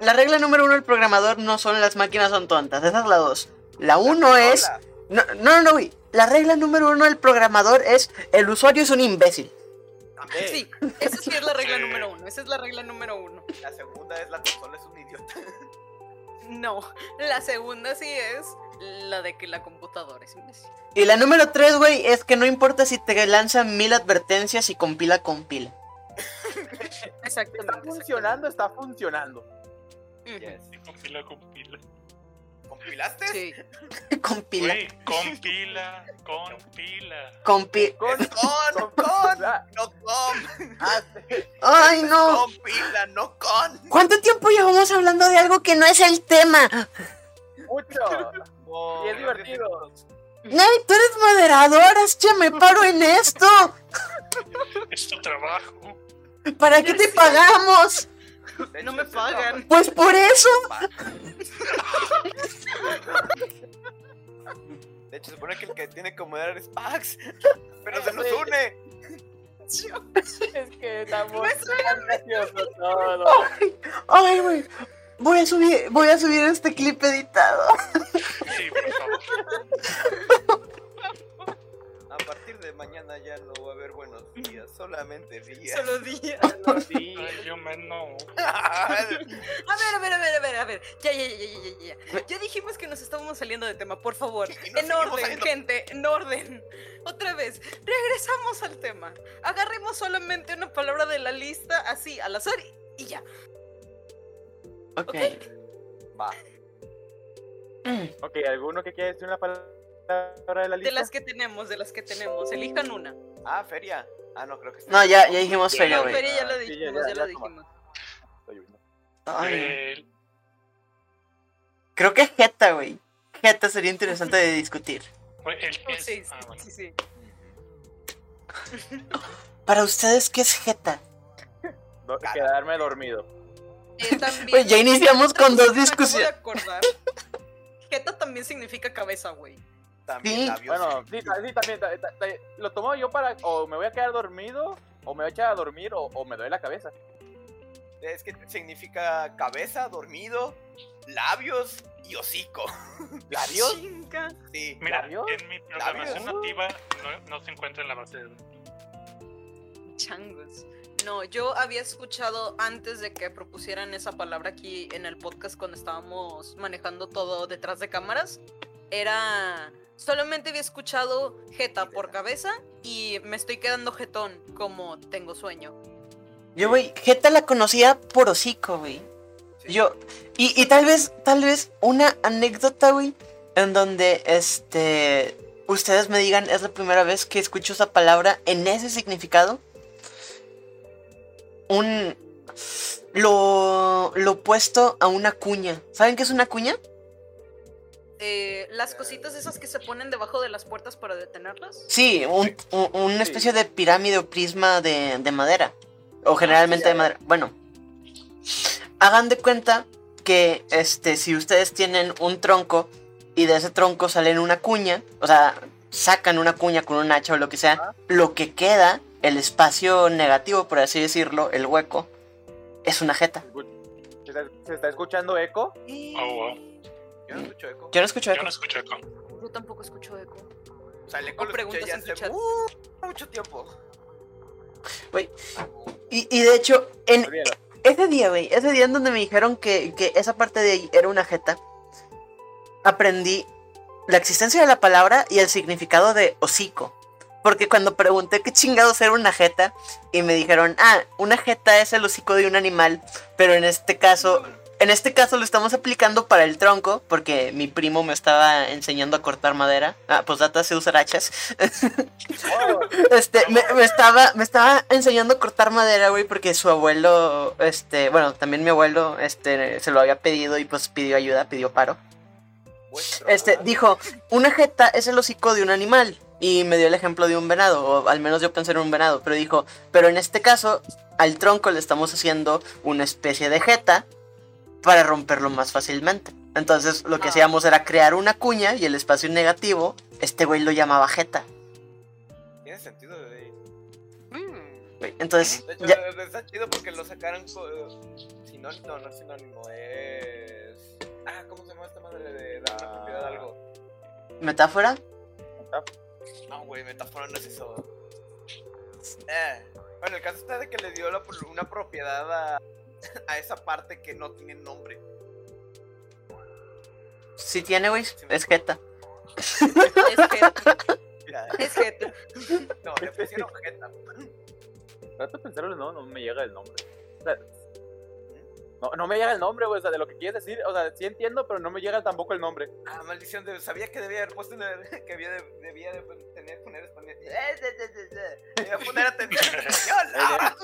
Speaker 2: La regla número uno del programador no son las máquinas son tontas. Esa es la dos. La uno es.
Speaker 3: Hola.
Speaker 2: No, no, no, güey. La regla número uno del programador es el usuario es un imbécil.
Speaker 5: Eh,
Speaker 1: Sí, esa sí es la regla
Speaker 4: Sí.
Speaker 1: número uno. Esa es la regla número uno.
Speaker 3: La segunda es la consola es un idiota.
Speaker 1: No, la segunda sí es la de que la computadora es imbécil.
Speaker 2: Y la número tres, güey, es que no importa si te lanzan mil advertencias y compila, compila.
Speaker 1: Exactamente.
Speaker 5: Está funcionando, está funcionando.
Speaker 1: exactamente.
Speaker 3: Yes.
Speaker 4: Sí, compila, compila.
Speaker 3: ¿Compilaste?
Speaker 1: Ujú. Sí.
Speaker 2: compila.
Speaker 4: Güey, compila, compila.
Speaker 2: Compi.
Speaker 5: Con,
Speaker 3: Con, con,
Speaker 5: ah,
Speaker 3: no con.
Speaker 5: ah,
Speaker 2: ¡Ay, no!
Speaker 3: Compila, no con.
Speaker 2: ¿Cuánto tiempo llevamos hablando de algo que no es el tema?
Speaker 5: mucho. Y es divertido.
Speaker 2: Ney, tú eres moderador, che, me paro en esto.
Speaker 4: Es tu trabajo.
Speaker 2: ¿Para qué te pagamos?
Speaker 3: De
Speaker 1: No
Speaker 3: hecho,
Speaker 1: me
Speaker 3: es el
Speaker 1: pagan.
Speaker 2: Pues por eso.
Speaker 3: trabajo. De hecho, se supone que el que tiene que acomodar es Pax. Pero
Speaker 1: Ah,
Speaker 5: Eh,
Speaker 3: se nos
Speaker 5: güey.
Speaker 3: une.
Speaker 5: Es que estamos
Speaker 1: Pues,
Speaker 5: tan graciosos todos.
Speaker 2: Ay, güey. Voy a subir, voy a subir este clip editado.
Speaker 4: Sí, por favor.
Speaker 3: A partir de mañana ya no va a haber buenos días, solamente días.
Speaker 1: Solo día.
Speaker 5: Sí.
Speaker 4: Ay, yo me no.
Speaker 1: A ver, a ver, a ver, a ver, a ver. Ya, ya, ya, ya, ya, ya, ya. Ya dijimos que nos estábamos saliendo de tema, por favor.
Speaker 3: Y nos
Speaker 1: En
Speaker 3: seguimos
Speaker 1: orden,
Speaker 3: saliendo.
Speaker 1: gente, en orden. Otra vez, regresamos al tema. Agarremos solamente una palabra de la lista, así, al azar, y ya.
Speaker 2: Ok.
Speaker 3: Va.
Speaker 5: Ok, ¿alguno que quiera decir una palabra de la
Speaker 1: De
Speaker 5: lista?
Speaker 1: las que tenemos, de las que tenemos. Elijan una.
Speaker 3: Ah, feria. Ah, no, creo que está.
Speaker 2: No, ya, ya dijimos feria,
Speaker 1: La
Speaker 2: güey.
Speaker 1: feria ya la
Speaker 5: Ah, Sí, ya,
Speaker 1: dijimos, ya
Speaker 5: ya, ya
Speaker 1: la
Speaker 5: toma.
Speaker 1: dijimos.
Speaker 2: Ay,
Speaker 4: Eh,
Speaker 2: Creo que Jeta, güey. Jeta sería interesante de discutir.
Speaker 4: güey, el, el-
Speaker 1: Sí,
Speaker 4: ah, bueno.
Speaker 1: sí, sí.
Speaker 2: Para ustedes, ¿qué es Jeta?
Speaker 5: Do- quedarme dormido.
Speaker 1: Eh, también-
Speaker 2: Güey, ya iniciamos con dos
Speaker 1: Me acabo de
Speaker 2: discusiones.
Speaker 1: acordar. Jeta también significa cabeza, güey.
Speaker 3: También
Speaker 2: Sí.
Speaker 3: labios.
Speaker 5: Bueno, sí, ta- sí, también. ta- ta- ta- lo tomo yo para. O me voy a quedar dormido, o me voy a echar a dormir, o, o me doy la cabeza.
Speaker 3: Es que significa cabeza, dormido, labios y hocico.
Speaker 5: ¿Labios?
Speaker 1: Chinga.
Speaker 3: Sí.
Speaker 4: Mira,
Speaker 5: ¿Labios?
Speaker 4: en mi programación
Speaker 5: ¿Labios?
Speaker 4: nativa no, no se encuentra en la base de datos.
Speaker 1: Changos. No, yo había escuchado antes de que propusieran esa palabra aquí en el podcast cuando estábamos manejando todo detrás de cámaras. Era. Solamente había escuchado jeta por cabeza y me estoy quedando jetón como tengo sueño.
Speaker 2: Yo, güey, Jeta la conocía por hocico, güey.
Speaker 3: Sí.
Speaker 2: Yo, y, y tal vez, tal vez una anécdota, güey, en donde, este, ustedes me digan, es la primera vez que escucho esa palabra en ese significado. Un, lo, lo opuesto a una cuña. ¿Saben qué es una cuña?
Speaker 1: Eh, las cositas esas que se ponen debajo de las puertas para detenerlas.
Speaker 2: Sí, un, un- una
Speaker 5: Sí.
Speaker 2: especie de pirámide o prisma de, de madera.
Speaker 4: Ah,
Speaker 2: O generalmente de madera. Bueno, hagan de cuenta que este, si ustedes tienen un tronco y de ese tronco salen una cuña, o sea, sacan una cuña con un hacha o lo que sea,
Speaker 5: Ajá.
Speaker 2: lo que queda, el espacio negativo, por así decirlo, el hueco, es una jeta.
Speaker 5: Escu- ¿Se está, se está escuchando eco?
Speaker 4: Oh, wow.
Speaker 3: Yo no escucho eco.
Speaker 2: Yo no escucho
Speaker 4: Yo
Speaker 2: eco.
Speaker 4: no escucho eco.
Speaker 1: Yo tampoco escucho eco.
Speaker 3: O sea, el eco
Speaker 1: O
Speaker 3: lo
Speaker 1: preguntas
Speaker 3: escuché ya
Speaker 1: en tu
Speaker 3: hace
Speaker 1: chat.
Speaker 3: mu- mucho tiempo.
Speaker 2: Güey. Y, y de hecho, en
Speaker 5: Olvídalo.
Speaker 2: ese día, güey, ese día en donde me dijeron que, que esa parte de ahí era una jeta, aprendí la existencia de la palabra y el significado de hocico. Porque cuando pregunté qué chingados era una jeta, y me dijeron, ah, una jeta es el hocico de un animal, pero en este caso en este caso lo estamos aplicando para el tronco, porque mi primo me estaba enseñando a cortar madera. Ah, pues data se usar hachas. este, me, me estaba, me estaba enseñando a cortar madera, güey, porque su abuelo, este, bueno, también mi abuelo, este, se lo había pedido y pues pidió ayuda, pidió paro.
Speaker 3: Vuestro
Speaker 2: Este,
Speaker 3: hogar.
Speaker 2: dijo, una jeta es el hocico de un animal. Y me dio el ejemplo de un venado, o al menos yo pensé en un venado, pero dijo, pero en este caso, al tronco le estamos haciendo una especie de jeta para romperlo más fácilmente. Entonces, lo que
Speaker 1: Ah.
Speaker 2: hacíamos era crear una cuña y el espacio negativo, este güey lo llamaba jeta.
Speaker 3: Tiene sentido, güey.
Speaker 1: Mm,
Speaker 2: güey. Entonces,
Speaker 3: De hecho, eh,
Speaker 2: ya,
Speaker 3: está chido porque lo sacaron con sinónimo, no, no es sinónimo, es. Ah, ¿cómo se llama esta madre de la
Speaker 5: Ah.
Speaker 3: propiedad de algo?
Speaker 2: metáfora,
Speaker 3: No, güey, metáfora no es eso. Eh, Bueno, el caso está de que le dio la pro- una propiedad a, a esa parte que no tiene nombre.
Speaker 2: si tiene, güey, es jeta.
Speaker 1: Es jeta,
Speaker 3: Mira,
Speaker 1: es jeta.
Speaker 3: no, le pusieron jeta.
Speaker 5: Trato de pensarlo, no, no me llega el nombre. O sea, no, no me llega el nombre, güey, o sea, de lo que quieres decir, o sea, sí entiendo, pero no me llega tampoco el nombre.
Speaker 3: Ah, maldición, de- sabía que debía haber puesto una- que había de- debía de tener poner Eh, español. eh. Debía poner atención en español. Ah,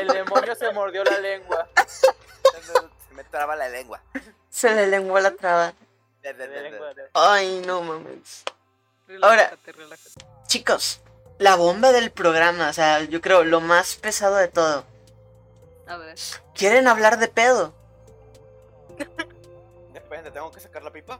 Speaker 5: El demonio se mordió la lengua.
Speaker 3: Se me traba la lengua.
Speaker 2: Se le lenguó la traba.
Speaker 5: La lengua de-
Speaker 2: Ay, no mames.
Speaker 1: Relájate, relájate.
Speaker 2: Chicos, la bomba del programa, o sea, yo creo lo más pesado de todo.
Speaker 1: A ver.
Speaker 2: ¿Quieren hablar de pedo?
Speaker 3: Depende, tengo que sacar la pipa.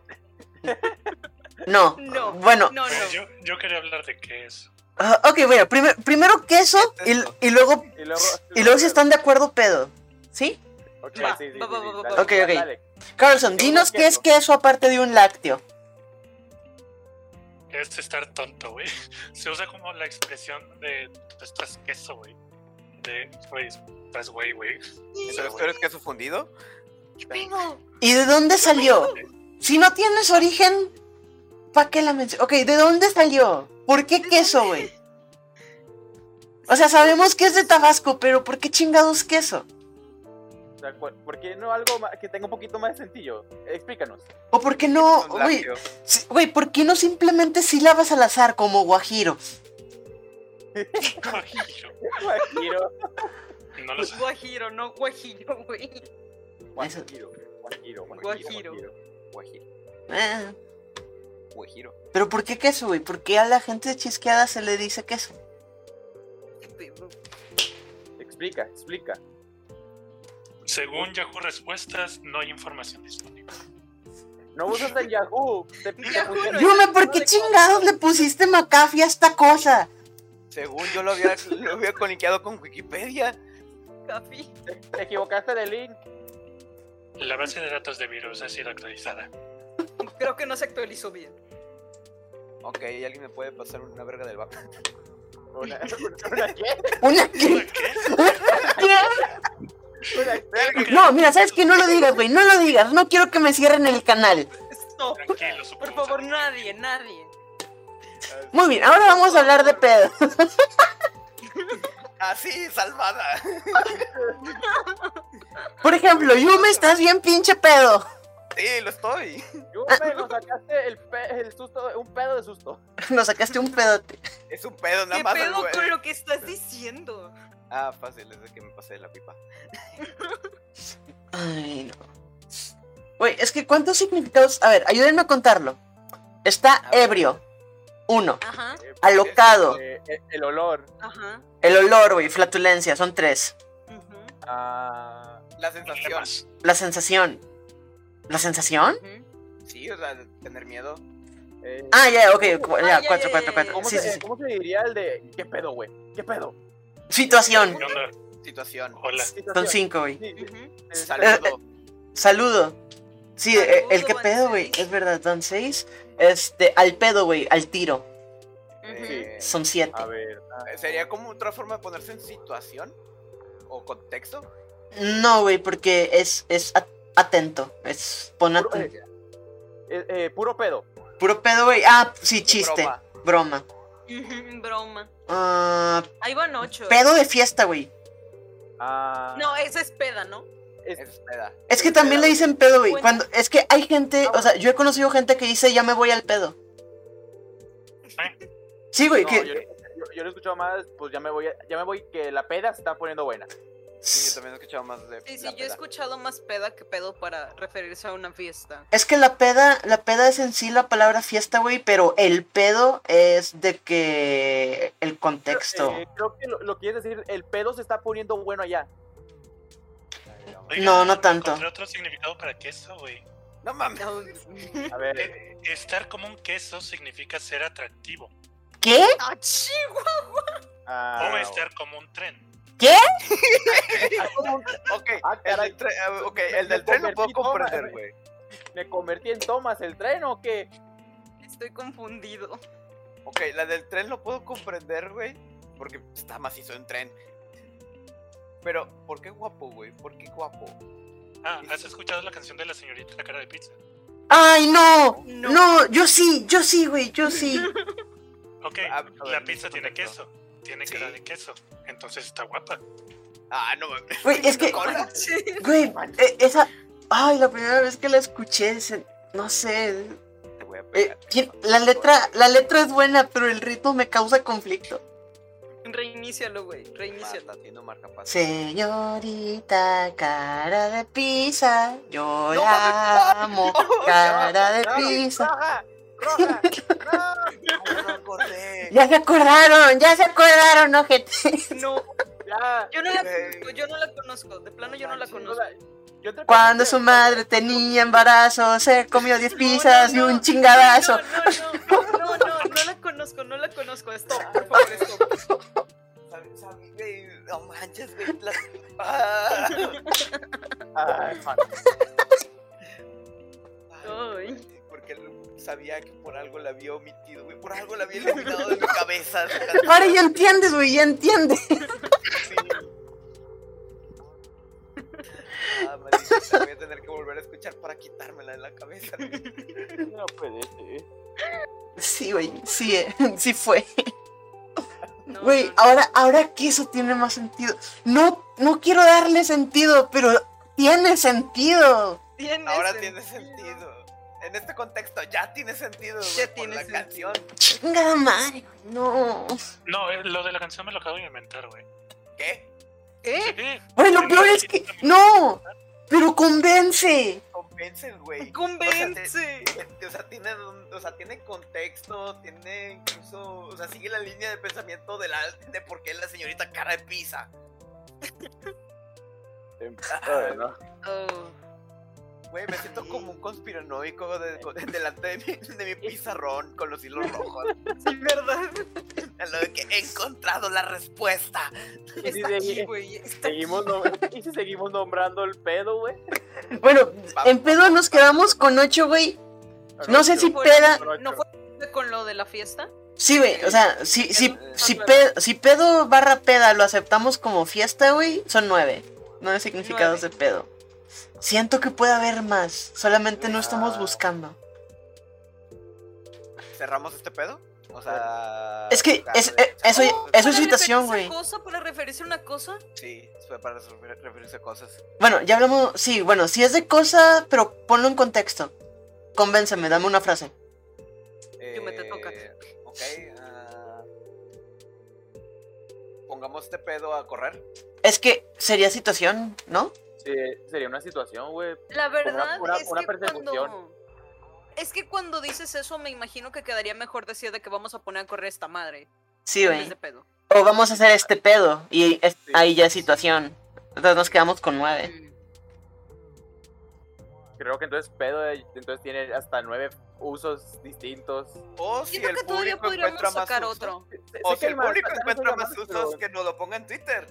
Speaker 2: No.
Speaker 1: No.
Speaker 2: Ah, Bueno,
Speaker 1: No,
Speaker 4: Pues
Speaker 1: no.
Speaker 4: yo, yo quería hablar de qué es.
Speaker 2: ah, ok, bueno, primer- primero queso y, y luego
Speaker 5: Y luego,
Speaker 2: y luego si están de acuerdo pedo. ¿Sí?
Speaker 5: Ok,
Speaker 1: Va,
Speaker 5: sí, sí,
Speaker 1: va,
Speaker 5: sí,
Speaker 1: va,
Speaker 5: sí,
Speaker 1: va,
Speaker 5: dale,
Speaker 1: va.
Speaker 2: Ok, ok.
Speaker 5: dale.
Speaker 2: Carlson, dinos qué es queso aparte de un lácteo.
Speaker 4: Es estar tonto, güey. Se usa como la expresión de estás queso, güey. De, güey, estás güey, güey.
Speaker 3: Entonces, ¿tú eres queso fundido?
Speaker 1: Vengo.
Speaker 2: ¿Y de dónde salió? Si no tienes origen, ¿para qué la mencionas? Ok, ¿de dónde salió? ¿Por qué queso, güey? O sea, sabemos que es de Tabasco, pero ¿por qué chingados queso?
Speaker 5: O sea, cu- ¿Por qué no algo ma- que tenga un poquito más de sencillo? Explícanos.
Speaker 2: ¿O por qué no,
Speaker 3: Son
Speaker 2: güey?
Speaker 3: lácteo.
Speaker 2: Sí, Güey, ¿por qué no simplemente sílabas al azar como guajiro?
Speaker 4: Guajillo.
Speaker 5: Guajiro.
Speaker 4: No
Speaker 1: Pues
Speaker 4: lo sé.
Speaker 1: Guajiro, no guajillo, güey.
Speaker 5: Guajiro. Guajiro.
Speaker 1: Guajiro.
Speaker 3: Guajiro.
Speaker 1: Ah.
Speaker 2: Eh,
Speaker 3: Guajiro.
Speaker 2: Pero ¿por qué queso, güey? ¿Por qué a la gente chisqueada se le dice queso?
Speaker 1: Qué pedo.
Speaker 5: Explica, explica.
Speaker 4: Según Yahoo Respuestas, no hay información disponible.
Speaker 5: No usas en Yahoo. Te, te
Speaker 1: Yahoo
Speaker 5: pusieron-
Speaker 1: no
Speaker 2: Dime, ¿por qué chingados le pusiste McAfee a esta cosa?
Speaker 3: Según yo lo había, lo había coniqueado con Wikipedia.
Speaker 1: Cafi.
Speaker 5: Te equivocaste de link.
Speaker 4: La base de datos de virus ha sido actualizada.
Speaker 1: Creo que no se actualizó bien.
Speaker 3: Ok, ¿alguien me puede pasar una verga del vaca?
Speaker 5: Una, una, ¿qué?
Speaker 2: ¿Una qué?
Speaker 5: Una-
Speaker 2: No, mira, ¿sabes qué? No lo digas, güey, no lo digas. No quiero que me cierren el canal.
Speaker 1: No,
Speaker 4: Tranquilo,
Speaker 1: Oh, por
Speaker 4: supongo.
Speaker 1: favor, nadie, nadie.
Speaker 2: Muy bien, ahora vamos a hablar de pedo.
Speaker 3: Así, Ah, salvada.
Speaker 2: Por ejemplo, Yume, estás bien pinche pedo.
Speaker 3: Sí, lo estoy.
Speaker 5: Yo me lo sacaste el, pe- el susto, un pedo de susto.
Speaker 2: Nos sacaste un pedote.
Speaker 3: Es un pedo nada
Speaker 1: ¿Qué
Speaker 3: más.
Speaker 1: pedo
Speaker 3: güey.
Speaker 1: con lo que estás diciendo?
Speaker 3: Ah, fácil, es de que me pasé de la pipa.
Speaker 2: Ay, no. Güey, es que ¿cuántos significados? A ver, ayúdenme a contarlo. Está ebrio. Uno.
Speaker 1: Ajá,
Speaker 2: Alocado.
Speaker 5: Eh, el, el olor.
Speaker 1: ajá.
Speaker 2: El olor, güey. Flatulencia. Son tres.
Speaker 1: ujú,
Speaker 5: Ah,
Speaker 3: La sensación.
Speaker 4: Problemas.
Speaker 2: La sensación. ¿La sensación?
Speaker 1: ujú.
Speaker 3: Sí, o sea, de tener miedo.
Speaker 5: eh,
Speaker 2: Ah, ya, ok. cu-
Speaker 1: Ah,
Speaker 2: Ya,
Speaker 1: ya,
Speaker 2: cuatro,
Speaker 1: ya,
Speaker 2: cuatro,
Speaker 1: ya,
Speaker 2: cuatro.
Speaker 5: ¿cómo,
Speaker 2: Sí,
Speaker 5: se,
Speaker 2: sí, sí.
Speaker 5: ¿Cómo se diría el de qué pedo, güey? ¿Qué pedo?
Speaker 2: Situación.
Speaker 4: ¿Qué onda?
Speaker 3: Situación.
Speaker 4: Hola.
Speaker 5: Situación.
Speaker 2: Son cinco, güey.
Speaker 5: Oh, Sí, sí,
Speaker 1: Ujú.
Speaker 5: sí.
Speaker 3: Saludo.
Speaker 2: Saludo. Sí, eh, el que pedo, güey. Es verdad, son seis. Este, al pedo, güey, al tiro.
Speaker 1: Ujú.
Speaker 3: Eh,
Speaker 2: Son siete.
Speaker 5: A ver. ah,
Speaker 3: ¿Sería como otra forma de ponerse en situación? ¿O contexto?
Speaker 2: No, güey, porque es, es at- atento. Es pon
Speaker 5: Puro,
Speaker 2: aten-
Speaker 5: eh, eh, eh, puro pedo.
Speaker 2: Puro pedo, güey. Ah, sí, chiste.
Speaker 3: Broma.
Speaker 2: Broma.
Speaker 1: Ujú, Broma.
Speaker 2: Ah,
Speaker 1: Ahí van ocho.
Speaker 2: pedo de fiesta, güey.
Speaker 5: Ah,
Speaker 1: No, eso es peda, ¿no?
Speaker 5: es-
Speaker 3: Es peda.
Speaker 2: Es que también le dicen pedo, güey.
Speaker 1: Bueno.
Speaker 2: Cuando, es que hay gente, o sea, yo he conocido gente que dice ya me voy al pedo. Sí, güey,
Speaker 5: ¿Eh? no,
Speaker 2: que
Speaker 5: yo, yo- yo lo he escuchado más, pues ya me voy, a- ya me voy que la peda se está poniendo buena.
Speaker 3: Sí, yo también he escuchado más de.
Speaker 1: Sí, sí,
Speaker 3: la
Speaker 1: yo he
Speaker 3: peda.
Speaker 1: escuchado más peda que pedo para referirse a una fiesta.
Speaker 2: Es que la peda, la peda es en sí la palabra fiesta, güey, pero el pedo es de que el contexto.
Speaker 5: Eh, creo que lo, lo quieres decir, el pedo se está poniendo bueno allá.
Speaker 4: Oigan,
Speaker 2: No, no tanto.
Speaker 4: encontré otro significado para queso, güey.
Speaker 3: No mames.
Speaker 1: No.
Speaker 5: A ver,
Speaker 4: Eh, estar como un queso significa ser atractivo.
Speaker 2: ¿Qué?
Speaker 1: ¡Ah, chihuahua!
Speaker 5: ah,
Speaker 4: o estar como un tren.
Speaker 3: Ok,
Speaker 5: Ah,
Speaker 3: el
Speaker 5: caray.
Speaker 3: del tren, ah, ok,
Speaker 5: Me-
Speaker 3: el
Speaker 5: me
Speaker 3: del tren lo puedo
Speaker 5: convertí, toma,
Speaker 3: comprender,
Speaker 5: güey.
Speaker 3: güey.
Speaker 5: ¿Me convertí en Thomas el tren o qué?
Speaker 1: Estoy confundido.
Speaker 3: Ok, la del tren lo puedo comprender, güey. Porque está macizo en tren. Pero, ¿por qué guapo, güey? ¿Por qué guapo?
Speaker 4: Ah, ¿has escuchado la canción de la señorita la cara de pizza?
Speaker 2: ¡Ay, no!
Speaker 1: No.
Speaker 2: No, yo sí, yo sí, güey, yo sí.
Speaker 4: Ok,
Speaker 3: Ah, a ver,
Speaker 4: la
Speaker 3: en
Speaker 4: pizza
Speaker 3: ese
Speaker 4: tiene
Speaker 3: contexto.
Speaker 4: queso. Tiene
Speaker 3: Sí.
Speaker 4: cara de queso. Entonces está guapa.
Speaker 3: Ah, no mames.
Speaker 2: Güey, es que,
Speaker 3: Cola.
Speaker 2: güey, eh, esa. Ay, la primera vez que la escuché, se- no sé.
Speaker 3: Te voy a
Speaker 2: eh,
Speaker 3: pegar.
Speaker 2: tien- la letra, la letra es buena, pero el ritmo me causa conflicto.
Speaker 1: Reinícialo, güey.
Speaker 2: eh,
Speaker 1: Reinícialo.
Speaker 3: Marta, tiene un marcapasos.
Speaker 2: Señorita, cara de pizza, yo
Speaker 3: No,
Speaker 2: la
Speaker 3: mames,
Speaker 2: amo,
Speaker 3: no,
Speaker 2: cara de
Speaker 5: Claro,
Speaker 2: pizza.
Speaker 5: roja, roja, no,
Speaker 3: Ay, no me acordé.
Speaker 2: Ya se acordaron, ya se acordaron, ojete.
Speaker 1: No,
Speaker 5: ya.
Speaker 1: yo no la
Speaker 3: Güey.
Speaker 1: conozco, yo no la conozco. De plano yo no la conozco.
Speaker 5: Yo te-
Speaker 2: Cuando su madre tenía embarazo, se comió 10 pizzas
Speaker 1: no,
Speaker 2: y
Speaker 1: no.
Speaker 2: un chingadazo.
Speaker 1: No, no, no, no, no, no la conozco, no la conozco. Stop, por favor, stop.
Speaker 3: Sabe- sabe, güey, No manches, güey. la- Ah.
Speaker 5: Ay, fuck.
Speaker 1: Ay.
Speaker 3: Porque él sabía que por algo la había omitido, güey. Por algo la había eliminado de mi cabeza.
Speaker 2: Ahora ya entiendes, güey, ya entiendes.
Speaker 3: Sí. Ah, maldita, voy a tener que volver a escuchar para quitármela de la cabeza. güey.
Speaker 5: No puede ser. eh.
Speaker 2: Sí, güey, sí, eh, sí fue.
Speaker 1: No,
Speaker 2: Güey,
Speaker 1: no, no.
Speaker 2: ahora, ahora que eso tiene más sentido. No, no quiero darle sentido, pero tiene sentido.
Speaker 1: Tiene
Speaker 3: Ahora
Speaker 1: sentido.
Speaker 3: tiene sentido. En este contexto ya tiene sentido.
Speaker 1: Ya
Speaker 3: güey, por
Speaker 1: tiene
Speaker 3: la
Speaker 1: sentido.
Speaker 3: canción.
Speaker 2: Chingada madre, güey, no.
Speaker 4: No, eh, lo de la canción me lo acabo de inventar, güey.
Speaker 3: ¿Qué?
Speaker 1: ¿Qué?
Speaker 4: Sí.
Speaker 2: Güey, lo
Speaker 4: Sí,
Speaker 2: peor es
Speaker 4: sí,
Speaker 2: que.
Speaker 4: también.
Speaker 2: ¡No! Pero convence.
Speaker 3: Convence, güey.
Speaker 1: Convence.
Speaker 3: O sea, tiene, un- o sea, tiene contexto, tiene incluso, o sea, sigue la línea de pensamiento de, la, de por qué la señorita cara de pizza.
Speaker 5: Ay, no.
Speaker 1: Oh.
Speaker 3: Güey, me siento como un conspiranoico de- con- delante de mi, de mi pizarrón con los hilos rojos.
Speaker 1: Sí, verdad.
Speaker 3: A lo de que he encontrado la respuesta.
Speaker 5: ¿Y si
Speaker 1: Está aquí,
Speaker 5: segui-
Speaker 1: güey. Está aquí.
Speaker 5: seguimos nom- ¿Y si seguimos nombrando el pedo, güey?
Speaker 2: Bueno,
Speaker 3: Va-
Speaker 2: en pedo nos quedamos con ocho, güey. No sé si
Speaker 1: Por-
Speaker 2: peda.
Speaker 1: ¿No fue con lo de la fiesta?
Speaker 2: Sí, güey, o sea, si, si,
Speaker 3: Eh,
Speaker 2: si,
Speaker 1: claro.
Speaker 2: pedo, si pedo barra peda lo aceptamos como fiesta, güey, son nueve. Nueve significados
Speaker 1: Nueve.
Speaker 2: de pedo. Siento que puede haber más, solamente no estamos
Speaker 3: Ah.
Speaker 2: buscando.
Speaker 3: ¿Cerramos este pedo? O sea.
Speaker 2: Es que
Speaker 3: o sea,
Speaker 2: es-
Speaker 3: de-
Speaker 2: eh, eso, eso es
Speaker 1: ¿Para
Speaker 2: situación,
Speaker 1: referirse a
Speaker 2: güey.
Speaker 1: cosa? ¿Para referirse a una cosa?
Speaker 3: Sí, fue para refer- referirse a cosas.
Speaker 2: Bueno, ya hablamos, sí, bueno, si es de cosa, pero ponlo en contexto. Convénceme, dame una frase.
Speaker 3: Eh,
Speaker 1: me te toca.
Speaker 3: Ok. ah, pongamos este pedo a correr.
Speaker 2: Es que sería situación, ¿no?
Speaker 5: Sí, sería una situación, güey.
Speaker 1: La verdad
Speaker 5: una-
Speaker 1: es
Speaker 5: una
Speaker 1: que
Speaker 5: persecución.
Speaker 1: cuando... Es que cuando dices eso me imagino que quedaría mejor decir de que vamos a poner a correr esta madre.
Speaker 2: Sí,
Speaker 1: en vez
Speaker 2: güey.
Speaker 1: de pedo.
Speaker 2: O vamos a hacer este pedo y es-
Speaker 5: Sí.
Speaker 2: ahí ya es situación. Entonces nos quedamos con nueve.
Speaker 5: Creo que entonces pedo eh, entonces tiene hasta nueve usos distintos.
Speaker 3: O si
Speaker 1: Siento
Speaker 3: el
Speaker 1: que todavía
Speaker 3: público
Speaker 1: podríamos
Speaker 3: encuentra más
Speaker 1: sacar
Speaker 3: usos.
Speaker 1: otro.
Speaker 3: O si el público encuentra más usos, que nos lo ponga en Twitter.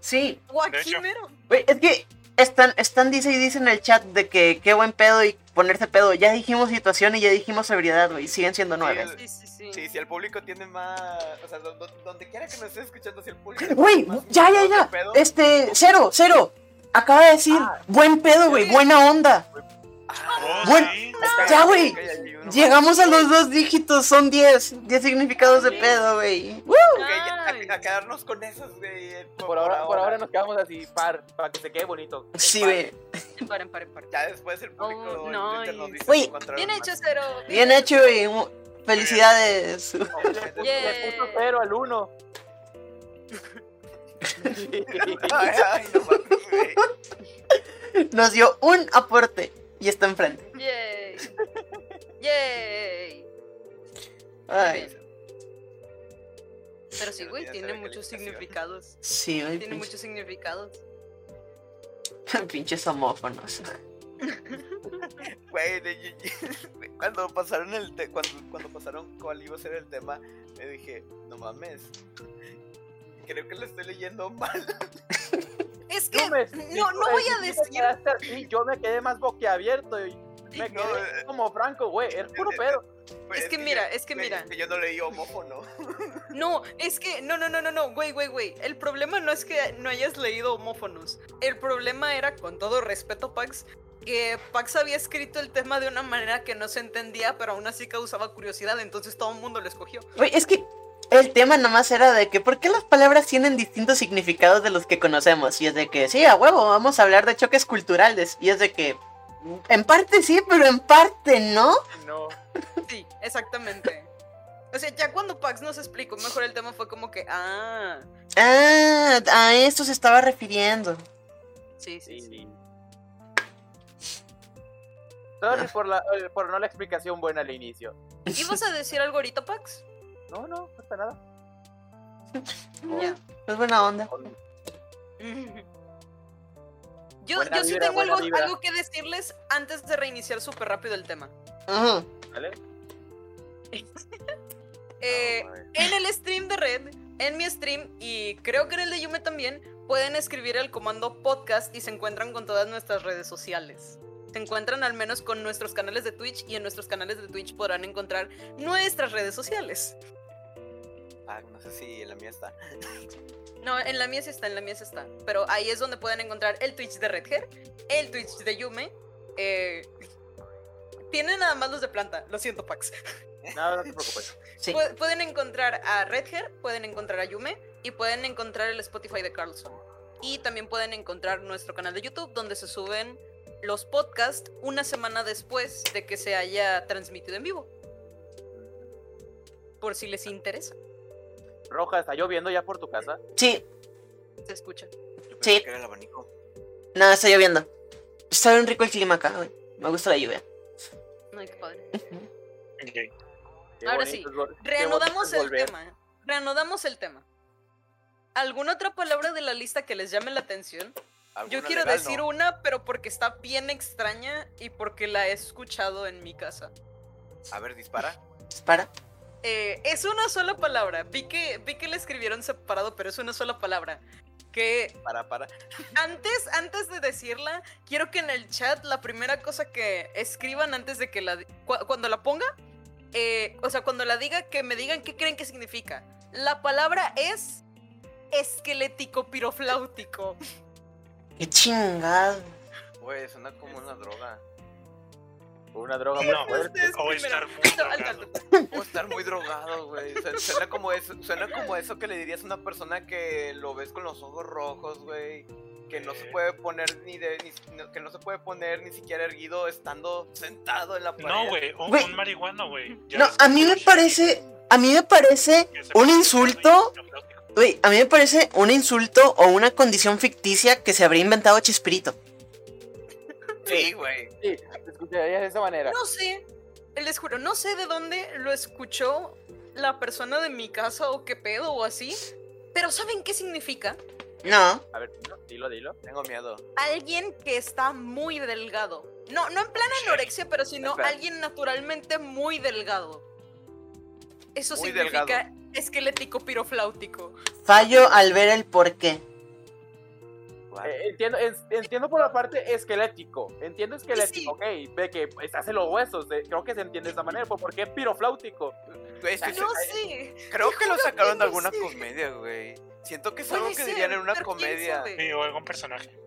Speaker 2: Sí,
Speaker 1: O
Speaker 4: De
Speaker 1: aquí
Speaker 4: hecho.
Speaker 1: mero.
Speaker 2: Güey, es que Están, están dice y dice en el chat de que qué buen pedo y ponerse pedo. Ya dijimos situación y ya dijimos severidad, güey. Siguen siendo nueve.
Speaker 1: Sí, sí, sí.
Speaker 3: Sí, si el público tiene más. O sea, do- do- donde quiera que nos esté escuchando, si el público.
Speaker 2: Güey,
Speaker 3: tiene más
Speaker 2: ya, ya,
Speaker 3: información
Speaker 2: ya.
Speaker 3: de pedo, Ah,
Speaker 2: Este, cero, cero. Acaba de decir, buen pedo, güey. Buena onda.
Speaker 4: Oh,
Speaker 2: Bueno.
Speaker 4: sí.
Speaker 3: ok,
Speaker 2: ya,
Speaker 3: ok,
Speaker 2: güey.
Speaker 3: ok, hay uno más.
Speaker 2: Llegamos a los dos dígitos, son diez. Diez significados de pedo, güey. ¡Woo!
Speaker 3: Ok, ya,
Speaker 1: Ay.
Speaker 3: a, a quedarnos con esas, güey. eh,
Speaker 5: Por ahora, por ahora nos quedamos así, par, para que se quede bonito.
Speaker 2: Sí, güey.
Speaker 1: Paren, paren, paren.
Speaker 3: Ya después el público
Speaker 1: Oh,
Speaker 3: en
Speaker 1: no,
Speaker 3: Twitter nos
Speaker 1: y-
Speaker 3: dice
Speaker 2: Güey,
Speaker 3: si encontraron
Speaker 1: Bien
Speaker 3: más.
Speaker 1: hecho, Cero.
Speaker 2: Bien hecho, güey. Mu- Felicidades.
Speaker 3: No, ya te-
Speaker 1: Yeah.
Speaker 5: Oh, Le puso cero al uno.
Speaker 3: Ay, ay, no mames, güey.
Speaker 2: Nos dio un aporte y está enfrente.
Speaker 1: Yay. Yay.
Speaker 2: Ay,
Speaker 1: Pero sí,
Speaker 3: Pero
Speaker 1: güey,
Speaker 3: ya
Speaker 1: tiene
Speaker 3: sabe
Speaker 1: muchos
Speaker 3: calificación.
Speaker 1: significados.
Speaker 2: sí, güey.
Speaker 1: Tiene
Speaker 2: pinche-
Speaker 1: muchos significados.
Speaker 2: Pinches homófonos.
Speaker 3: Güey, de- de- de- cuando pasaron el te- cuando, cuando pasaron cuál iba a ser el tema, me dije, no mames. Creo que lo estoy leyendo mal.
Speaker 1: Es que
Speaker 5: No, me-
Speaker 1: no, no voy a
Speaker 5: me
Speaker 1: decir.
Speaker 5: quedaste así, Yo me quedé más boquiabierto y me
Speaker 3: No,
Speaker 5: quedé
Speaker 3: eh.
Speaker 5: como franco, güey. Es puro pedo.
Speaker 3: Güey,
Speaker 1: Es que mira,
Speaker 3: yo-
Speaker 1: es que
Speaker 3: pues, güey,
Speaker 1: mira.
Speaker 3: yo no leí homófono.
Speaker 1: No, es que. No, no, no, no, no. Güey, güey, güey. El problema no es que no hayas leído homófonos. El problema era, con todo respeto, Pax, que Pax había escrito el tema de una manera que no se entendía, pero aún así causaba curiosidad. Entonces todo el mundo lo escogió.
Speaker 2: Güey, es que el tema nomás era de que ¿por qué las palabras tienen distintos significados de los que conocemos? Y es de que, sí, a huevo, vamos a hablar de choques culturales. Y es de que, en parte sí, pero en parte no.
Speaker 5: No.
Speaker 1: Sí, exactamente. O sea, ya cuando Pax nos explicó mejor el tema fue como que, ah,
Speaker 2: Ah, a esto se estaba refiriendo.
Speaker 1: sí, sí,
Speaker 5: Sí,
Speaker 1: sí.
Speaker 5: sí. Sorry por, la, eh, por no la explicación buena al inicio.
Speaker 1: ¿Ibas a decir algo ahorita, Pax?
Speaker 5: No, no, no está nada.
Speaker 1: Ya.
Speaker 2: Es buena onda.
Speaker 1: Yo,
Speaker 5: Buena
Speaker 1: yo sí
Speaker 5: vibra,
Speaker 1: tengo
Speaker 5: buena
Speaker 1: algo,
Speaker 5: vibra.
Speaker 1: algo que decirles antes de reiniciar súper rápido el tema.
Speaker 2: Ujú.
Speaker 5: ¿Vale?
Speaker 1: Eh,
Speaker 3: No, güey.
Speaker 1: en el stream de Red, en mi stream y creo que en el de Yume también, pueden escribir el comando podcast y se encuentran con todas nuestras redes sociales. Se encuentran al menos con nuestros canales de Twitch y en nuestros canales de Twitch podrán encontrar nuestras redes sociales.
Speaker 3: Ah, no sé si en la mía está.
Speaker 1: No, en la mía sí está, en la mía sí está. Pero ahí es donde pueden encontrar el Twitch de Red Hair, el Twitch de Yume. eh, tienen nada más los de planta, lo siento, Pax.
Speaker 5: No, no te preocupes.
Speaker 2: Sí.
Speaker 1: Pu- pueden encontrar a Red Hair, pueden encontrar a Yume y pueden encontrar el Spotify de Carlson. Y también pueden encontrar nuestro canal de YouTube donde se suben los podcasts una semana después de que se haya transmitido en vivo. Por si les interesa,
Speaker 5: Roja, está lloviendo ya por tu casa.
Speaker 2: Sí,
Speaker 1: se escucha.
Speaker 2: Sí.
Speaker 3: Yo pensé que era el abanico.
Speaker 2: nada, está lloviendo. Está bien rico el clima acá, güey. Me gusta la lluvia.
Speaker 1: Ay, qué padre.
Speaker 4: Ok.
Speaker 5: Qué
Speaker 1: Ahora
Speaker 5: bonito
Speaker 1: sí,
Speaker 5: es vol- qué bonito
Speaker 1: Reanudamos
Speaker 5: es
Speaker 1: el
Speaker 5: volver.
Speaker 1: tema. ¿eh? Reanudamos el tema. ¿Alguna otra palabra de la lista que les llame la atención? Yo
Speaker 3: Alguna
Speaker 1: quiero
Speaker 3: legal,
Speaker 1: decir
Speaker 3: ¿no?
Speaker 1: una, pero porque está bien extraña y porque la he escuchado en mi casa.
Speaker 3: A ver, dispara.
Speaker 2: Dispara.
Speaker 1: Eh, es una sola palabra. Vi que, vi que la escribieron separado, pero es una sola palabra. Que
Speaker 3: Para, para.
Speaker 1: antes, antes de decirla, quiero que en el chat la primera cosa que escriban antes de que la di- cua- cuando la ponga, eh, o sea, cuando la diga, que me digan qué creen que significa. La palabra es esquelético pirofláutico.
Speaker 2: Qué chingado.
Speaker 3: Güey, suena como una droga.
Speaker 5: Una droga muy
Speaker 4: No,
Speaker 5: fuerte.
Speaker 1: Ustedes
Speaker 4: o
Speaker 1: primero.
Speaker 4: estar muy
Speaker 1: Al- al-
Speaker 4: drogado.
Speaker 3: O estar muy drogado, güey. Su- Suena como eso, suena como eso que le dirías a una persona que lo ves con los ojos rojos, güey. Que no se puede poner ni de, ni- no- que no se puede poner ni siquiera erguido estando sentado en la pared.
Speaker 4: No, güey, un,
Speaker 2: Güey.
Speaker 4: un marihuano, güey. Ya
Speaker 2: No,
Speaker 4: ves
Speaker 2: a
Speaker 4: que
Speaker 2: mí me
Speaker 4: Bush-
Speaker 2: parece, a mí me parece
Speaker 4: que se
Speaker 2: un
Speaker 4: pone
Speaker 2: insulto.
Speaker 4: pirofláutico.
Speaker 2: Güey, a mí me parece un insulto o una condición ficticia que se habría inventado Chispirito.
Speaker 3: Sí, güey.
Speaker 5: Sí, se escucharía de esa manera.
Speaker 1: No sé, les juro, no sé de dónde lo escuchó la persona de mi casa o qué pedo o así, pero ¿saben qué significa?
Speaker 2: No.
Speaker 5: A ver, dilo, dilo.
Speaker 3: Tengo miedo.
Speaker 1: alguien que está muy delgado. No, no en plan anorexia, pero sino
Speaker 3: Espera.
Speaker 1: alguien naturalmente muy delgado. Eso
Speaker 3: Muy
Speaker 1: significa
Speaker 3: delgado.
Speaker 1: esquelético pirofláutico.
Speaker 2: Fallo al ver el porqué. raro.
Speaker 5: Eh, Entiendo, en- entiendo por la parte esquelético. Entiendo esquelético, ok. De que pues, hace los huesos. eh, creo que se entiende de esa manera. ¿Por por qué pirofláutico? Eh,
Speaker 3: Güey, estoy
Speaker 1: Ah, No
Speaker 3: se-
Speaker 1: sé.
Speaker 3: Creo que lo sacaron de
Speaker 1: no
Speaker 3: alguna
Speaker 1: sé.
Speaker 3: comedia, güey. Siento que es
Speaker 1: Puede
Speaker 3: algo que
Speaker 1: ser,
Speaker 3: dirían en una
Speaker 1: pero quién
Speaker 3: comedia.
Speaker 1: sabe.
Speaker 4: Sí, o algún personaje.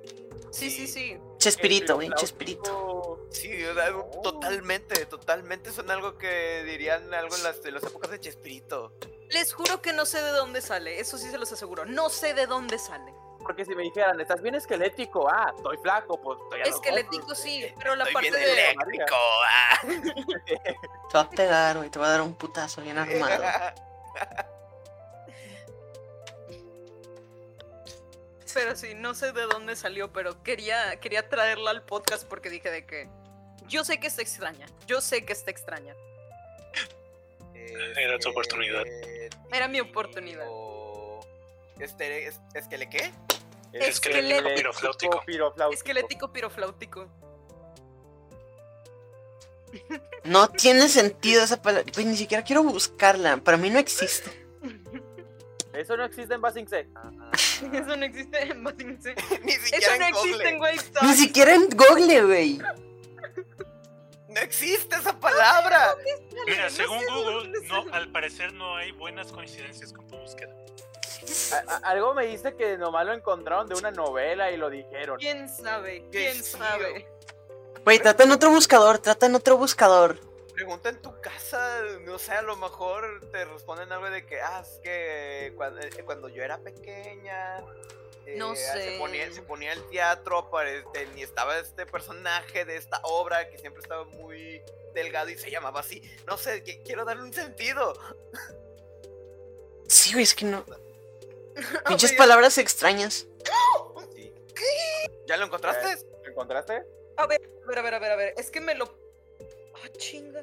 Speaker 1: Sí, sí, sí.
Speaker 2: Chespirito, güey,
Speaker 5: pirofláutico,
Speaker 2: Chespirito.
Speaker 3: Sí, o sea, algo-
Speaker 5: No.
Speaker 3: totalmente, totalmente son algo que dirían algo en las, en las épocas de Chespirito.
Speaker 1: Les juro que no sé de dónde sale, eso sí se los aseguro. No sé de dónde sale.
Speaker 5: Porque si me dijeran, estás bien esquelético. Ah, estoy flaco, pues estoy a los
Speaker 1: Esquelético
Speaker 5: huesos,
Speaker 1: sí, pero la
Speaker 3: Estoy
Speaker 1: parte
Speaker 3: bien
Speaker 1: de.
Speaker 3: eléctrico. ah.
Speaker 2: Te va a pegar, güey, te va a dar un putazo bien armado.
Speaker 1: ah. Pero sí, no sé de dónde salió, pero quería, quería traerla al podcast porque dije de que. Yo sé que está extraña, yo sé que está extraña.
Speaker 3: Este,
Speaker 4: Era tu oportunidad.
Speaker 1: Era mi oportunidad.
Speaker 3: O- Este, es, es que le qué?
Speaker 4: Esquelético,
Speaker 1: Esquelético,
Speaker 4: pirofláutico.
Speaker 5: pirofláutico.
Speaker 1: Esquelético pirofláutico.
Speaker 2: No tiene sentido esa palabra. Güey, ni siquiera quiero buscarla. Para mí no existe.
Speaker 5: Eso no existe en Basing C.
Speaker 1: Eso no existe en Basing C.
Speaker 3: Ni siquiera
Speaker 1: Eso no
Speaker 3: en Google.
Speaker 1: existe en Wave
Speaker 2: Ni
Speaker 1: Talks.
Speaker 2: siquiera en Google, güey.
Speaker 3: No existe esa palabra.
Speaker 4: Mira,
Speaker 1: No sé
Speaker 4: según
Speaker 1: de
Speaker 4: Google,
Speaker 1: dónde
Speaker 4: no,
Speaker 1: sale.
Speaker 4: al parecer no hay buenas coincidencias con tu búsqueda.
Speaker 5: A- a- algo me dice que nomás lo encontraron de una novela y lo dijeron.
Speaker 1: ¿Quién sabe?
Speaker 3: Qué
Speaker 1: ¿Quién
Speaker 3: frío.
Speaker 1: sabe?
Speaker 2: Güey, trata en otro buscador, trata en otro buscador.
Speaker 3: Pregunta en tu casa, no sé, a lo mejor te responden algo de que, ah, es que cuando, eh, cuando yo era pequeña, eh,
Speaker 1: No
Speaker 3: ah,
Speaker 1: sé.
Speaker 3: se, ponía, se ponía el teatro, apare- ten- y estaba este personaje de esta obra que siempre estaba muy delgado y se llamaba así. No sé, que- quiero darle un sentido.
Speaker 2: Sí, güey, es que no. Pinches
Speaker 3: Oh,
Speaker 1: Oigan.
Speaker 2: palabras extrañas.
Speaker 3: ¿Ya lo encontraste?
Speaker 5: ¿Lo encontraste?
Speaker 1: A ver, a ver, a ver, a ver. Es que me lo. Ah, chinga.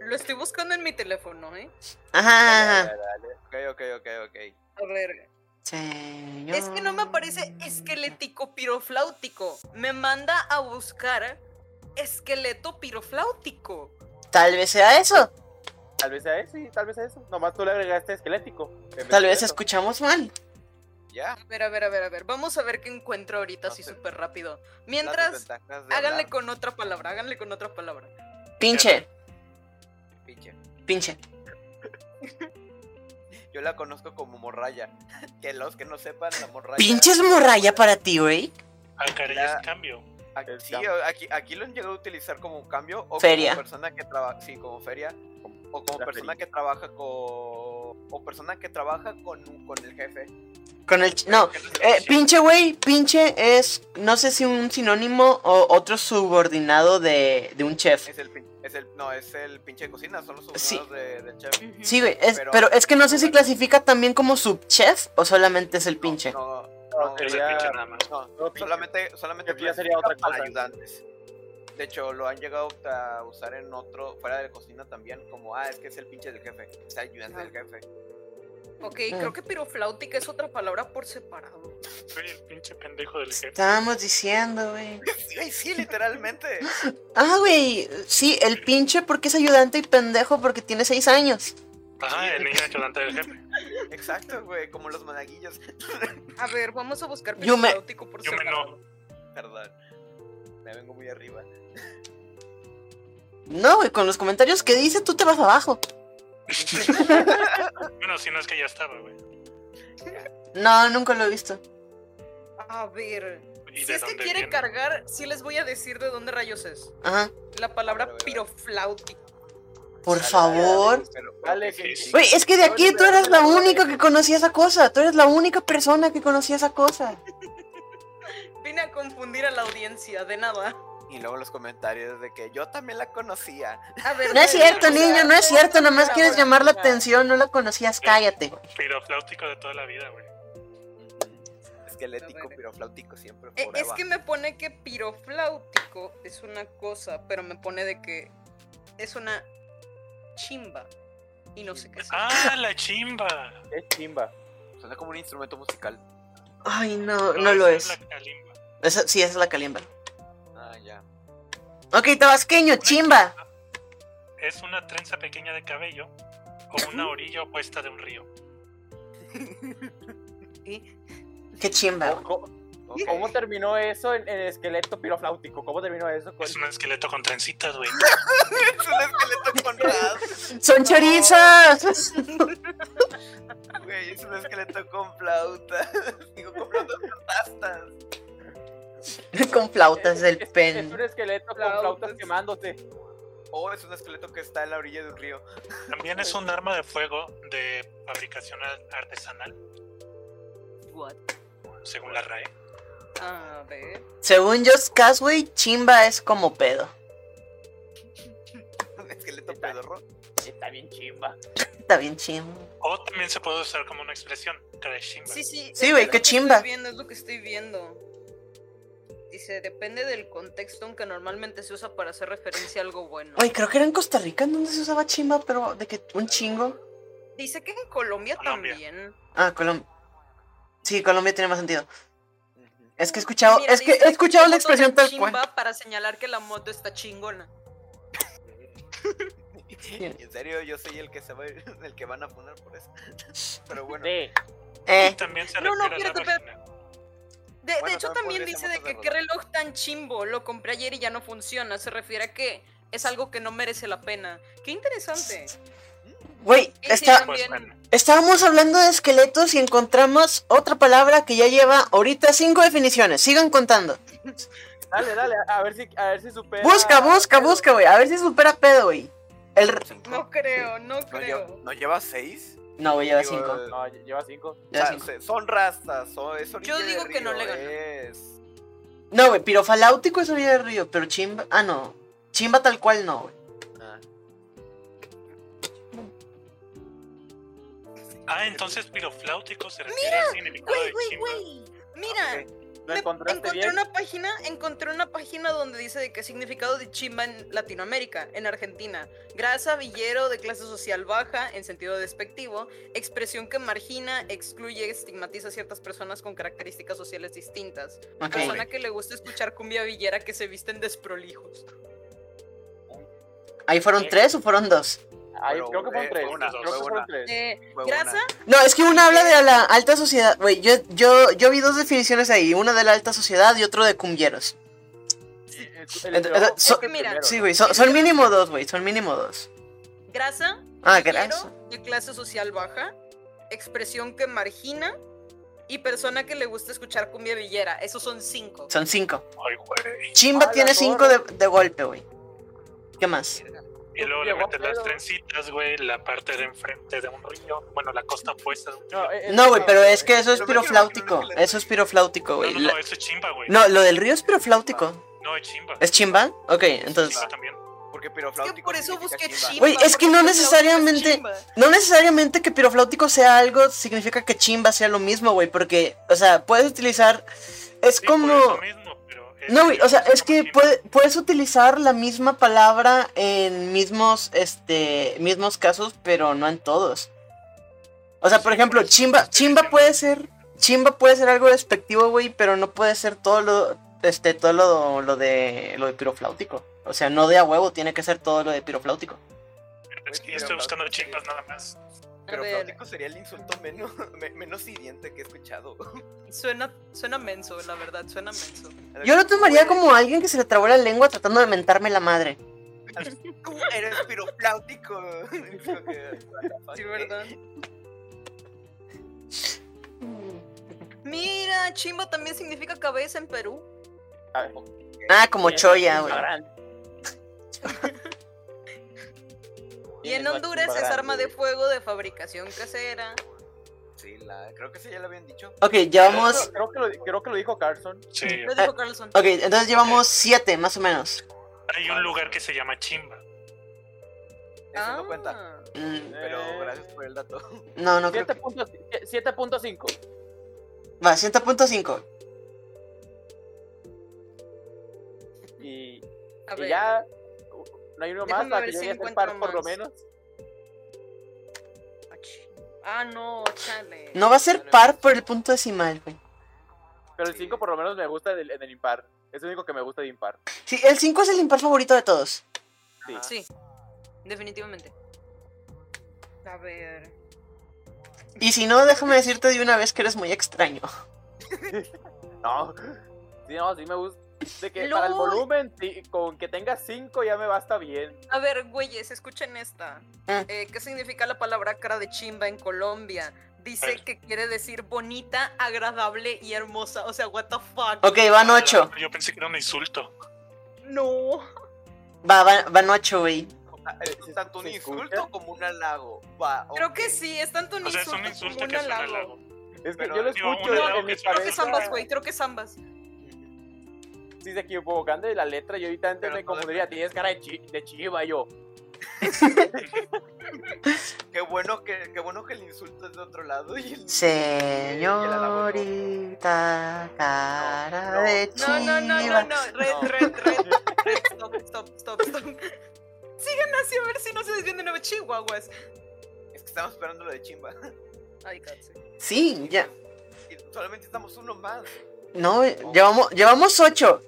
Speaker 1: Lo estoy buscando en mi teléfono, ¿eh?
Speaker 2: Ajá.
Speaker 5: Dale, dale, dale.
Speaker 3: Ok, ok, ok, ok.
Speaker 1: A ver.
Speaker 2: Señor.
Speaker 1: Es que no me aparece esquelético pirofláutico. Me manda a buscar esqueleto pirofláutico.
Speaker 2: Tal vez sea eso.
Speaker 5: Tal vez sea eso, sí, tal vez sea eso. Nomás tú le agregaste esquelético. en vez
Speaker 2: Tal
Speaker 5: de
Speaker 2: vez
Speaker 5: eso.
Speaker 2: escuchamos mal.
Speaker 3: Ya.
Speaker 1: A ver, a ver, a ver, a ver. Vamos a ver qué encuentro ahorita
Speaker 3: No
Speaker 1: así
Speaker 3: sé.
Speaker 1: súper rápido.
Speaker 3: las
Speaker 1: Mientras,
Speaker 3: desventajas de
Speaker 1: háganle
Speaker 3: hablar,
Speaker 1: con otra palabra, háganle con otra palabra.
Speaker 2: Pinche,
Speaker 3: pinche.
Speaker 2: pinche.
Speaker 3: Yo la conozco como morraya. Que los que no sepan, la morraya.
Speaker 2: Pinches morralla para ti, güey.
Speaker 4: Ah, caray,
Speaker 3: Ya.
Speaker 4: es cambio.
Speaker 3: Aquí,
Speaker 5: El
Speaker 3: sí,
Speaker 5: cambio.
Speaker 3: aquí, aquí lo han llegado a utilizar como un cambio o
Speaker 2: Feria.
Speaker 3: como persona que trabaja, sí, como feria o como
Speaker 5: La
Speaker 3: persona que trabaja con o persona que trabaja con, con el jefe.
Speaker 2: Con el. ch- No. Eh, pinche, güey. Pinche es. No sé si un sinónimo o otro subordinado de, de un chef.
Speaker 3: Es el, pin- es el no, es el pinche de cocina, son los
Speaker 2: Sí.
Speaker 3: subordinados de- del chef.
Speaker 2: Sí, güey. es- pero,
Speaker 3: Pero-
Speaker 2: es que no sé si clasifica también como subchef o solamente es el pinche.
Speaker 3: No, no, no,
Speaker 4: Es el
Speaker 5: sería-
Speaker 4: pinche nada más.
Speaker 3: no,
Speaker 5: No, pinche.
Speaker 3: solamente solamente
Speaker 5: Jefe ya sería
Speaker 3: clasifica
Speaker 5: otra
Speaker 3: para
Speaker 5: cosa.
Speaker 3: ayudantes. De hecho, lo han llegado a usar en otro fuera de cocina también como ah, es que es el pinche del jefe, es el ayudante del jefe.
Speaker 1: Ok,
Speaker 2: Mm.
Speaker 1: creo que pirofláutica es otra palabra por separado.
Speaker 4: Soy el pinche pendejo del jefe.
Speaker 2: Estábamos diciendo, güey.
Speaker 3: Sí, güey, sí, literalmente.
Speaker 2: Ah, güey. Sí, el pinche porque es ayudante y pendejo porque tiene seis años.
Speaker 4: Ajá, Ah, el niño ayudante del jefe.
Speaker 3: Exacto, güey, como los monaguillos.
Speaker 1: A ver, vamos a buscar
Speaker 2: Yume-
Speaker 1: pirofláutico por
Speaker 4: Yume no.
Speaker 1: separado.
Speaker 3: Perdón. Me vengo muy arriba.
Speaker 2: No, güey. Con los comentarios que dice, tú te vas abajo.
Speaker 4: Bueno, si no es que ya estaba, güey.
Speaker 2: No, nunca lo he visto.
Speaker 1: A ver.
Speaker 4: ¿Y
Speaker 1: Si
Speaker 4: de
Speaker 1: es que
Speaker 4: dónde
Speaker 1: quiere
Speaker 4: viene?
Speaker 1: cargar, sí les voy a decir de dónde rayos es.
Speaker 2: Ajá.
Speaker 1: La palabra
Speaker 3: A ver, a ver.
Speaker 1: pirofláutico.
Speaker 2: Por favor.
Speaker 5: Dale,
Speaker 4: Sí,
Speaker 5: que-
Speaker 4: sí.
Speaker 2: Güey, es que de aquí tú eras la única que conocía esa cosa. Tú eres la única persona que conocía esa cosa.
Speaker 1: Vine a confundir a la audiencia, de nada.
Speaker 3: Y luego los comentarios de que yo también la conocía.
Speaker 1: A ver,
Speaker 2: No es
Speaker 1: dale,
Speaker 2: cierto,
Speaker 1: dale,
Speaker 2: niño,
Speaker 1: dale,
Speaker 2: no es cierto. Nomás quieres llamar la
Speaker 5: Ya.
Speaker 2: atención, no la conocías, cállate.
Speaker 4: Pirofláutico de toda la vida, güey.
Speaker 3: Esquelético,
Speaker 1: A ver.
Speaker 3: pirofláutico siempre.
Speaker 1: Pues Eh,
Speaker 3: por
Speaker 1: Es
Speaker 3: abajo.
Speaker 1: que me pone que pirofláutico es una cosa, pero me pone de que es una chimba. Y no sé qué es.
Speaker 4: Ah, la chimba.
Speaker 5: Es chimba.
Speaker 3: Suena como un instrumento musical.
Speaker 2: Ay, no, no lo
Speaker 4: esa
Speaker 2: es.
Speaker 4: la calimba.
Speaker 2: Esa- sí, esa es la calimba.
Speaker 3: Ah, ya.
Speaker 2: Ok, tabasqueño, chimba.
Speaker 4: Es una trenza pequeña de cabello o una orilla opuesta de un río.
Speaker 1: ¿sí?
Speaker 2: Qué chimba. güey.
Speaker 5: ¿Cómo,
Speaker 3: Ok.
Speaker 5: cómo terminó eso en, en esqueleto pirofláutico? ¿Cómo terminó eso? Con...
Speaker 4: Es un esqueleto con trencitas, güey.
Speaker 3: Es un esqueleto con radas,
Speaker 2: ¡Son chorizas!
Speaker 3: güey. Es un esqueleto con flauta. Digo, con flautas con rastas.
Speaker 2: Con flautas del
Speaker 5: Es- es- Es un
Speaker 2: pen.
Speaker 5: esqueleto con
Speaker 3: Flautas.
Speaker 5: flautas quemándose.
Speaker 3: O es un esqueleto que está en la orilla de un río.
Speaker 4: También es un arma de fuego de fabricación ar- artesanal, Ah.
Speaker 1: What?
Speaker 4: según la RAE.
Speaker 1: A ver.
Speaker 2: Según Just Casway, chimba es como pedo.
Speaker 3: Un esqueleto
Speaker 5: Está-
Speaker 3: pedorro.
Speaker 5: Está bien chimba.
Speaker 2: Está bien chimba.
Speaker 4: O también se puede usar como una expresión, crashimba.
Speaker 1: Sí, sí.
Speaker 2: Sí,
Speaker 1: es
Speaker 2: güey,
Speaker 1: lo
Speaker 2: qué
Speaker 1: que
Speaker 2: chimba.
Speaker 1: Estoy viendo, es lo que estoy viendo. Dice, depende del contexto, aunque normalmente se usa para hacer referencia a algo bueno.
Speaker 2: Oye, creo que era en Costa Rica en donde se usaba chimba, pero de que un chingo.
Speaker 1: Dice que en Colombia,
Speaker 4: Colombia.
Speaker 1: también.
Speaker 2: Ah, Colombia. Sí, Colombia tiene más sentido. Es que he escuchado,
Speaker 1: Mira,
Speaker 2: es que
Speaker 1: dice
Speaker 2: he escuchado la
Speaker 1: moto de
Speaker 2: expresión tal
Speaker 1: chimba
Speaker 2: cual.
Speaker 1: para señalar que la moto está chingona.
Speaker 3: En serio, yo soy el que se va, el que van a poner por eso. Pero bueno.
Speaker 5: Sí.
Speaker 4: Y
Speaker 2: Eh,
Speaker 4: también se
Speaker 1: No, no,
Speaker 4: refiere a la
Speaker 1: espérate,
Speaker 4: vagina.
Speaker 1: De, de
Speaker 3: Bueno,
Speaker 1: hecho,
Speaker 3: también
Speaker 1: también
Speaker 3: podría
Speaker 1: dice
Speaker 3: ser
Speaker 1: de
Speaker 3: motos de
Speaker 1: que qué
Speaker 3: rodeo.
Speaker 1: reloj tan chimbo, lo compré ayer y ya no funciona. Se refiere a que es algo que no merece la pena. Qué interesante.
Speaker 2: güey,
Speaker 1: Sí, sí,
Speaker 2: está,
Speaker 1: también.
Speaker 4: Pues bueno,
Speaker 2: Estábamos hablando de esqueletos y encontramos otra palabra que ya lleva ahorita cinco definiciones. Sigan contando.
Speaker 5: Dale, dale, a ver si, a ver si supera.
Speaker 2: Busca, busca, busca, güey. A ver si supera pedo, güey. El... re-
Speaker 1: No creo, no
Speaker 3: ¿No, lle-
Speaker 1: creo.
Speaker 3: no lleva seis?
Speaker 2: No, güey, lleva
Speaker 3: Digo,
Speaker 2: cinco.
Speaker 3: eh,
Speaker 5: No, lle- lleva cinco.
Speaker 2: Lleva
Speaker 3: Ah,
Speaker 2: cinco.
Speaker 3: se- son rastas, son, es orilla
Speaker 1: Yo
Speaker 3: de
Speaker 1: digo que no
Speaker 3: río,
Speaker 1: le ganó.
Speaker 3: es-
Speaker 2: No, güey, pirofaláutico es orilla de río, pero chimba... Ah, no. Chimba tal cual no, güey.
Speaker 3: Ah,
Speaker 4: Ah, entonces pirofláutico se refiere al significado
Speaker 1: Güey,
Speaker 4: de
Speaker 1: güey,
Speaker 4: chimba.
Speaker 1: güey. Mira,
Speaker 3: ok.
Speaker 5: ¿Lo
Speaker 1: me-
Speaker 5: encontraste
Speaker 1: encontré
Speaker 5: bien?
Speaker 1: una página, encontré una página donde dice de qué significado de chimba en Latinoamérica, en Argentina. Grasa, villero de clase social baja, en sentido despectivo, expresión que margina, excluye, estigmatiza a ciertas personas con características sociales distintas.
Speaker 2: Ok.
Speaker 1: Persona que le gusta escuchar cumbia villera que se visten desprolijos.
Speaker 2: ¿Ahí fueron tres o fueron dos?
Speaker 5: Ay,
Speaker 3: Pero,
Speaker 5: creo que fueron
Speaker 3: eh,
Speaker 5: tres.
Speaker 4: fue una, dos,
Speaker 5: creo
Speaker 3: fue
Speaker 5: que fueron
Speaker 3: una.
Speaker 5: tres.
Speaker 1: Eh,
Speaker 3: Fue
Speaker 1: grasa,
Speaker 2: No, es que una habla de la alta sociedad. Güey, yo, yo, yo vi dos definiciones ahí. Una de la alta sociedad y otro de cumbieros.
Speaker 5: El- el-
Speaker 2: Ent- ent-
Speaker 5: el-
Speaker 2: ah, so-
Speaker 5: el primero,
Speaker 1: mira,
Speaker 2: Sí, güey. Son, son mínimo dos, güey. Son mínimo dos.
Speaker 1: grasa,
Speaker 2: Ah,
Speaker 1: Villero,
Speaker 2: gracias.
Speaker 1: de clase social baja, expresión que margina y persona que le gusta escuchar cumbia villera. Esos son cinco.
Speaker 2: Son cinco.
Speaker 4: Ay, güey.
Speaker 2: Chimba
Speaker 5: A la
Speaker 2: tiene 5 de,
Speaker 5: torre.
Speaker 2: de golpe, güey. ¿Qué más?
Speaker 4: Y luego le
Speaker 5: Llegó
Speaker 4: metes las
Speaker 5: pedo.
Speaker 4: trencitas, güey, la parte de enfrente de un río. Bueno, la costa opuesta de un río.
Speaker 5: No, eh, eh,
Speaker 2: No, güey, pero es que eso es
Speaker 3: Pero me quiero
Speaker 2: pirofláutico.
Speaker 3: imaginar que le-
Speaker 2: Eso es pirofláutico,
Speaker 4: No,
Speaker 2: güey.
Speaker 4: no,
Speaker 2: La-
Speaker 4: no, eso es chimba, güey.
Speaker 2: No, lo del río es pirofláutico.
Speaker 4: No, es chimba.
Speaker 2: ¿Es chimba? Ok, entonces.
Speaker 4: Chimba también.
Speaker 3: Porque
Speaker 1: Es
Speaker 3: pirofláutico
Speaker 1: que por eso
Speaker 3: significa
Speaker 1: busqué chimba.
Speaker 2: Güey, es
Speaker 1: porque
Speaker 2: que no
Speaker 1: pirofláutico es
Speaker 2: necesariamente-
Speaker 1: chimba.
Speaker 2: No necesariamente que pirofláutico sea algo significa que chimba sea lo mismo, güey. Porque, o sea, puedes utilizar. Es
Speaker 4: Sí,
Speaker 2: como.
Speaker 4: por eso mismo, pero es-
Speaker 2: No, güey, o sea, es que
Speaker 4: como
Speaker 2: puede- puedes utilizar la misma palabra en mismos, este, mismos casos, pero no en todos. O sea, por
Speaker 4: Sí,
Speaker 2: ejemplo,
Speaker 4: por eso
Speaker 2: chimba,
Speaker 4: estoy
Speaker 2: chimba
Speaker 4: diciendo.
Speaker 2: puede ser, chimba puede ser algo despectivo, güey, pero no puede ser todo lo, este, todo lo, lo de, lo de pirofláutico. O sea, no de a huevo, tiene que ser todo lo de pirofláutico.
Speaker 4: Es que yo estoy buscando chimbas nada más.
Speaker 1: A ver,
Speaker 3: Pirofláutico sería el insulto menos, me- menos hiriente que he escuchado.
Speaker 1: suena, suena menso, la verdad, suena menso.
Speaker 3: Pues,
Speaker 2: Yo lo tomaría como alguien que se le trabó la lengua tratando de mentarme la madre.
Speaker 3: ¿Cómo eres pirofláutico? Creo que-
Speaker 1: Sí,
Speaker 3: Eh,
Speaker 1: ¿verdad?
Speaker 3: Mm.
Speaker 1: Mira, chimba también significa cabeza en Perú.
Speaker 5: Ah,
Speaker 2: Ah, como choya, güey.
Speaker 5: ignorante.
Speaker 1: Y en Honduras es
Speaker 5: Ignorante.
Speaker 1: arma de fuego de fabricación casera.
Speaker 3: Sí, la, creo que sí, ya lo habían dicho.
Speaker 2: Ok, llevamos,
Speaker 5: Creo que, lo, creo que lo dijo Carson.
Speaker 4: Sí.
Speaker 1: Lo dijo Carlson.
Speaker 2: ok, entonces llevamos siete, más o menos.
Speaker 4: Hay un lugar que se llama chimba.
Speaker 3: Eso no cuenta.
Speaker 1: Ah.
Speaker 2: Mm,
Speaker 3: Pero
Speaker 5: Eh.
Speaker 3: gracias por el dato.
Speaker 2: No, no creo.
Speaker 5: 7.5.
Speaker 2: Va, 100.5.
Speaker 5: Y,
Speaker 1: A
Speaker 5: y
Speaker 1: ver.
Speaker 5: ya. No hay uno más
Speaker 1: Déjame
Speaker 5: para
Speaker 1: ver
Speaker 5: que
Speaker 1: si
Speaker 5: llegue a ser
Speaker 1: encuentro
Speaker 5: par, por lo
Speaker 1: más.
Speaker 5: menos.
Speaker 1: Ah, no, chale.
Speaker 2: No va a ser par por el punto decimal, güey.
Speaker 5: Pero el
Speaker 3: Sí.
Speaker 5: 5 por lo menos me gusta del, en el impar. Es lo único que me gusta de impar.
Speaker 2: Sí, el 5 es el impar favorito de todos.
Speaker 5: Sí.
Speaker 1: Sí, definitivamente. A ver.
Speaker 2: Y si no, déjame decirte de una vez que eres muy extraño.
Speaker 5: No, sí, no, sí me gusta. De que
Speaker 1: Lol.
Speaker 5: para el volumen, sí, con que tenga 5 ya me basta bien.
Speaker 1: A ver, güeyes, escuchen esta.
Speaker 2: Ah.
Speaker 1: Eh, ¿Qué significa la palabra cara de chimba en Colombia? Dice que quiere decir bonita, agradable y hermosa. O sea, what the fuck.
Speaker 2: Ok, van ocho.
Speaker 4: Yo pensé que era un insulto.
Speaker 1: No.
Speaker 2: Va, van, van ocho, güey.
Speaker 3: Ah, Es tanto un
Speaker 5: Eh, ¿Se
Speaker 3: insulto
Speaker 5: escucha?
Speaker 3: como un halago. Va,
Speaker 1: Creo
Speaker 3: ok.
Speaker 1: que sí, es tanto un
Speaker 4: O sea, es
Speaker 1: insulto,
Speaker 4: un insulto
Speaker 1: como
Speaker 4: que
Speaker 1: un
Speaker 4: suena
Speaker 1: halago.
Speaker 4: largo.
Speaker 5: Es que
Speaker 3: Pero
Speaker 5: yo lo
Speaker 4: digo,
Speaker 5: escucho
Speaker 4: un
Speaker 1: halago
Speaker 5: en mi
Speaker 4: que suena-
Speaker 1: Creo que es
Speaker 5: cabeza.
Speaker 1: ambas, güey, creo que es ambas.
Speaker 5: Sí, se equivocan de la letra. Yo ahorita antes
Speaker 3: Pero
Speaker 5: me
Speaker 3: todo
Speaker 5: confundiría. Tienes cara de, chi- de chiva, yo.
Speaker 3: Qué bueno que, qué bueno que el insulto es de otro lado y el-
Speaker 2: Señorita, cara de
Speaker 1: No,
Speaker 2: chiva.
Speaker 1: no, no, no, no. Red,
Speaker 5: No.
Speaker 1: red, red, red. Stop, stop, stop, stop. Sigan así a ver si no se desvían de nuevo chihuahuas.
Speaker 3: Es que estamos esperando lo de chimba.
Speaker 1: Ay, cáncer.
Speaker 2: Sí, ya.
Speaker 3: Y solamente estamos uno más.
Speaker 2: No, llevamos, llevamos ocho.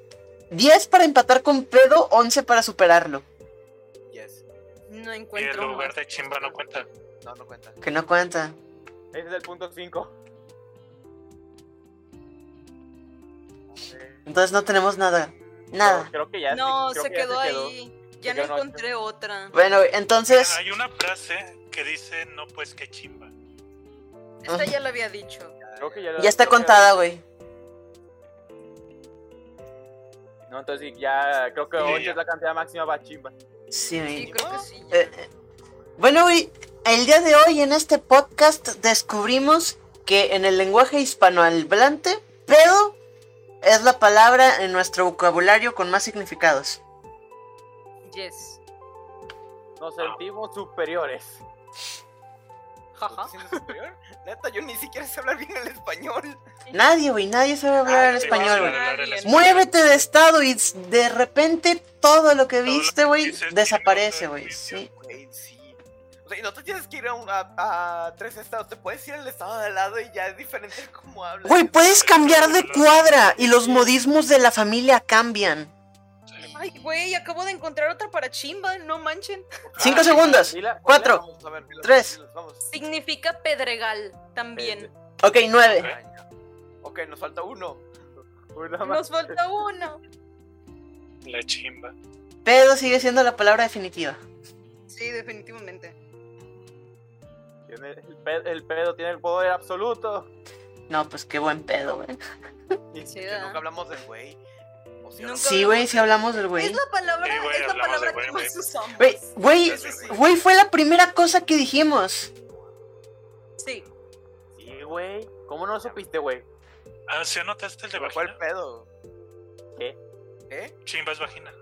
Speaker 2: Diez para empatar con pedo, once para superarlo.
Speaker 3: Yes.
Speaker 1: No
Speaker 4: Y el
Speaker 1: encuentro
Speaker 4: lugar
Speaker 1: más.
Speaker 4: de chimba no cuenta.
Speaker 3: No, no cuenta.
Speaker 2: Que no cuenta.
Speaker 5: Ese es el punto 5.
Speaker 2: Entonces no tenemos nada. Nada.
Speaker 5: Creo que ya
Speaker 1: No,
Speaker 5: creo
Speaker 1: se
Speaker 5: que ya
Speaker 1: quedó ahí. Ya
Speaker 5: Se
Speaker 1: no
Speaker 5: quedó en ocho.
Speaker 1: encontré otra.
Speaker 2: Bueno, entonces.
Speaker 4: Hay una frase que dice, no pues que chimba.
Speaker 5: Ah.
Speaker 1: Esta ya la había dicho.
Speaker 5: Creo que ya, lo-
Speaker 2: Ya está
Speaker 5: creo que-
Speaker 2: contada, güey.
Speaker 5: No, entonces sí, ya creo que
Speaker 4: Sí,
Speaker 5: 8
Speaker 4: ya.
Speaker 5: es la cantidad máxima para chimba.
Speaker 2: Sí, güey.
Speaker 1: Sí, creo que sí. ya.
Speaker 2: Eh, eh. bueno, güey, el día de hoy en este podcast descubrimos que en el lenguaje hispanohablante, pedo es la palabra en nuestro vocabulario con más significados.
Speaker 1: Yes.
Speaker 5: Nos sentimos superiores.
Speaker 1: Jaja.
Speaker 3: ¿Te sientes superior? Neta, yo ni siquiera sé hablar bien el español.
Speaker 2: Nadie, güey, nadie sabe hablar
Speaker 4: Ay,
Speaker 2: en
Speaker 4: Ah, sí,
Speaker 2: español,
Speaker 4: sí,
Speaker 2: güey.
Speaker 4: hablar el
Speaker 1: Nadie.
Speaker 4: español.
Speaker 2: Muévete de estado y s- de repente todo lo que
Speaker 4: Todo lo
Speaker 2: viste,
Speaker 4: que
Speaker 2: güey,
Speaker 4: dices tiene
Speaker 2: desaparece,
Speaker 4: otro
Speaker 2: güey.
Speaker 4: inicio.
Speaker 2: Sí.
Speaker 3: Güey, sí. O sea, y no te tienes que ir a, un- a- a tres estados. Te puedes ir al estado de al lado y ya es diferente el cómo hablas.
Speaker 2: Güey, puedes cambiar de
Speaker 4: hablar.
Speaker 2: cuadra y los modismos de la familia cambian.
Speaker 1: Ay, güey, acabo de encontrar otra para chimba, no manchen.
Speaker 2: Cinco
Speaker 5: Ah,
Speaker 2: segundos.
Speaker 5: dila, ¿cuál
Speaker 2: Cuatro.
Speaker 3: Vamos, a ver, dilos,
Speaker 2: tres.
Speaker 3: dilos, Vamos.
Speaker 1: Significa pedregal también.
Speaker 2: Ok, nueve.
Speaker 3: Ay, no. Ok, nos falta uno.
Speaker 5: era? Una más.
Speaker 1: Nos falta uno.
Speaker 4: La chimba.
Speaker 2: Pedo sigue siendo la palabra definitiva.
Speaker 1: Sí, definitivamente.
Speaker 5: Tiene el, pe- el pedo tiene el poder absoluto.
Speaker 2: No, pues qué buen pedo, güey.
Speaker 1: Sí,
Speaker 3: Que
Speaker 1: ¿verdad?
Speaker 3: nunca hablamos del güey. O sea,
Speaker 1: Nunca-
Speaker 2: Sí, güey, sí hablamos del güey.
Speaker 1: Es la palabra,
Speaker 4: Sí, güey,
Speaker 1: es la
Speaker 4: hablamos
Speaker 1: palabra
Speaker 4: de güey,
Speaker 1: que
Speaker 4: güey.
Speaker 1: más usamos.
Speaker 2: Güey, güey,
Speaker 3: Eso sí.
Speaker 2: güey, fue la primera cosa que dijimos.
Speaker 1: Sí.
Speaker 5: Sí, güey. ¿Cómo no supiste, güey?
Speaker 4: Ah, ¿sí anotaste el de
Speaker 3: se me fue el
Speaker 4: vagina?
Speaker 3: pedo.
Speaker 5: ¿Qué?
Speaker 3: ¿Eh?
Speaker 4: Chimba es vagina.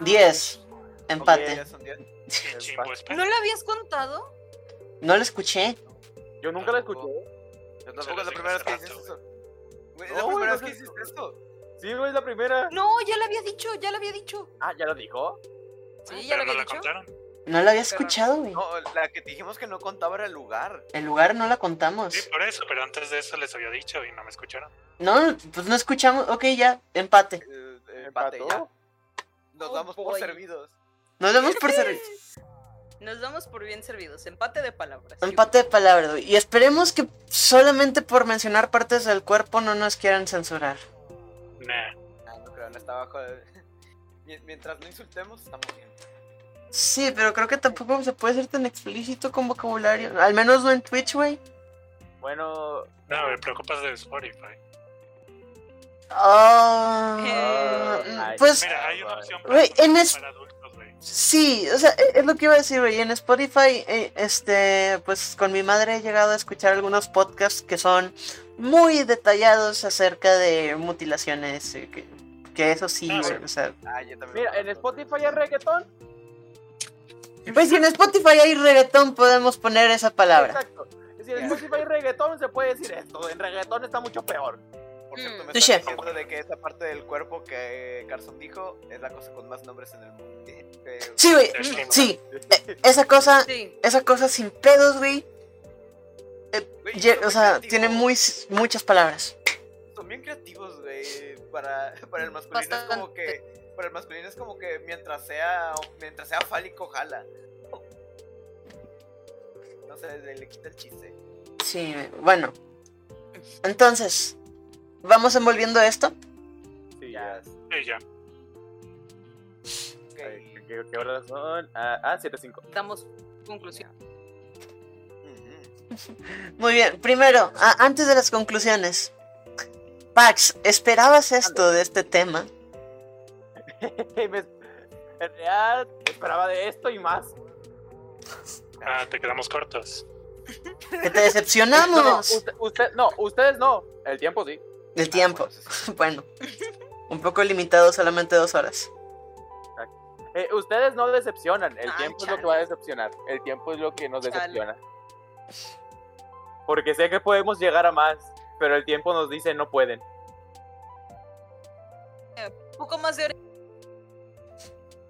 Speaker 2: Diez.
Speaker 3: Ok,
Speaker 2: Empate.
Speaker 3: ya son diez.
Speaker 4: El chimbo es
Speaker 1: Ah. ¿No
Speaker 4: pedo.
Speaker 1: la habías contado?
Speaker 2: No lo escuché.
Speaker 5: Yo nunca lo escuché.
Speaker 3: Yo
Speaker 4: Se
Speaker 3: tampoco es
Speaker 4: los
Speaker 3: la
Speaker 4: dije
Speaker 3: primera vez
Speaker 4: hace
Speaker 3: que dices
Speaker 4: rato,
Speaker 3: eso. Güey, es
Speaker 5: No,
Speaker 3: la
Speaker 5: güey,
Speaker 3: primera
Speaker 5: no
Speaker 3: vez que
Speaker 5: sé.
Speaker 3: hiciste esto.
Speaker 5: Sí, güey, es la primera.
Speaker 1: No, ya la había dicho, ya la había dicho.
Speaker 5: Ah, ya lo dijo.
Speaker 1: Sí, ya la
Speaker 4: Ah, Pero no
Speaker 1: había
Speaker 4: la
Speaker 1: dicho.
Speaker 4: contaron.
Speaker 2: No lo había
Speaker 1: Pero-
Speaker 2: escuchado, güey.
Speaker 3: No, la que te dijimos que no contaba era el lugar.
Speaker 2: El lugar no la contamos.
Speaker 1: Pues
Speaker 4: Sí, por eso, pero antes de eso les había dicho y no me escucharon.
Speaker 2: No, pues no escuchamos. Ok, ya, empate.
Speaker 3: Eh, eh, empate,
Speaker 5: Empató.
Speaker 3: ya. Nos
Speaker 1: Oh,
Speaker 3: damos por
Speaker 1: boy.
Speaker 3: servidos.
Speaker 2: Nos vemos por ser
Speaker 1: Nos damos por bien servidos. Empate de palabras.
Speaker 2: empate de palabras, güey. Y esperemos que solamente por mencionar partes del cuerpo no nos quieran censurar.
Speaker 4: Nah.
Speaker 3: Ah, no creo, no está abajo. de- Mien- Mientras no insultemos, estamos bien.
Speaker 2: Sí, pero creo que tampoco se puede ser tan explícito con vocabulario. Al menos no en Twitch, güey.
Speaker 5: Bueno,
Speaker 4: No, me preocupas de Spotify.
Speaker 2: Ah,
Speaker 5: Eh,
Speaker 2: pues
Speaker 4: Mira, hay una
Speaker 5: Güey,
Speaker 4: opción para,
Speaker 2: en es-
Speaker 4: para adultos, güey.
Speaker 2: Sí, o sea, e- es lo que iba a decir, güey. En Spotify, eh, este, pues con mi madre he llegado a escuchar algunos podcasts que son muy detallados acerca de mutilaciones. eh, que, que eso sí,
Speaker 4: Ah,
Speaker 2: güey,
Speaker 4: sí.
Speaker 2: o sea.
Speaker 3: Ah, yo también.
Speaker 5: mira, en Spotify hay reggaetón.
Speaker 2: Pues si en Spotify hay reggaetón, podemos poner esa palabra.
Speaker 5: Exacto. Si en Spotify hay reggaetón, se puede decir esto. En reggaetón está mucho peor.
Speaker 3: Por cierto,
Speaker 1: Mm.
Speaker 3: me
Speaker 2: Touché.
Speaker 3: estás diciendo de que esa parte del cuerpo que Carson dijo es la cosa con más nombres en el mundo. Eh,
Speaker 2: Sí, güey,
Speaker 4: Mm,
Speaker 2: sí. e, Esa cosa,
Speaker 1: Sí.
Speaker 2: esa cosa sin pedos, güey.
Speaker 3: güey,
Speaker 2: ye-
Speaker 3: son
Speaker 2: O
Speaker 3: muy
Speaker 2: sea, tiene
Speaker 3: creativos,
Speaker 2: muy, muchas palabras.
Speaker 3: Son bien creativos, güey. Para, para el masculino es como
Speaker 1: Bastante.
Speaker 3: que. Para el masculino es como que mientras sea. Mientras sea fálico, jala. No sé, le, le quita el chiste.
Speaker 2: Sí, bueno. Entonces, ¿vamos envolviendo esto?
Speaker 5: Sí, ya.
Speaker 4: Ella.
Speaker 3: Ok,
Speaker 5: Ay, ¿Qué, qué- qué horas son? Ah, ah, 7-5.
Speaker 1: Damos conclusión.
Speaker 3: ujú.
Speaker 2: Muy bien, primero, a- antes de las conclusiones. Pax, ¿esperabas esto de este tema?
Speaker 5: Me- En realidad, esperaba de esto y más.
Speaker 4: Ah, te quedamos cortos.
Speaker 2: Que te
Speaker 5: No, no,
Speaker 2: decepcionamos
Speaker 5: usted, usted- no, ustedes no. El tiempo sí.
Speaker 2: del
Speaker 3: Ah,
Speaker 2: tiempo.
Speaker 3: bueno, eso sí.
Speaker 2: Bueno, un poco limitado, solamente dos horas.
Speaker 5: Eh, ustedes no decepcionan. El
Speaker 1: Ah,
Speaker 5: tiempo es lo
Speaker 1: chale.
Speaker 5: que va a decepcionar. El tiempo es lo que nos
Speaker 1: Chale.
Speaker 5: decepciona. Porque sé que podemos llegar a más, pero el tiempo nos dice no pueden.
Speaker 1: poco más de hora.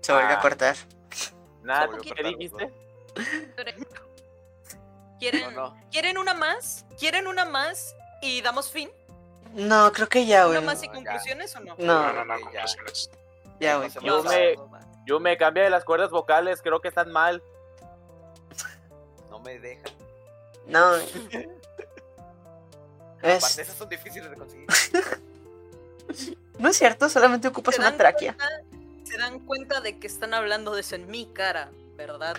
Speaker 2: Se vuelve a
Speaker 5: Ah.
Speaker 2: cortar.
Speaker 5: Nada,
Speaker 3: Solo
Speaker 5: ¿qué
Speaker 3: cortar los
Speaker 5: dijiste?
Speaker 1: ¿Quieren,
Speaker 3: No, no.
Speaker 1: ¿Quieren una más? ¿Quieren una más? ¿Y damos fin?
Speaker 2: No, creo que Ah, ya, güey.
Speaker 1: ¿Una más y
Speaker 3: ya.
Speaker 1: conclusiones o no?
Speaker 4: No,
Speaker 2: No,
Speaker 4: no, no,
Speaker 3: Ok, ya.
Speaker 4: conclusiones.
Speaker 2: ya, güey.
Speaker 3: Pasemos
Speaker 5: Yo
Speaker 3: a-
Speaker 5: me- Yo me cambié de las cuerdas vocales, creo que están mal.
Speaker 3: No me dejan.
Speaker 2: No.
Speaker 3: Aparte,
Speaker 2: Es,
Speaker 3: esas son difíciles de conseguir.
Speaker 2: no es cierto, solamente ocupas
Speaker 1: ¿Se
Speaker 2: una
Speaker 1: dan
Speaker 2: tráquea.
Speaker 1: cuenta- Se dan cuenta de que están hablando de eso en mi cara, ¿verdad?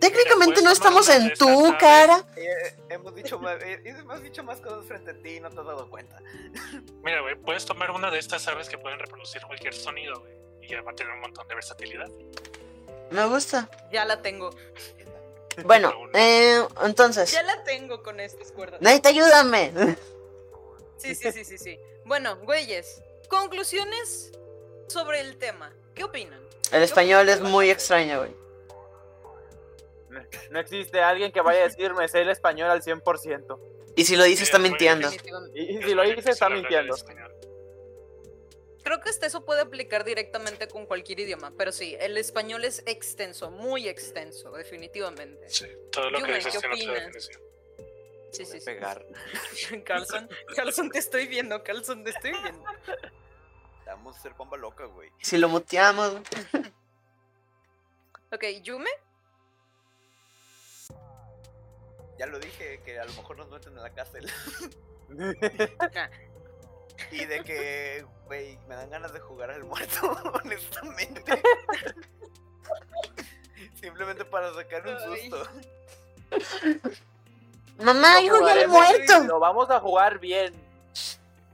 Speaker 2: Técnicamente
Speaker 4: Mira,
Speaker 2: no
Speaker 4: puedes tomar
Speaker 2: estamos
Speaker 4: una
Speaker 2: en
Speaker 4: de
Speaker 2: tu
Speaker 4: esas,
Speaker 2: cara.
Speaker 3: Eh, hemos, dicho más, eh, hemos dicho más cosas frente a ti y no te has dado cuenta.
Speaker 4: Mira, güey, puedes tomar una de estas aves que pueden reproducir cualquier sonido, güey. Y ya va a tener un montón de versatilidad.
Speaker 2: Me gusta.
Speaker 1: Ya la tengo.
Speaker 2: Bueno, eh, entonces.
Speaker 1: Ya la tengo con estas cuerdas.
Speaker 2: Nate, ayúdame.
Speaker 1: Sí, sí, sí, sí, sí. Bueno, güeyes, conclusiones sobre el tema. ¿Qué opinan?
Speaker 2: El español es muy extraño, güey.
Speaker 5: No existe alguien que vaya a decirme sé el español al 100%.
Speaker 2: Y si lo dice, está mintiendo.
Speaker 1: Definitivamente.
Speaker 5: Y, y si lo hice, está mintiendo.
Speaker 1: Creo que hasta eso puede aplicar directamente con cualquier idioma, pero sí, el español es extenso, muy extenso, definitivamente.
Speaker 4: Sí, todo lo que
Speaker 1: Yume,
Speaker 4: dices
Speaker 1: ¿qué
Speaker 4: tiene otra
Speaker 1: opinas?
Speaker 4: definición.
Speaker 1: Sí, sí, sí.
Speaker 3: Pegar.
Speaker 1: Carlson, Carlson, te estoy viendo, Carlson, te estoy viendo.
Speaker 3: Vamos a ser bomba loca, güey.
Speaker 2: Si lo muteamos, güey.
Speaker 1: Ok, Yume,
Speaker 3: Ya lo dije, que a lo mejor nos meten en la cárcel. Y de que, güey, me dan ganas de jugar al muerto, honestamente. Simplemente para sacar un
Speaker 1: Ay.
Speaker 3: susto.
Speaker 2: mamá, hijo, ya lo
Speaker 5: Jugaremos,
Speaker 2: muerto.
Speaker 5: Lo vamos a jugar bien.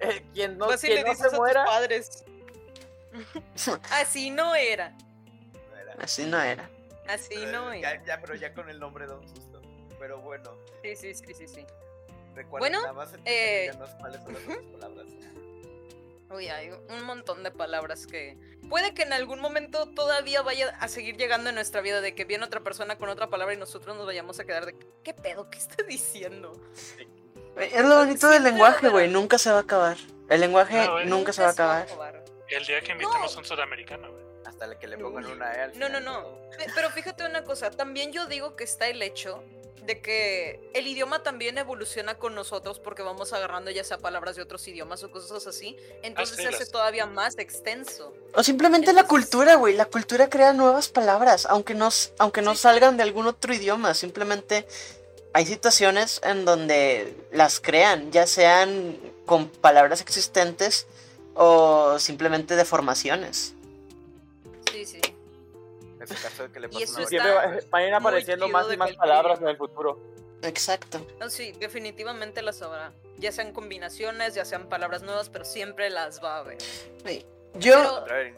Speaker 5: Eh, quien no,
Speaker 1: vas y Pues le
Speaker 5: quien no
Speaker 1: dices a
Speaker 5: se
Speaker 1: tus
Speaker 5: muera.
Speaker 1: padres. Así no era,
Speaker 3: No era.
Speaker 2: Así no era.
Speaker 1: así
Speaker 3: Pero,
Speaker 1: no era.
Speaker 3: eh, ya, ya, pero ya con el nombre da un susto. Pero bueno,
Speaker 1: Sí, sí, sí, sí, sí.
Speaker 3: recuerden
Speaker 1: Bueno,
Speaker 3: nada más
Speaker 1: eh,
Speaker 3: entiéndanos cuáles son las otras palabras.
Speaker 1: Uy, hay un montón de palabras que puede que en algún momento todavía vaya a seguir llegando en nuestra vida de que viene otra persona con otra palabra y nosotros nos vayamos a quedar de qué pedo, qué está diciendo.
Speaker 2: Güey, Es lo bonito del lenguaje, güey. Nunca se va a acabar. El lenguaje
Speaker 4: No, güey.
Speaker 2: nunca se va a acabar.
Speaker 4: El día que invitemos a un sudamericano, güey.
Speaker 3: Hasta la que le pongan una E al
Speaker 1: No, no,
Speaker 3: final,
Speaker 1: no. Pe- Pero fíjate una cosa, también yo digo que está el hecho de que el idioma también evoluciona con nosotros porque vamos agarrando ya sea palabras de otros idiomas o cosas así, entonces se hace
Speaker 4: las-
Speaker 1: todavía más extenso.
Speaker 2: O simplemente la
Speaker 1: Entonces-
Speaker 2: cultura, güey. La cultura crea nuevas palabras, aunque no, s- aunque no
Speaker 1: Sí.
Speaker 2: salgan de algún otro idioma. Simplemente hay situaciones en donde las crean, ya sean con palabras existentes o simplemente deformaciones.
Speaker 1: Sí, sí.
Speaker 3: En su caso de que le
Speaker 1: Y eso
Speaker 3: pasen
Speaker 5: Siempre
Speaker 1: está
Speaker 5: va- van a ir apareciendo
Speaker 1: chido
Speaker 5: más
Speaker 1: de
Speaker 5: y más
Speaker 1: cualquier
Speaker 5: palabras en
Speaker 1: idioma.
Speaker 5: el futuro.
Speaker 2: Exacto.
Speaker 1: No, sí, definitivamente las habrá. Ya sean combinaciones, ya sean palabras nuevas, pero siempre las va a haber.
Speaker 2: Güey, Yo,
Speaker 1: Pero-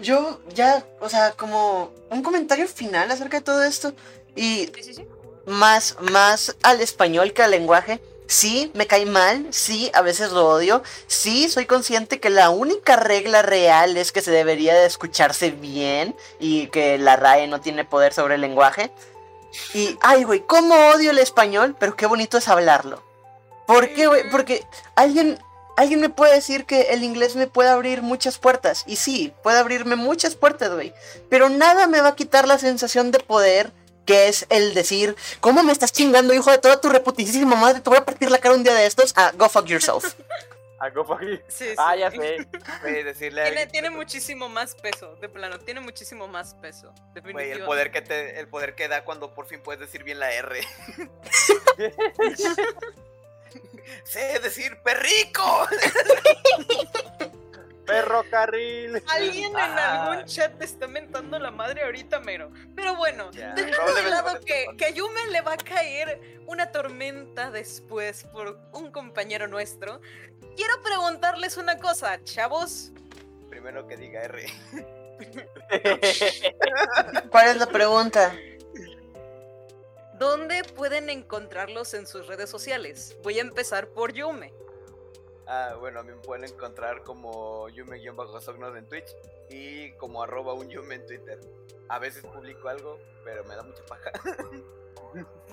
Speaker 2: yo ya, o sea, como un comentario final acerca de todo esto. Y
Speaker 1: Sí, sí, sí.
Speaker 2: más, más al español que al lenguaje. Sí, me cae mal, sí, a veces lo odio, sí, soy consciente que la única regla real es que se debería de escucharse bien y que la RAE no tiene poder sobre el lenguaje. Y, ay, güey, cómo odio el español, pero qué bonito es hablarlo. ¿Por qué, güey? Porque alguien, alguien me puede decir que el inglés me puede abrir muchas puertas, y sí, puede abrirme muchas puertas, güey, pero nada me va a quitar la sensación de poder que es el decir, ¿cómo me estás chingando, hijo de toda tu reputísima madre? Te voy a partir la cara un día de estos. Ah, go fuck yourself.
Speaker 5: Algo por ahí.
Speaker 1: Sí, sí.
Speaker 5: Ah, ya sé.
Speaker 3: decirle a
Speaker 1: Tiene,
Speaker 3: alguien-
Speaker 1: tiene muchísimo más peso, de plano, tiene muchísimo más peso.
Speaker 3: Güey,
Speaker 1: Definitivamente.
Speaker 3: el poder que te, el poder que da cuando por fin puedes decir bien la R. sé decir perrico.
Speaker 5: Ferrocarril.
Speaker 1: Alguien en
Speaker 3: Ah.
Speaker 1: algún chat te está mentando la madre ahorita, mero. Pero bueno,
Speaker 3: Ya,
Speaker 1: dejando de
Speaker 3: probablemente
Speaker 1: lado
Speaker 3: parezca
Speaker 1: que,
Speaker 3: falso.
Speaker 1: que a Yume le va a caer una tormenta después por un compañero nuestro, quiero preguntarles una cosa, chavos.
Speaker 3: Primero que diga R.
Speaker 2: ¿Cuál es la pregunta?
Speaker 1: ¿Dónde pueden encontrarlos en sus redes sociales? Voy a empezar por Yume.
Speaker 3: Ah, bueno, a mí me pueden encontrar como yume-sognos en Twitch y como arroba un yume en Twitter. A veces publico algo, pero me da mucha paja.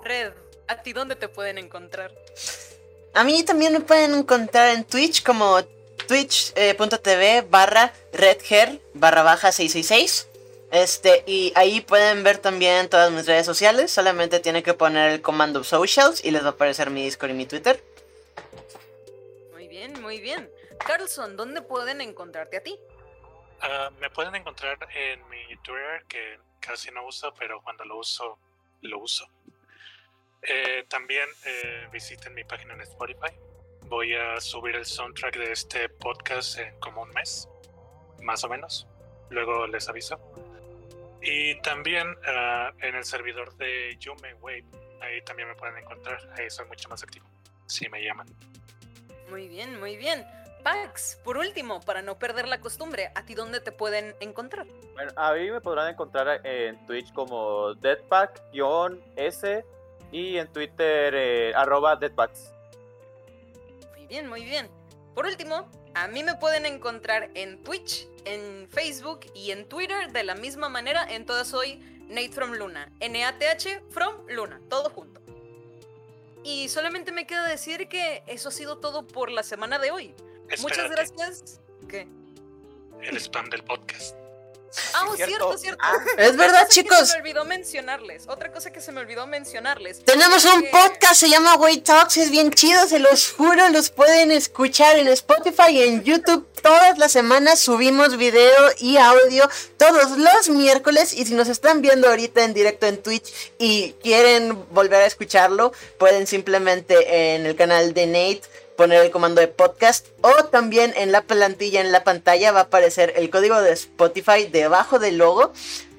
Speaker 1: Red, ¿a ti dónde te pueden encontrar?
Speaker 2: A mí también me pueden encontrar en Twitch como twitch.tv barra redhair barra baja 666. Este, y ahí pueden ver también todas mis redes sociales. Solamente tienen que poner el comando socials y les va a aparecer mi Discord y mi Twitter.
Speaker 1: Muy bien, muy bien. Carlson, ¿dónde pueden encontrarte a ti?
Speaker 4: Ah, me pueden encontrar en mi Twitter, que casi no uso, pero cuando lo uso, lo uso. Eh, también eh, visiten mi página en Spotify. Voy a subir el soundtrack de este podcast en como un mes, más o menos. Luego les aviso. Y también ah, en el servidor de Yume Wave. Ahí también me pueden encontrar. Ahí soy mucho más activo. Si me llaman.
Speaker 1: Muy bien, muy bien. Pax, por último, para no perder la costumbre, ¿a ti dónde te pueden encontrar?
Speaker 5: Bueno, a mí me podrán encontrar en Twitch como Deadpack-S y en Twitter eh, arroba Deadpacks.
Speaker 1: Muy bien, muy bien. Por último, a mí me pueden encontrar en Twitch, en Facebook y en Twitter de la misma manera. En todas soy Nate from Luna. N-A-T-H from Luna. Todo junto. Y solamente me queda decir que eso ha sido todo por la semana de hoy. Muchas
Speaker 4: Espérate,
Speaker 1: gracias. ¿Qué?
Speaker 4: El spam del podcast.
Speaker 1: Ah,
Speaker 3: Sí,
Speaker 1: cierto,
Speaker 3: cierto.
Speaker 1: cierto.
Speaker 3: Ah,
Speaker 2: Es
Speaker 1: Otra
Speaker 2: verdad,
Speaker 1: cosa que
Speaker 2: chicos.
Speaker 1: Se me olvidó mencionarles. Otra cosa que se me olvidó mencionarles.
Speaker 2: Tenemos un
Speaker 1: Eh,
Speaker 2: podcast, se llama Way Talks, es bien chido, se los juro, los pueden escuchar en Spotify y en YouTube. Todas las semanas subimos video y audio, todos los miércoles. Y si nos están viendo ahorita en directo en Twitch y quieren volver a escucharlo, pueden simplemente en el canal de Nate poner el comando de podcast o también en la plantilla en la pantalla va a aparecer el código de Spotify debajo del logo.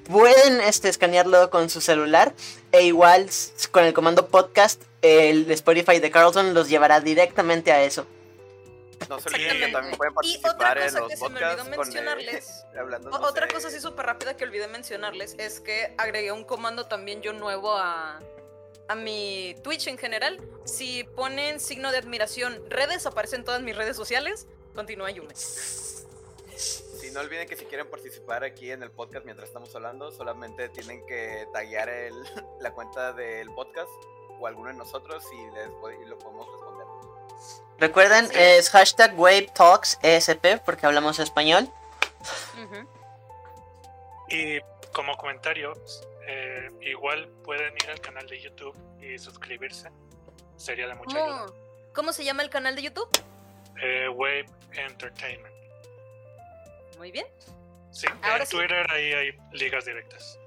Speaker 2: Pueden este, escanearlo con su celular e igual s- con el comando podcast, el Spotify de Carlson los llevará directamente a eso.
Speaker 3: No se olviden que
Speaker 4: Exactamente.
Speaker 3: también pueden
Speaker 1: Y otra
Speaker 3: participar en
Speaker 1: cosa
Speaker 3: los
Speaker 1: que se me olvidó
Speaker 3: podcasts con eh,
Speaker 1: mencionarles.
Speaker 3: hablando
Speaker 1: O-
Speaker 3: no
Speaker 1: Otra
Speaker 3: sé,
Speaker 1: cosa así súper rápida que olvidé mencionarles es que agregué un comando también yo nuevo a, a mi Twitch en general. Si ponen signo de admiración redes, aparecen todas mis redes sociales. Continúa Yume.
Speaker 3: Si no olviden que si quieren participar aquí en el podcast mientras estamos hablando, solamente tienen que taguear el- la cuenta del podcast o alguno de nosotros y, les, po- y lo podemos responder.
Speaker 2: Recuerden,
Speaker 1: Sí.
Speaker 2: es hashtag WaveTalksESP porque hablamos español.
Speaker 1: Ujú.
Speaker 4: Y como comentario, eh, igual pueden ir al canal de YouTube y suscribirse. Sería de mucha ayuda.
Speaker 1: ¿Cómo, Oh. cómo se llama el canal de YouTube?
Speaker 4: Eh, Wave Entertainment.
Speaker 1: Muy bien.
Speaker 4: Sí,
Speaker 1: Ahora
Speaker 4: en
Speaker 1: sí.
Speaker 4: Twitter ahí hay ligas directas.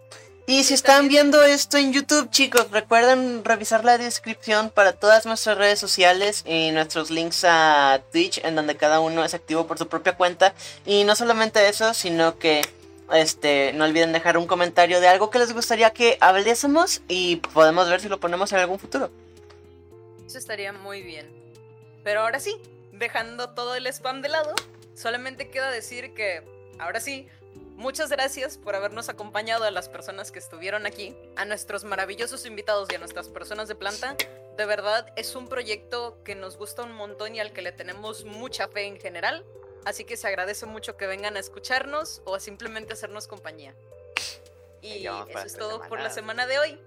Speaker 2: Y si están viendo esto en YouTube, chicos, recuerden revisar la descripción para todas nuestras redes sociales y nuestros links a Twitch, en donde cada uno es activo por su propia cuenta. Y no solamente eso, sino que este, no olviden dejar un comentario de algo que les gustaría que hablésemos y podemos ver si lo ponemos en algún futuro.
Speaker 1: Eso estaría muy bien. Pero ahora sí, dejando todo el spam de lado, solamente queda decir que ahora sí, muchas gracias por habernos acompañado a las personas que estuvieron aquí, a nuestros maravillosos invitados y a nuestras personas de planta. De verdad, es un proyecto que nos gusta un montón y al que le tenemos mucha fe en general. Así que se agradece mucho que vengan a escucharnos o a simplemente hacernos compañía.
Speaker 3: Ahí
Speaker 1: Y
Speaker 3: vamos
Speaker 1: eso
Speaker 3: para
Speaker 1: es
Speaker 3: tres
Speaker 1: todo por la
Speaker 3: semanas.
Speaker 1: semana de hoy.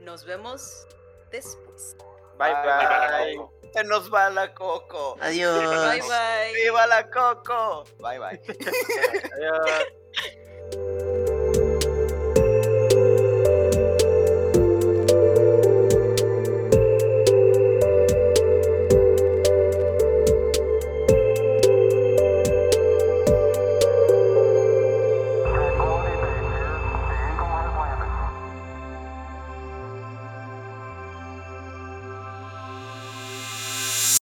Speaker 1: Nos vemos después.
Speaker 5: Bye bye.
Speaker 3: Coco. Se nos va la coco.
Speaker 2: Adiós.
Speaker 1: Bye bye.
Speaker 3: ¡Viva la coco! Bye bye.
Speaker 5: Adiós.